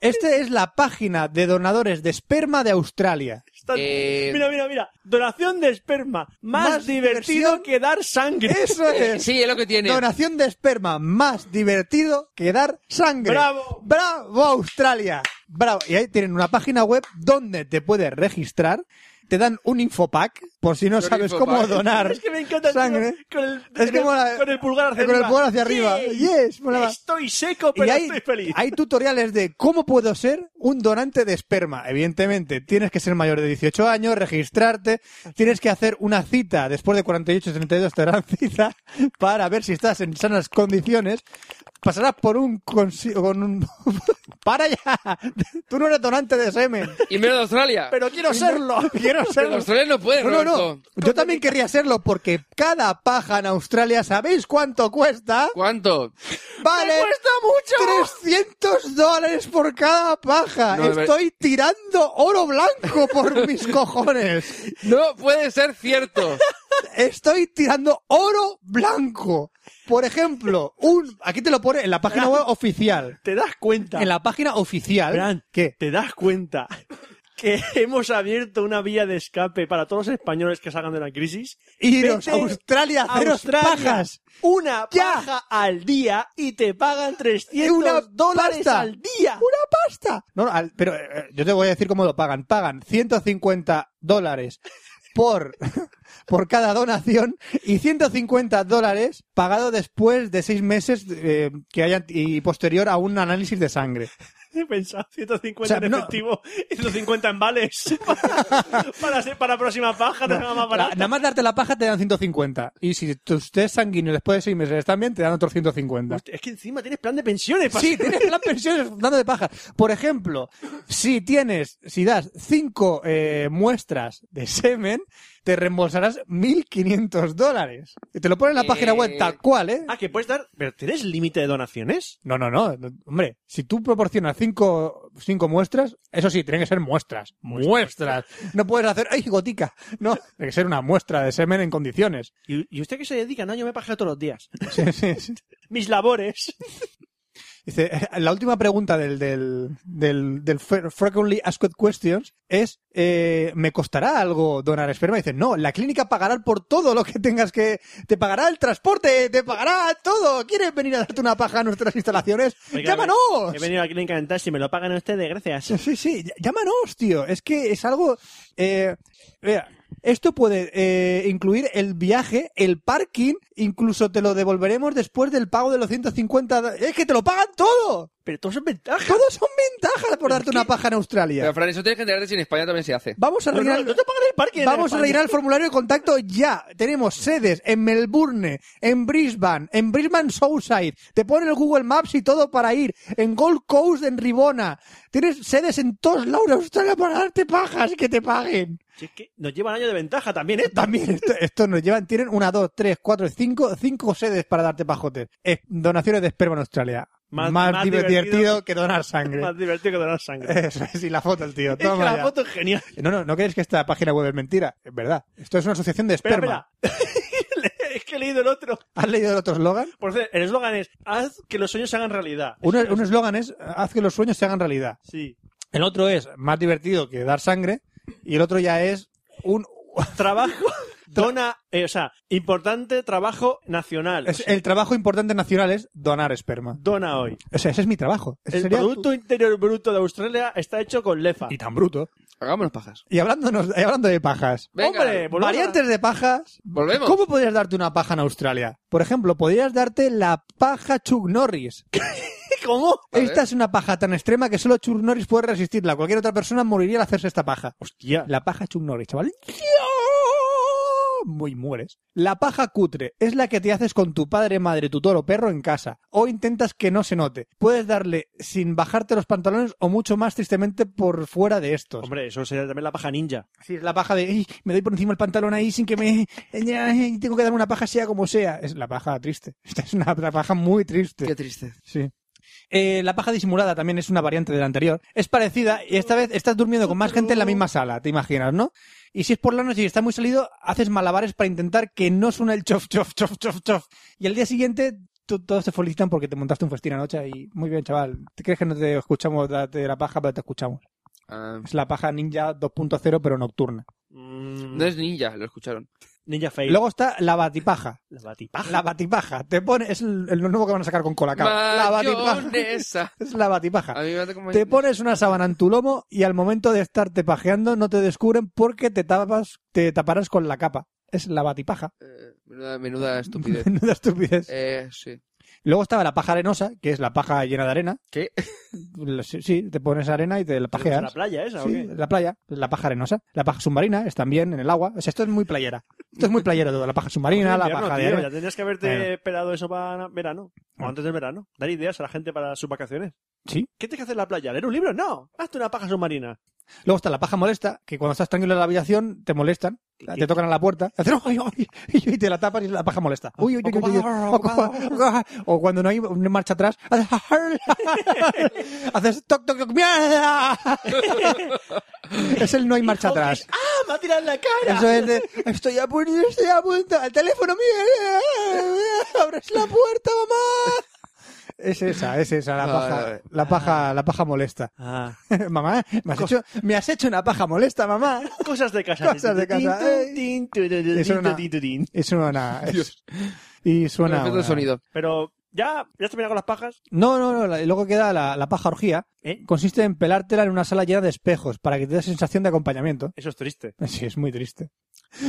Esta Este es la página de donadores de esperma de Australia.
Está-
Eh,
Mira, mira, mira. Donación de esperma. Más,
Más
divertido
diversión.
que dar sangre.
Eso es.
Sí, es lo que tiene.
Donación de esperma más divertido que dar sangre.
Bravo.
Bravo Australia. Bravo. Y ahí tienen una página web donde te puedes registrar. Te dan un infopack por si no
Un
sabes
infopack.
cómo donar
Es que me encanta el tío
sangre.
con el,
Es que
con el-
mola-
con el pulgar hacia
con el
arriba.
pulgar hacia arriba. Yes, mola.
Estoy seco, pero
Y hay,
estoy feliz.
hay tutoriales de cómo puedo ser un donante de esperma. Evidentemente, tienes que ser mayor de 18 años, registrarte, tienes que hacer una cita. Después de 48 y 72 te darán cita para ver si estás en sanas condiciones. Pasarás por un... consi- con un... ¡Para ya! Tú no eres donante de semen.
Y menos de Australia.
Pero quiero serlo. Quiero
Pero
serlo.
Australia no puede,
No, no, no.
Roberto.
Yo también querría serlo porque cada paja en Australia, ¿sabéis cuánto cuesta?
¿Cuánto?
Vale. cuesta mucho. 300 dólares por cada paja.
No, de ver-
Estoy tirando oro blanco por mis cojones.
No puede ser cierto.
Estoy tirando oro blanco. Por ejemplo, un aquí te lo pone en la página web oficial.
¿Te das cuenta?
En la página oficial.
Fran,
¿Qué?
¿Te das cuenta que hemos abierto una vía de escape para todos los españoles que salgan de la crisis?
Iros a
Vete
Australia a haceros
Australia,
pajas.
Una
Ya.
paja al día y te pagan 300
Una
dólares
pasta.
al día.
¡Una pasta! No, no, al- pero eh, yo te voy a decir cómo lo pagan. Pagan 150 dólares por, por cada donación y 150 dólares pagado después de seis meses eh, que hayan y posterior a un análisis de sangre.
He pensado, 150
O sea,
en
no-
efectivo, 150 en vales. para, para, ser- para la próxima paja te haga más
Na-
barata.
Ah, nada más darte la paja te dan 150. Y si tus test sanguíneos después de seis meses están bien, te dan otros 150.
Hostia, Es que encima tienes plan de pensiones.
Sí,
pasa-
tienes plan pensiones dando de paja. Por ejemplo, si tienes, si das cinco eh, muestras de semen, te reembolsarás 1.500 dólares. Y te lo pone en la
Eh.
página web tal cual, ¿eh?
Ah, que puedes dar... ¿Pero tienes límite de donaciones?
No, no, no. no, Hombre, si tú proporcionas cinco, cinco muestras, eso sí, tienen que ser muestras. Muestras. No puedes hacer, ¡ay, gotica! No, tiene que ser una muestra de semen en condiciones.
¿Y, y usted qué se dedica? No, yo me pajeo todos los días.
Sí, sí, sí.
Mis labores.
Dice, eh, la última pregunta del, del, del, del fre- Frequently Asked Questions es, eh, ¿me costará algo donar esperma? Dice, no, la clínica pagará por todo lo que tengas que... Te pagará el transporte, te pagará todo. ¿Quieres venir a darte una paja a nuestras instalaciones?
Oiga,
¡Llámanos!
He venido a la clínica dental si me lo pagan ustedes, gracias.
Sí, sí, ll- llámanos, tío. Es que es algo... eh, mira, esto puede eh, incluir el viaje, el parking, incluso te lo devolveremos después del pago de los 150... da- ¡Es que te lo pagan todo!
Pero todo es ventaja.
Todos son ventajas por darte una paja en
Pero,
Australia.
Fran, eso tienes que enterarte si en España también se hace.
Vamos a
No, no,
rellenar,
no te pagan el parque.
vamos a rellenar el formulario de contacto ya. Tenemos sedes en Melbourne, en Brisbane, en Brisbane Southside. Te ponen el Google Maps y todo para ir. En Gold Coast, en Ribona. Tienes sedes en todos lados de Australia para darte pajas que te paguen.
Si es que nos llevan años de ventaja también, ¿eh?
También esto, esto nos llevan, tienen una, dos, tres, cuatro, cinco, cinco sedes para darte pajotes. Eh, donaciones de esperma en Australia. Más, divertido,
divertido-
que donar sangre.
Más divertido que donar sangre.
Eso es, y la foto, el tío.
Es que
Eh, Toma
la
ya.
foto es genial.
No, no, no crees que esta página web es mentira. Es verdad. Esto es una asociación de
Espera,
esperma.
espera. es que he leído el otro.
¿Has leído el otro eslogan?
Por cierto, el eslogan es: haz que los sueños se hagan realidad.
Un un eslogan es haz que los sueños se hagan realidad.
Sí.
El otro es más divertido que dar sangre. Y el otro ya es un
Trabajo. Dona, eh, o sea, importante trabajo nacional.
es eh,
O sea,
el trabajo importante nacional es donar esperma.
dona hoy.
O sea, ese es mi trabajo. Ese
El
sería tu-
Producto Interior Bruto de Australia está hecho con lefa.
y tan bruto.
Hagámonos pajas.
Y hablándonos, y hablando de pajas.
Venga,
Hombre, volvemos a-
Variantes de pajas.
volvemos.
¿Cómo podrías darte una paja en Australia? Por ejemplo, podrías darte la paja Chuck Norris.
¿Cómo?
Vale.
Esta es una paja tan extrema que solo Chuck Norris puede resistirla. Cualquier otra persona moriría al hacerse esta paja.
Hostia.
La paja Chuck Norris, chaval. Muy mueres. La paja cutre es la que te haces con tu padre, madre, tutor o perro en casa. O intentas que no se note. Puedes darle sin bajarte los pantalones o mucho más tristemente por fuera de estos.
Hombre, eso sería también la paja ninja.
Sí, es la paja de "Ey, me doy por encima el pantalón ahí sin que me... y tengo que darme una paja sea como sea. Es la paja triste. Esta es una paja muy triste.
Qué triste.
Sí. Eh, la paja disimulada también es una variante de la anterior. Es parecida y esta vez estás durmiendo con más gente en la misma sala, te imaginas, ¿no? Y si es por la noche y está muy salido, haces malabares para intentar que no suene el chof, chof, chof, chof, chof. Y al día siguiente to- todos te felicitan porque te montaste un festín anoche y muy bien, chaval. ¿Te crees que no te escuchamos de la paja, pero te escuchamos?
Ah,
Es la paja ninja 2.0 pero nocturna.
Mm,
no es ninja, lo escucharon.
Ninja Fail.
Luego está la batipaja.
La batipaja.
La batipaja. Te pone, es el, el nuevo que van a sacar con cola. La batipaja.
Mayonesa.
Es la batipaja.
A mí me hace como...
Te pones una sábana en tu lomo y al momento de estarte pajeando no te descubren porque te tapas, te taparás con la capa. Es la batipaja.
Eh, menuda, menuda estupidez.
Menuda estupidez.
eh, sí.
Luego estaba la paja arenosa, que es la paja llena de arena.
¿Qué?
La- Sí, sí, te pones arena y te la
¿Pero es la
pajeas.
playa esa o
Sí,
qué?
la playa, la paja arenosa. La paja submarina es también en el agua. O sea, esto es muy playera. Esto es muy playero todo. La paja submarina, la
Invierno,
paja de
tío,
arena.
Ya tendrías que haberte
Bueno.
esperado eso para na- verano. O antes del verano. Dar ideas a la gente para sus vacaciones.
Sí.
¿Qué tienes que hacer en la playa? ¿Leer un libro? No. Hazte una paja submarina.
Luego está la paja molesta, que cuando estás tranquilo en la habitación te molestan, te tocan a la puerta, y hacen, "Ay, ay", y te la tapas y la paja molesta. Uy, uy, uy, uy, uy, uy. O cuando no hay una marcha atrás, haces, haces toc, toc, toc, mierda. Es el no hay marcha atrás.
¡Ah! ¡Me ha tirado en la cara!
Eso es de, estoy a punto, estoy a punto, al teléfono mío, abres la puerta, mamá. Es esa, es esa, la paja,
Vale.
la paja, la paja molesta.
Ah.
mamá, me has, hecho, me has hecho una paja molesta, mamá.
Cosas de casa.
Cosas de casa, eh.
Tin, tin, tin, tin,
Y suena-
tin, tin, tin.
Y suena. es- y
Con
suena.
efecto de
una-
sonido.
Pero ya, ya has terminado con las pajas.
No, no, no. la- y luego queda la, la paja orgía.
¿Eh?
Consiste en pelártela en una sala llena de espejos para que te dé sensación de acompañamiento.
Eso es triste.
Sí, es muy triste.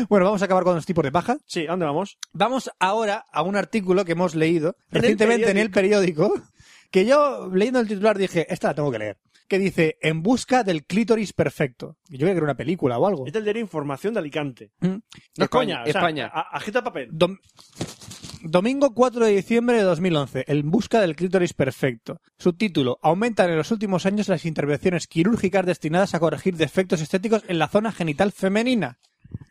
Bueno, vamos a acabar con los tipos de paja.
Sí, ¿a dónde vamos?
Vamos ahora a un artículo que hemos leído
En el
recientemente en el periódico. Que yo, leyendo el titular, dije, esta la tengo que leer. Que dice, en busca del clítoris perfecto. Y Yo creo que era una película o algo.
Es del diario Información de Alicante.
Mm.
No
España,
es coña. o sea,
España.
a- agita el papel.
Dom- Domingo 4 de diciembre de 2011, En busca del clítoris perfecto. Subtítulo: Aumentan en los últimos años las intervenciones quirúrgicas destinadas a corregir defectos estéticos en la zona genital femenina.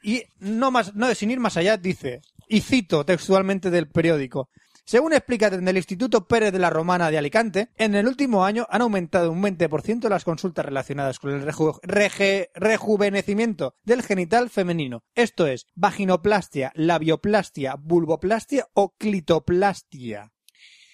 Y no más, no sin ir más allá dice, y cito textualmente del periódico. Según explica desde el Instituto Pérez de la Romana de Alicante, en el último año han aumentado un 20% las consultas relacionadas con el reju- reje- rejuvenecimiento del genital femenino. Esto es, vaginoplastia, labioplastia, vulvoplastia o clitoplastia.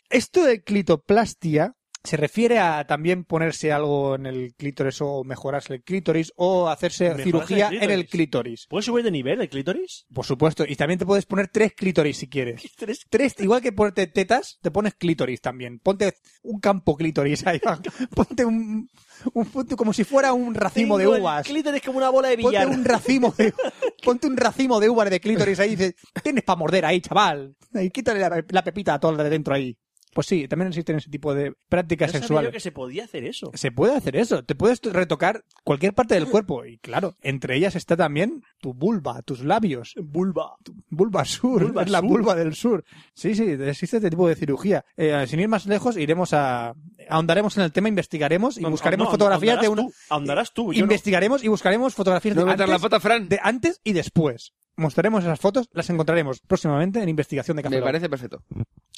Esto de clitoplastia se refiere a también ponerse algo en el clítoris o mejorarse el clítoris o hacerse
Mejorarse el
cirugía en el
clítoris.
clítoris.
¿Puedes subir de nivel el clítoris?
Por supuesto, y también te puedes poner tres clítoris si quieres.
Tres-
Tres, igual que ponerte tetas, te pones clítoris también. Ponte un campo clítoris ahí. va. Ponte un, un- ponte como si fuera un racimo de
Tengo el
uvas.
clítoris como una bola de
Ponte
billar.
un racimo de ponte un racimo de uvas de clítoris ahí y dices, tienes para morder ahí, chaval. Y quítale la, la pepita a todo lo de dentro ahí. Pues sí, también existen ese tipo de prácticas
No sabía
sexuales
yo que se podía hacer eso.
se puede hacer eso. Te puedes retocar cualquier parte del cuerpo. Y claro, entre ellas está también tu vulva, tus labios. Vulva. Vulva sur.
Vulva
es la
sur.
vulva del sur. Sí, sí, existe este tipo de cirugía. Eh, sin ir más lejos, iremos a. ahondaremos en el tema, investigaremos y buscaremos
No,
fotografías de
ahondarás
una.
tú, ahondarás tú, yo no.
investigaremos y buscaremos fotografías
No
de,
metas la
antes,
pata, Fran.
de antes y después. Mostraremos esas fotos, las encontraremos próximamente en investigación de Café
Me
Lock.
parece perfecto.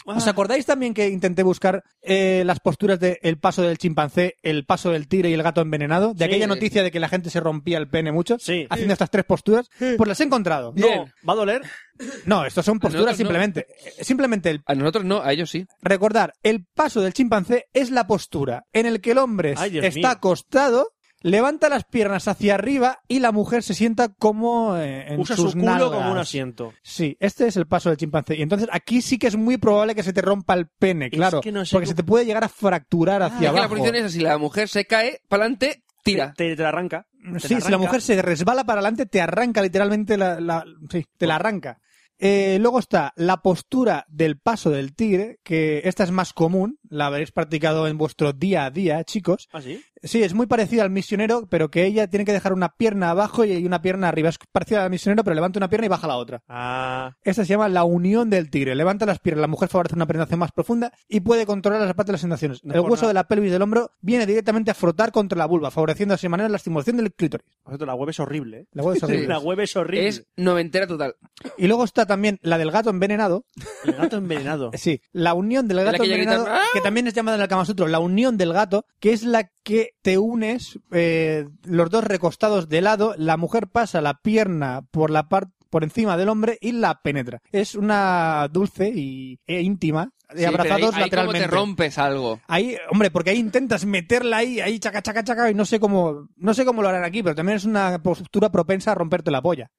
Ah,
¿Os acordáis también que intenté buscar eh, las posturas de el paso del chimpancé, el paso del tigre y el gato envenenado? De
Sí.
aquella noticia de que la gente se rompía el pene mucho
Sí.
haciendo estas tres posturas. Pues las he encontrado.
Bien.
¿Va a doler?
No, estas son posturas
nosotros no.
simplemente. Eh, Simplemente el
A nosotros no, a ellos sí.
recordar, el paso del chimpancé es la postura en el que el hombre
Ay, Dios
está
mío.
acostado, levanta las piernas hacia arriba y la mujer se sienta como eh, en
Usa su
sus
culo
nalgas.
como un asiento.
Sí, este es el paso del chimpancé. Y entonces aquí sí que es muy probable que se te rompa el pene, claro.
que no sé
porque
cómo- Ah,
se te puede llegar a fracturar
Es que
hacia
la
Ah, abajo.
posición es así, la mujer se cae, pa'lante, tira.
Te, te la arranca. te
Mm, Sí,
la
si la
arranca.
mujer se resbala para adelante, te arranca literalmente la. la- sí, te la arranca. Eh, luego está la postura del paso del tigre, que esta es más común, la habréis practicado en vuestro día a día, chicos.
¿Ah, sí?
Sí, es muy parecida al misionero, pero que ella tiene que dejar una pierna abajo y una pierna arriba. Es parecida al misionero, pero levanta una pierna y baja la otra.
Ah,
Esta se llama la unión del tigre. Levanta las piernas, la mujer favorece una penetración más profunda y puede controlar las partes de las sensaciones.
No
el
por
hueso
nada.
de la pelvis del hombro viene directamente a frotar contra la vulva, favoreciendo de esa manera la estimulación del clítoris.
por cierto, la web es horrible. ¿eh?
La huevo es horrible.
La web es horrible.
Es noventera total.
Y luego está también la del gato envenenado.
El gato envenenado.
Sí, la unión del
la
gato
que ella grita, "¡Ah!".
envenenado, que también es llamada en el Kama Sutra, la unión del gato, que es la que te unes eh, los dos recostados de lado, la mujer pasa la pierna por la parte por encima del hombre y la penetra. Es una dulce y, e íntima, de
Sí, pero
abrazados
ahí- ahí como
lateralmente.
te rompes algo.
Ahí, hombre, porque ahí intentas meterla ahí, ahí chaca, chaca, chaca, y no sé cómo, no sé cómo lo harán aquí, pero también es una postura propensa a romperte la polla.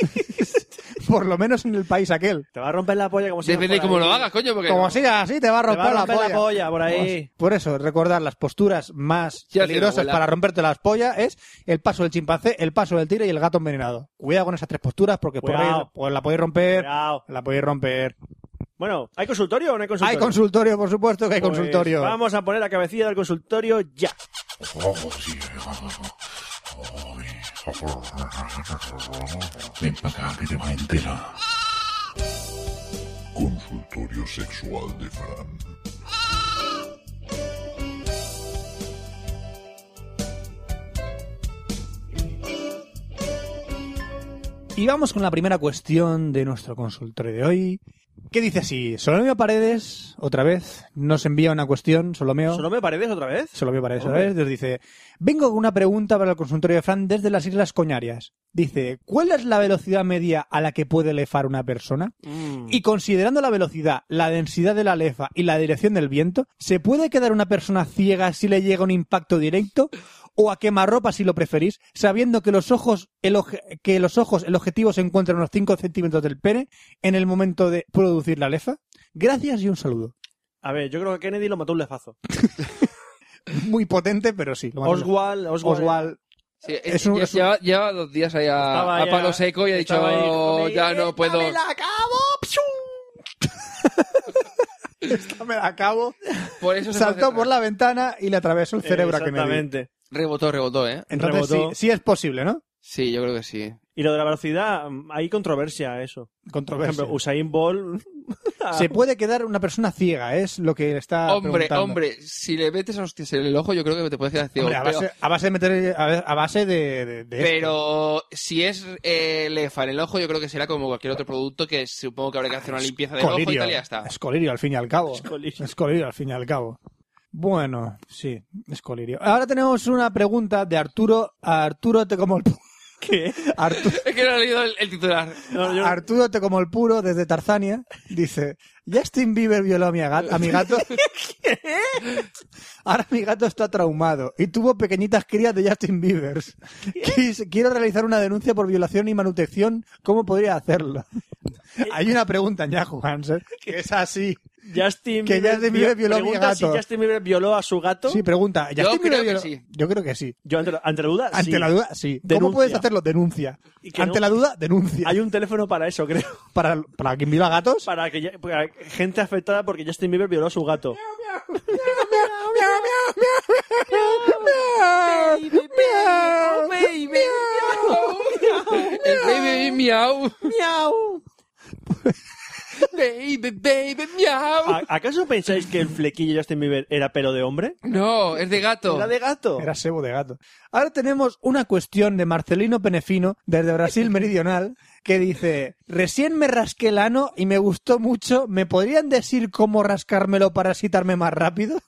Por lo menos en el país aquel.
Te va a romper la polla como si.
Depende de cómo lo hagas, coño, porque...
Como sigas así, te va a
Te
romper,
va a romper
la,
la
polla.
polla, por ahí.
Por eso, recordar las posturas más
Ya te
peligrosas
digo,
para
la-
romperte las pollas es el paso del chimpancé, el paso del tigre y el gato envenenado. Cuidado con esas tres posturas porque por
Cuidado.
ahí, pues la podéis romper,
Cuidado.
la podéis romper.
Bueno, ¿hay consultorio o no hay consultorio?
Hay consultorio, por supuesto que hay
Pues
consultorio.
Vamos a poner la cabecilla del consultorio ya.
Ven para acá que te va entera. Consultorio sexual de Fran.
Y vamos con la primera cuestión de nuestro consultorio de hoy. ¿Qué dice así? Solomeo Paredes, otra vez, nos envía una cuestión, Solomeo.
¿Solo me paredes otra vez?
Solomeo Paredes, otra
Hombre.
vez, nos dice, vengo con una pregunta para el consultorio de Fran desde las Islas Coñarias. Dice, ¿cuál es la velocidad media a la que puede lefar una persona?
Mm.
Y considerando la velocidad, la densidad de la lefa y la dirección del viento, ¿se puede quedar una persona ciega si le llega un impacto directo? ¿O a quemarropa si lo preferís, sabiendo que los ojos, el oje- que los ojos, el objetivo se encuentra a unos 5 centímetros del pene en el momento de producir la lefa? Gracias y un saludo.
A ver, yo creo que Kennedy lo mató un lefazo.
Muy potente, pero sí. lo más-
Oswald, Oswald.
Oswald.
Sí, es-
Es un-
lle-
es un-
lleva, lleva dos días ahí
Estaba
a, a
ya-
palo seco y ha dicho, "Oh,
estaba ahí, hijo de-
ya no puedo...
Me la acabo.
Por eso se fue hacia
Saltó por
atrás.
la ventana y le atravesó el cerebro a Kennedy.
Exactamente.
Rebotó, rebotó, ¿eh?
Entonces sí,
Rebotó.
sí es posible, ¿no?
Sí, yo creo que sí.
Y lo de la velocidad, mm, hay controversia a eso. Por
Controversia.
ejemplo, Usain Bolt.
Se puede quedar una persona ciega, es lo que está
hombre,
Ah, preguntando.
hombre, si le metes a hostias en el ojo, yo creo que te puedes quedar ciego.
Hombre, a
pero-
base, a base de meter a ver, a base de, de- de esto.
Pero si es eh, lefa en el ojo, yo creo que será como cualquier otro producto que supongo que habrá que
Ah,
hacer una limpieza del ojo y tal y ya está.
Es colirio, al fin y al cabo.
Es colirio.
Es colirio, al fin y al cabo. Bueno, sí, es colirio. Ahora tenemos una pregunta de Arturo. Arturo te como el pu-
¿Qué?
Artu-
Es que no he leído el, el titular.
No, yo-
Arturo te como el puro desde Tarzania. Dice, Justin Bieber violó a mi, gat- a mi gato. Ahora mi gato está traumado y tuvo pequeñitas crías de Justin Bieber. Quis- Quiero realizar una denuncia por violación y manutención. ¿Cómo podría hacerlo? Hay una pregunta en Yahoo Answers que es así.
Justin
Que Justin Bieber violó a mi
pregunta
gato.
si Justin Bieber violó a su gato.
Sí, pregunta.
Yo
¿Justin Bieber
creo que
violó-
sí.
Yo creo que sí.
Yo ante la, ante la duda,
Ante
sí.
la duda, sí. ¿Cómo
Denuncia.
puedes hacerlo? Denuncia.
Y que
Ante
no-
la duda, denuncia.
Hay un teléfono para eso, creo.
Para, para quien viola gatos.
Para que ya- para gente afectada porque Justin Bieber violó a su gato.
El baby miau. Baby, baby
Ah.
miau.
¿A- ¿Acaso pensáis que el flequillo de Justin Bieber era pelo de hombre?
No, es de gato.
Era de gato.
Era sebo de gato. Ahora tenemos una cuestión de Marcelino Penefino, desde Brasil Meridional, que dice, recién me rasqué el ano y me gustó mucho, ¿me podrían decir cómo rascármelo para excitarme más rápido?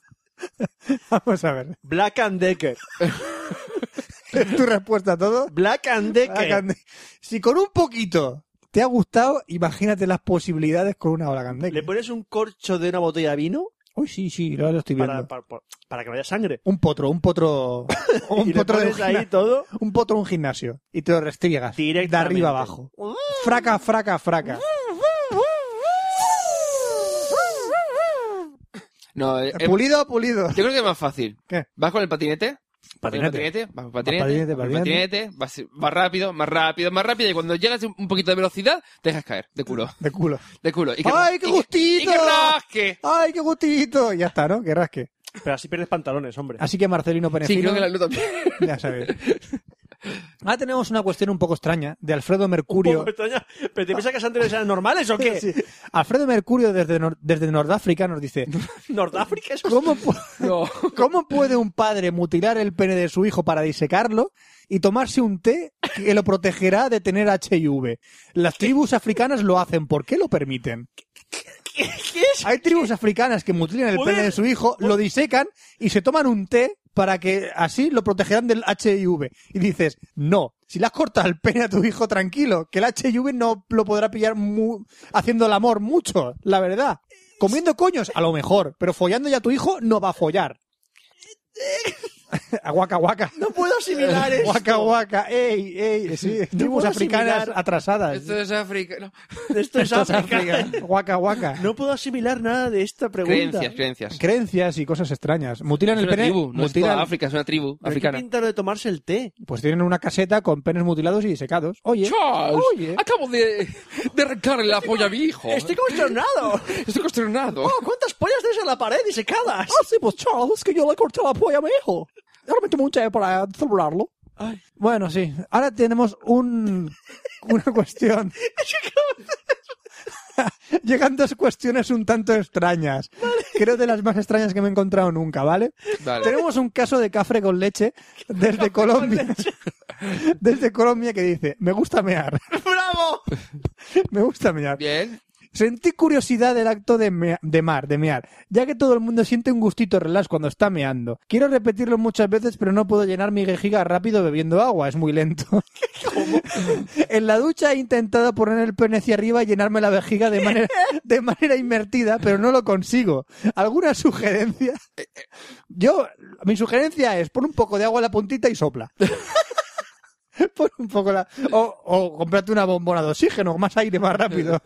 Vamos a ver.
Black and Decker.
¿Es tu respuesta a todo?
Black and Decker.
Black and- Si con un poquito te ha gustado, imagínate las posibilidades con una Black and Decker.
Le pones un corcho de una botella de vino
Uy, sí, sí, ahora lo estoy viendo.
para, para, para- para que vaya sangre.
Un potro, un potro. Un
y le
potro de
pones ahí
gimna-
todo.
Un potro, un gimnasio. Y te lo restriegas. De
Directamente.
arriba abajo. Fraca, fraca, fraca.
No, eh, eh,
Pulido, pulido.
yo creo que es más fácil.
¿Qué?
¿Vas con el patinete? ¿Patinete? ¿Patinete? Vas con patinete,
Patinete,
vas con
patinete.
patinete, vas, vas rápido, más rápido, más rápido, y cuando llegas un un poquito de velocidad, te dejas caer, de culo,
De culo.
de culo. Y que-
¡Ay, qué
y que-
gustito!
¡Y que rasque!
¡Ay, qué gustito! Y Ya está, ¿no? Que rasque.
Pero así pierdes pantalones, hombre.
Así que Marcelino
Sí,
Penecino,
creo que la luz también.
ya sabes. Ahora tenemos una cuestión un poco extraña de Alfredo
Un
Mercurio.
poco extraña. ¿Pero te piensas que las anteriores eran normales o qué?
Sí. Alfredo Mercurio desde, Nor- desde Nordáfrica nos dice,
¿Nordáfrica? Eso
¿cómo, pu-
No.
¿cómo puede un padre mutilar el pene de su hijo para disecarlo y tomarse un té que lo protegerá de tener HIV? Las tribus africanas lo hacen, ¿por qué lo permiten? Hay tribus africanas que mutilan el
Joder.
pene de su hijo, lo disecan y se toman un té para que así lo protegerán del HIV. Y dices, no, si le has cortado el pene a tu hijo, tranquilo, que el HIV no lo podrá pillar mu- haciendo el amor mucho, la verdad. Comiendo coños, a lo mejor, pero follando ya a tu hijo no va a follar. Aguaca, guaca.
No puedo asimilar esto.
Guaca, guaca. Ey, ey. Sí, tribus
puedo
africanas
asimilar.
atrasadas.
Esto es África. no.
Esto es
Esto es
África.
África. Guaca, guaca.
No puedo asimilar nada de esta pregunta.
Creencias, creencias.
Creencias y cosas extrañas. Mutilan
Es
el
una
pene.
tribu, no es
mutilan-
toda África, es una tribu
¿Pero ¿Qué
africana.
pinta lo de tomarse el té?
Pues tienen una caseta con penes mutilados y disecados. Oye,
Charles,
oye.
acabo de, de arrancarle la polla a mi hijo.
Estoy consternado.
Estoy consternado.
Oh, ¿Cuántas pollas tienes en la pared disecadas?
Ah, sí, pues Charles, que yo le corté la polla a mi hijo. Ahora me tomo un té para celebrarlo. Bueno, sí. Ahora tenemos un, una cuestión. Llegan dos cuestiones un tanto extrañas. Creo de las más extrañas que me he encontrado nunca, ¿vale?
Dale.
Tenemos un caso de cafre con leche desde Colombia. desde Colombia que dice, me gusta mear.
¡Bravo!
Me gusta mear.
Bien.
Sentí curiosidad del acto de, mea- de mar, de mear, ya que todo el mundo siente un gustito relax cuando está meando. Quiero repetirlo muchas veces, pero no puedo llenar mi vejiga rápido bebiendo agua, es muy lento. en la ducha he intentado poner el pene hacia arriba y llenarme la vejiga de manera, de manera invertida, pero no lo consigo. ¿Alguna sugerencia? Yo, mi sugerencia es pon un poco de agua en la puntita y sopla. Pon un poco la... O, o comprate una bombona de oxígeno, más aire, más rápido.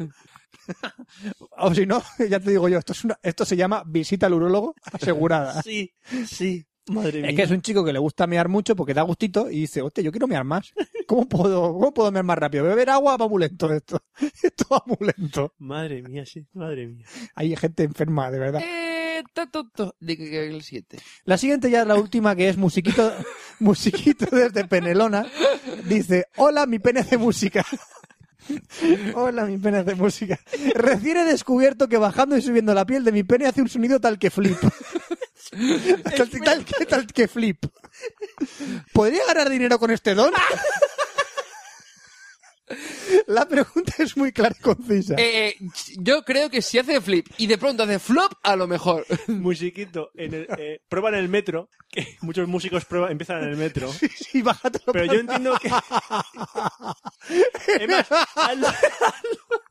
O si no, ya te digo yo, esto, es una- esto se llama visita al urólogo asegurada.
Sí, sí. Madre mía.
Es que es un chico que le gusta mear mucho porque da gustito y dice, hostia, yo quiero mear más. ¿Cómo puedo, cómo puedo mear más rápido? Beber agua va muy lento esto. Esto va muy lento.
Madre mía, sí. Madre mía.
Hay gente enferma, de verdad.
Eh, ta, ta, ta. De que- que el 7.
La siguiente ya es la última, que es Musiquito, musiquito desde Penelona. Dice, hola, mi pene de música. Hola, mi pene de música. Recién he descubierto que bajando y subiendo la piel de mi pene hace un sonido tal que flip. tal, tal que, tal que flip. ¿Podría ganar dinero con este don? La pregunta es muy clara y concisa.
Eh, yo creo que si hace flip y de pronto hace flop, a lo mejor.
Musiquito. En el, eh, prueba en el metro. Que muchos músicos prueba, empiezan en el metro.
Y baja todo
Pero yo entiendo que. Es más, hazlo, hazlo-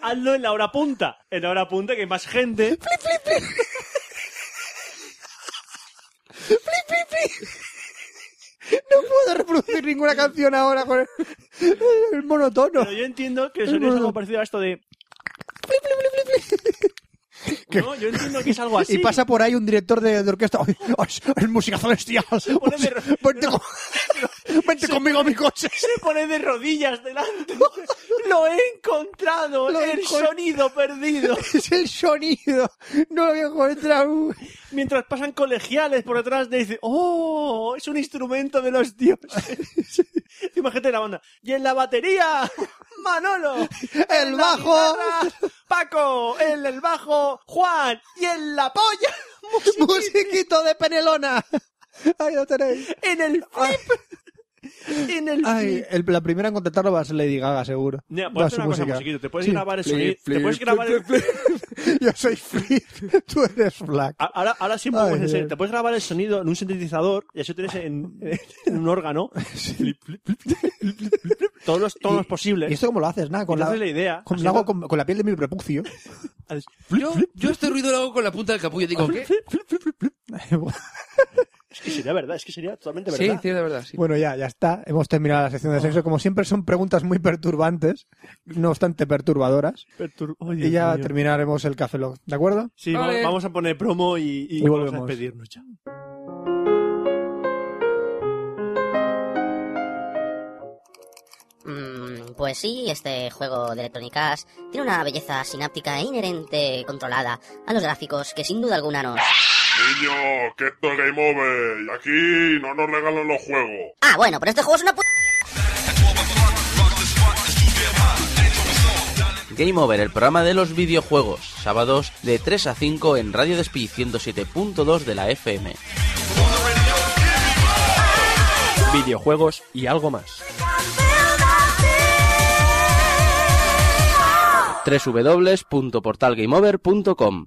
hazlo en la hora punta. En la hora punta, que hay más gente.
No puedo reproducir ninguna canción ahora con el, el monotono.
Pero yo entiendo que el sonido es algo parecido a esto de. No, yo entiendo que es algo así.
Y pasa por ahí un director de, de orquesta. ¡Ay, ay, el música celestial!
pone de-
Vente, con- vente conmigo a mi coche.
Se pone de rodillas delante. Lo he encontrado.
Lo he
el
encon-
sonido perdido.
Es el sonido. No lo voy a encontrar.
Mientras pasan colegiales por atrás, le dice: ¡Oh! Es un instrumento de los dioses. Imagínate la banda. Y en la batería, Manolo.
El
En la
bajo.
guitarra, Paco, en el bajo, Juan y en la polla,
Musiquito de Penelona. Ahí lo tenéis.
en el flip. en el
Ay, el- la primera en contratarlo va a ser Lady Gaga, seguro.
Mira,
Va
puedes hacer
su
una cosa,
música.
musiquito. Te puedes
Sí.
grabar este? el
Flip,
sonido. Te
flip,
puedes grabar el...
Yo soy Free, tú eres Black.
A- Ahora, ahora siempre
Ay,
puedes hacer-
Dios.
te puedes grabar el sonido en un sintetizador y eso tienes en, en un órgano. Flip, flip, flip, flip, flip, flip. Todos los tonos posibles.
¿Y esto cómo lo haces? Nada, con
Entonces
la,
la idea.
con, lo
haciendo-
hago con, con la piel de mi prepucio.
haces
Yo, yo este ruido lo hago con la punta del capullo. Digo, ¿qué?
Es que sería verdad, es que sería totalmente
Sí,
verdad.
sí, de verdad. sí.
bueno, ya, ya está. Hemos terminado la sección de sexo. Como siempre, son preguntas muy perturbantes, no obstante perturbadoras.
Pertur- Ay,
Y
Dios
ya
mío.
terminaremos el Café Lock, ¿de acuerdo?
Sí, va-
Vale.
vamos a poner promo y, y
Y
vamos a
volvemos.
despedirnos ya.
Mm, pues sí, este juego de Electronic Arts tiene una belleza sináptica e inherente controlada a los gráficos que sin duda alguna nos...
Niño, que esto es Game Over. Y aquí no nos regalan los juegos.
Ah, bueno, pero este juego es una puta...
Game Over, el programa de los videojuegos, sábados de 3 a 5 en Radio Despí 107.2 de la FM.
Videojuegos y algo más.
www.portalgameover.com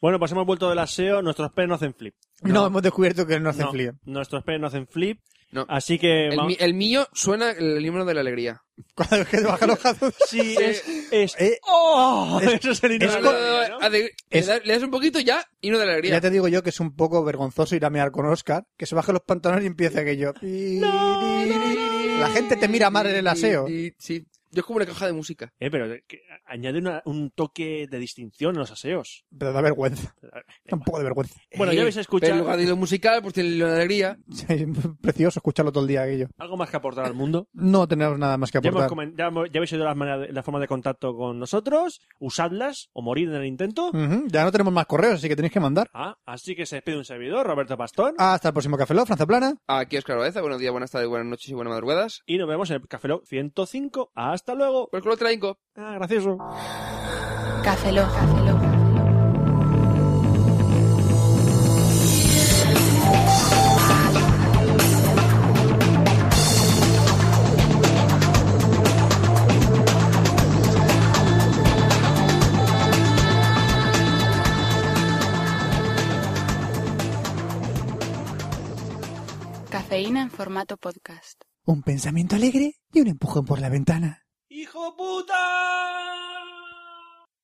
Bueno, pues hemos vuelto del aseo, nuestros penes no hacen flip.
No, hemos descubierto que no hacen frío.
Nuestros penes no hacen flip,
No.
así que...
El,
vamos-
mi- el mío suena el himno de la alegría.
Cuando es que te bajan los calzones.
Sí, es... es-
Eh,
¡Oh!
es-
Eso es el himno
Es
de
como-
la alegría, ¿no?
ade- le
Es-
das- le das un poquito y ya, himno de la alegría.
Ya te digo yo que es un poco vergonzoso ir a mirar con Oscar, que se baje los pantalones y empiece aquello. La gente te mira mal en el aseo.
Y- y- sí. Yo es como una caja de música.
Eh, pero que añade una- un toque de distinción en los aseos.
Pero da vergüenza. Da un poco de vergüenza.
Bueno, ya
Eh,
habéis escuchado-
pero En lugar de lo musical, pues tiene lo de alegría.
Precioso escucharlo todo el día aquello.
Algo más que aportar al mundo.
No tenemos nada más que
Ya, hemos
aportar.
comen- ya hemos- ya habéis oído las, maneras de- las formas de contacto con nosotros. Usadlas o morid en el intento.
Ujú, Ya no tenemos más correos, así que tenéis que mandar.
Ah, así que se despide un servidor, Roberto Pastón.
Hasta el próximo Café Lock, Franza Plana.
Aquí Oscar Baeza, buenos días, buenas tardes, buenas noches y buenas madrugadas. Pues
Y nos vemos en el Café Lock 105. Hasta luego.
Por el culo traigo.
Ah, gracioso.
Café Lock. Café Lock. Cafeína en formato podcast.
Un pensamiento alegre y un empujón por la ventana.
¡Hijo puta!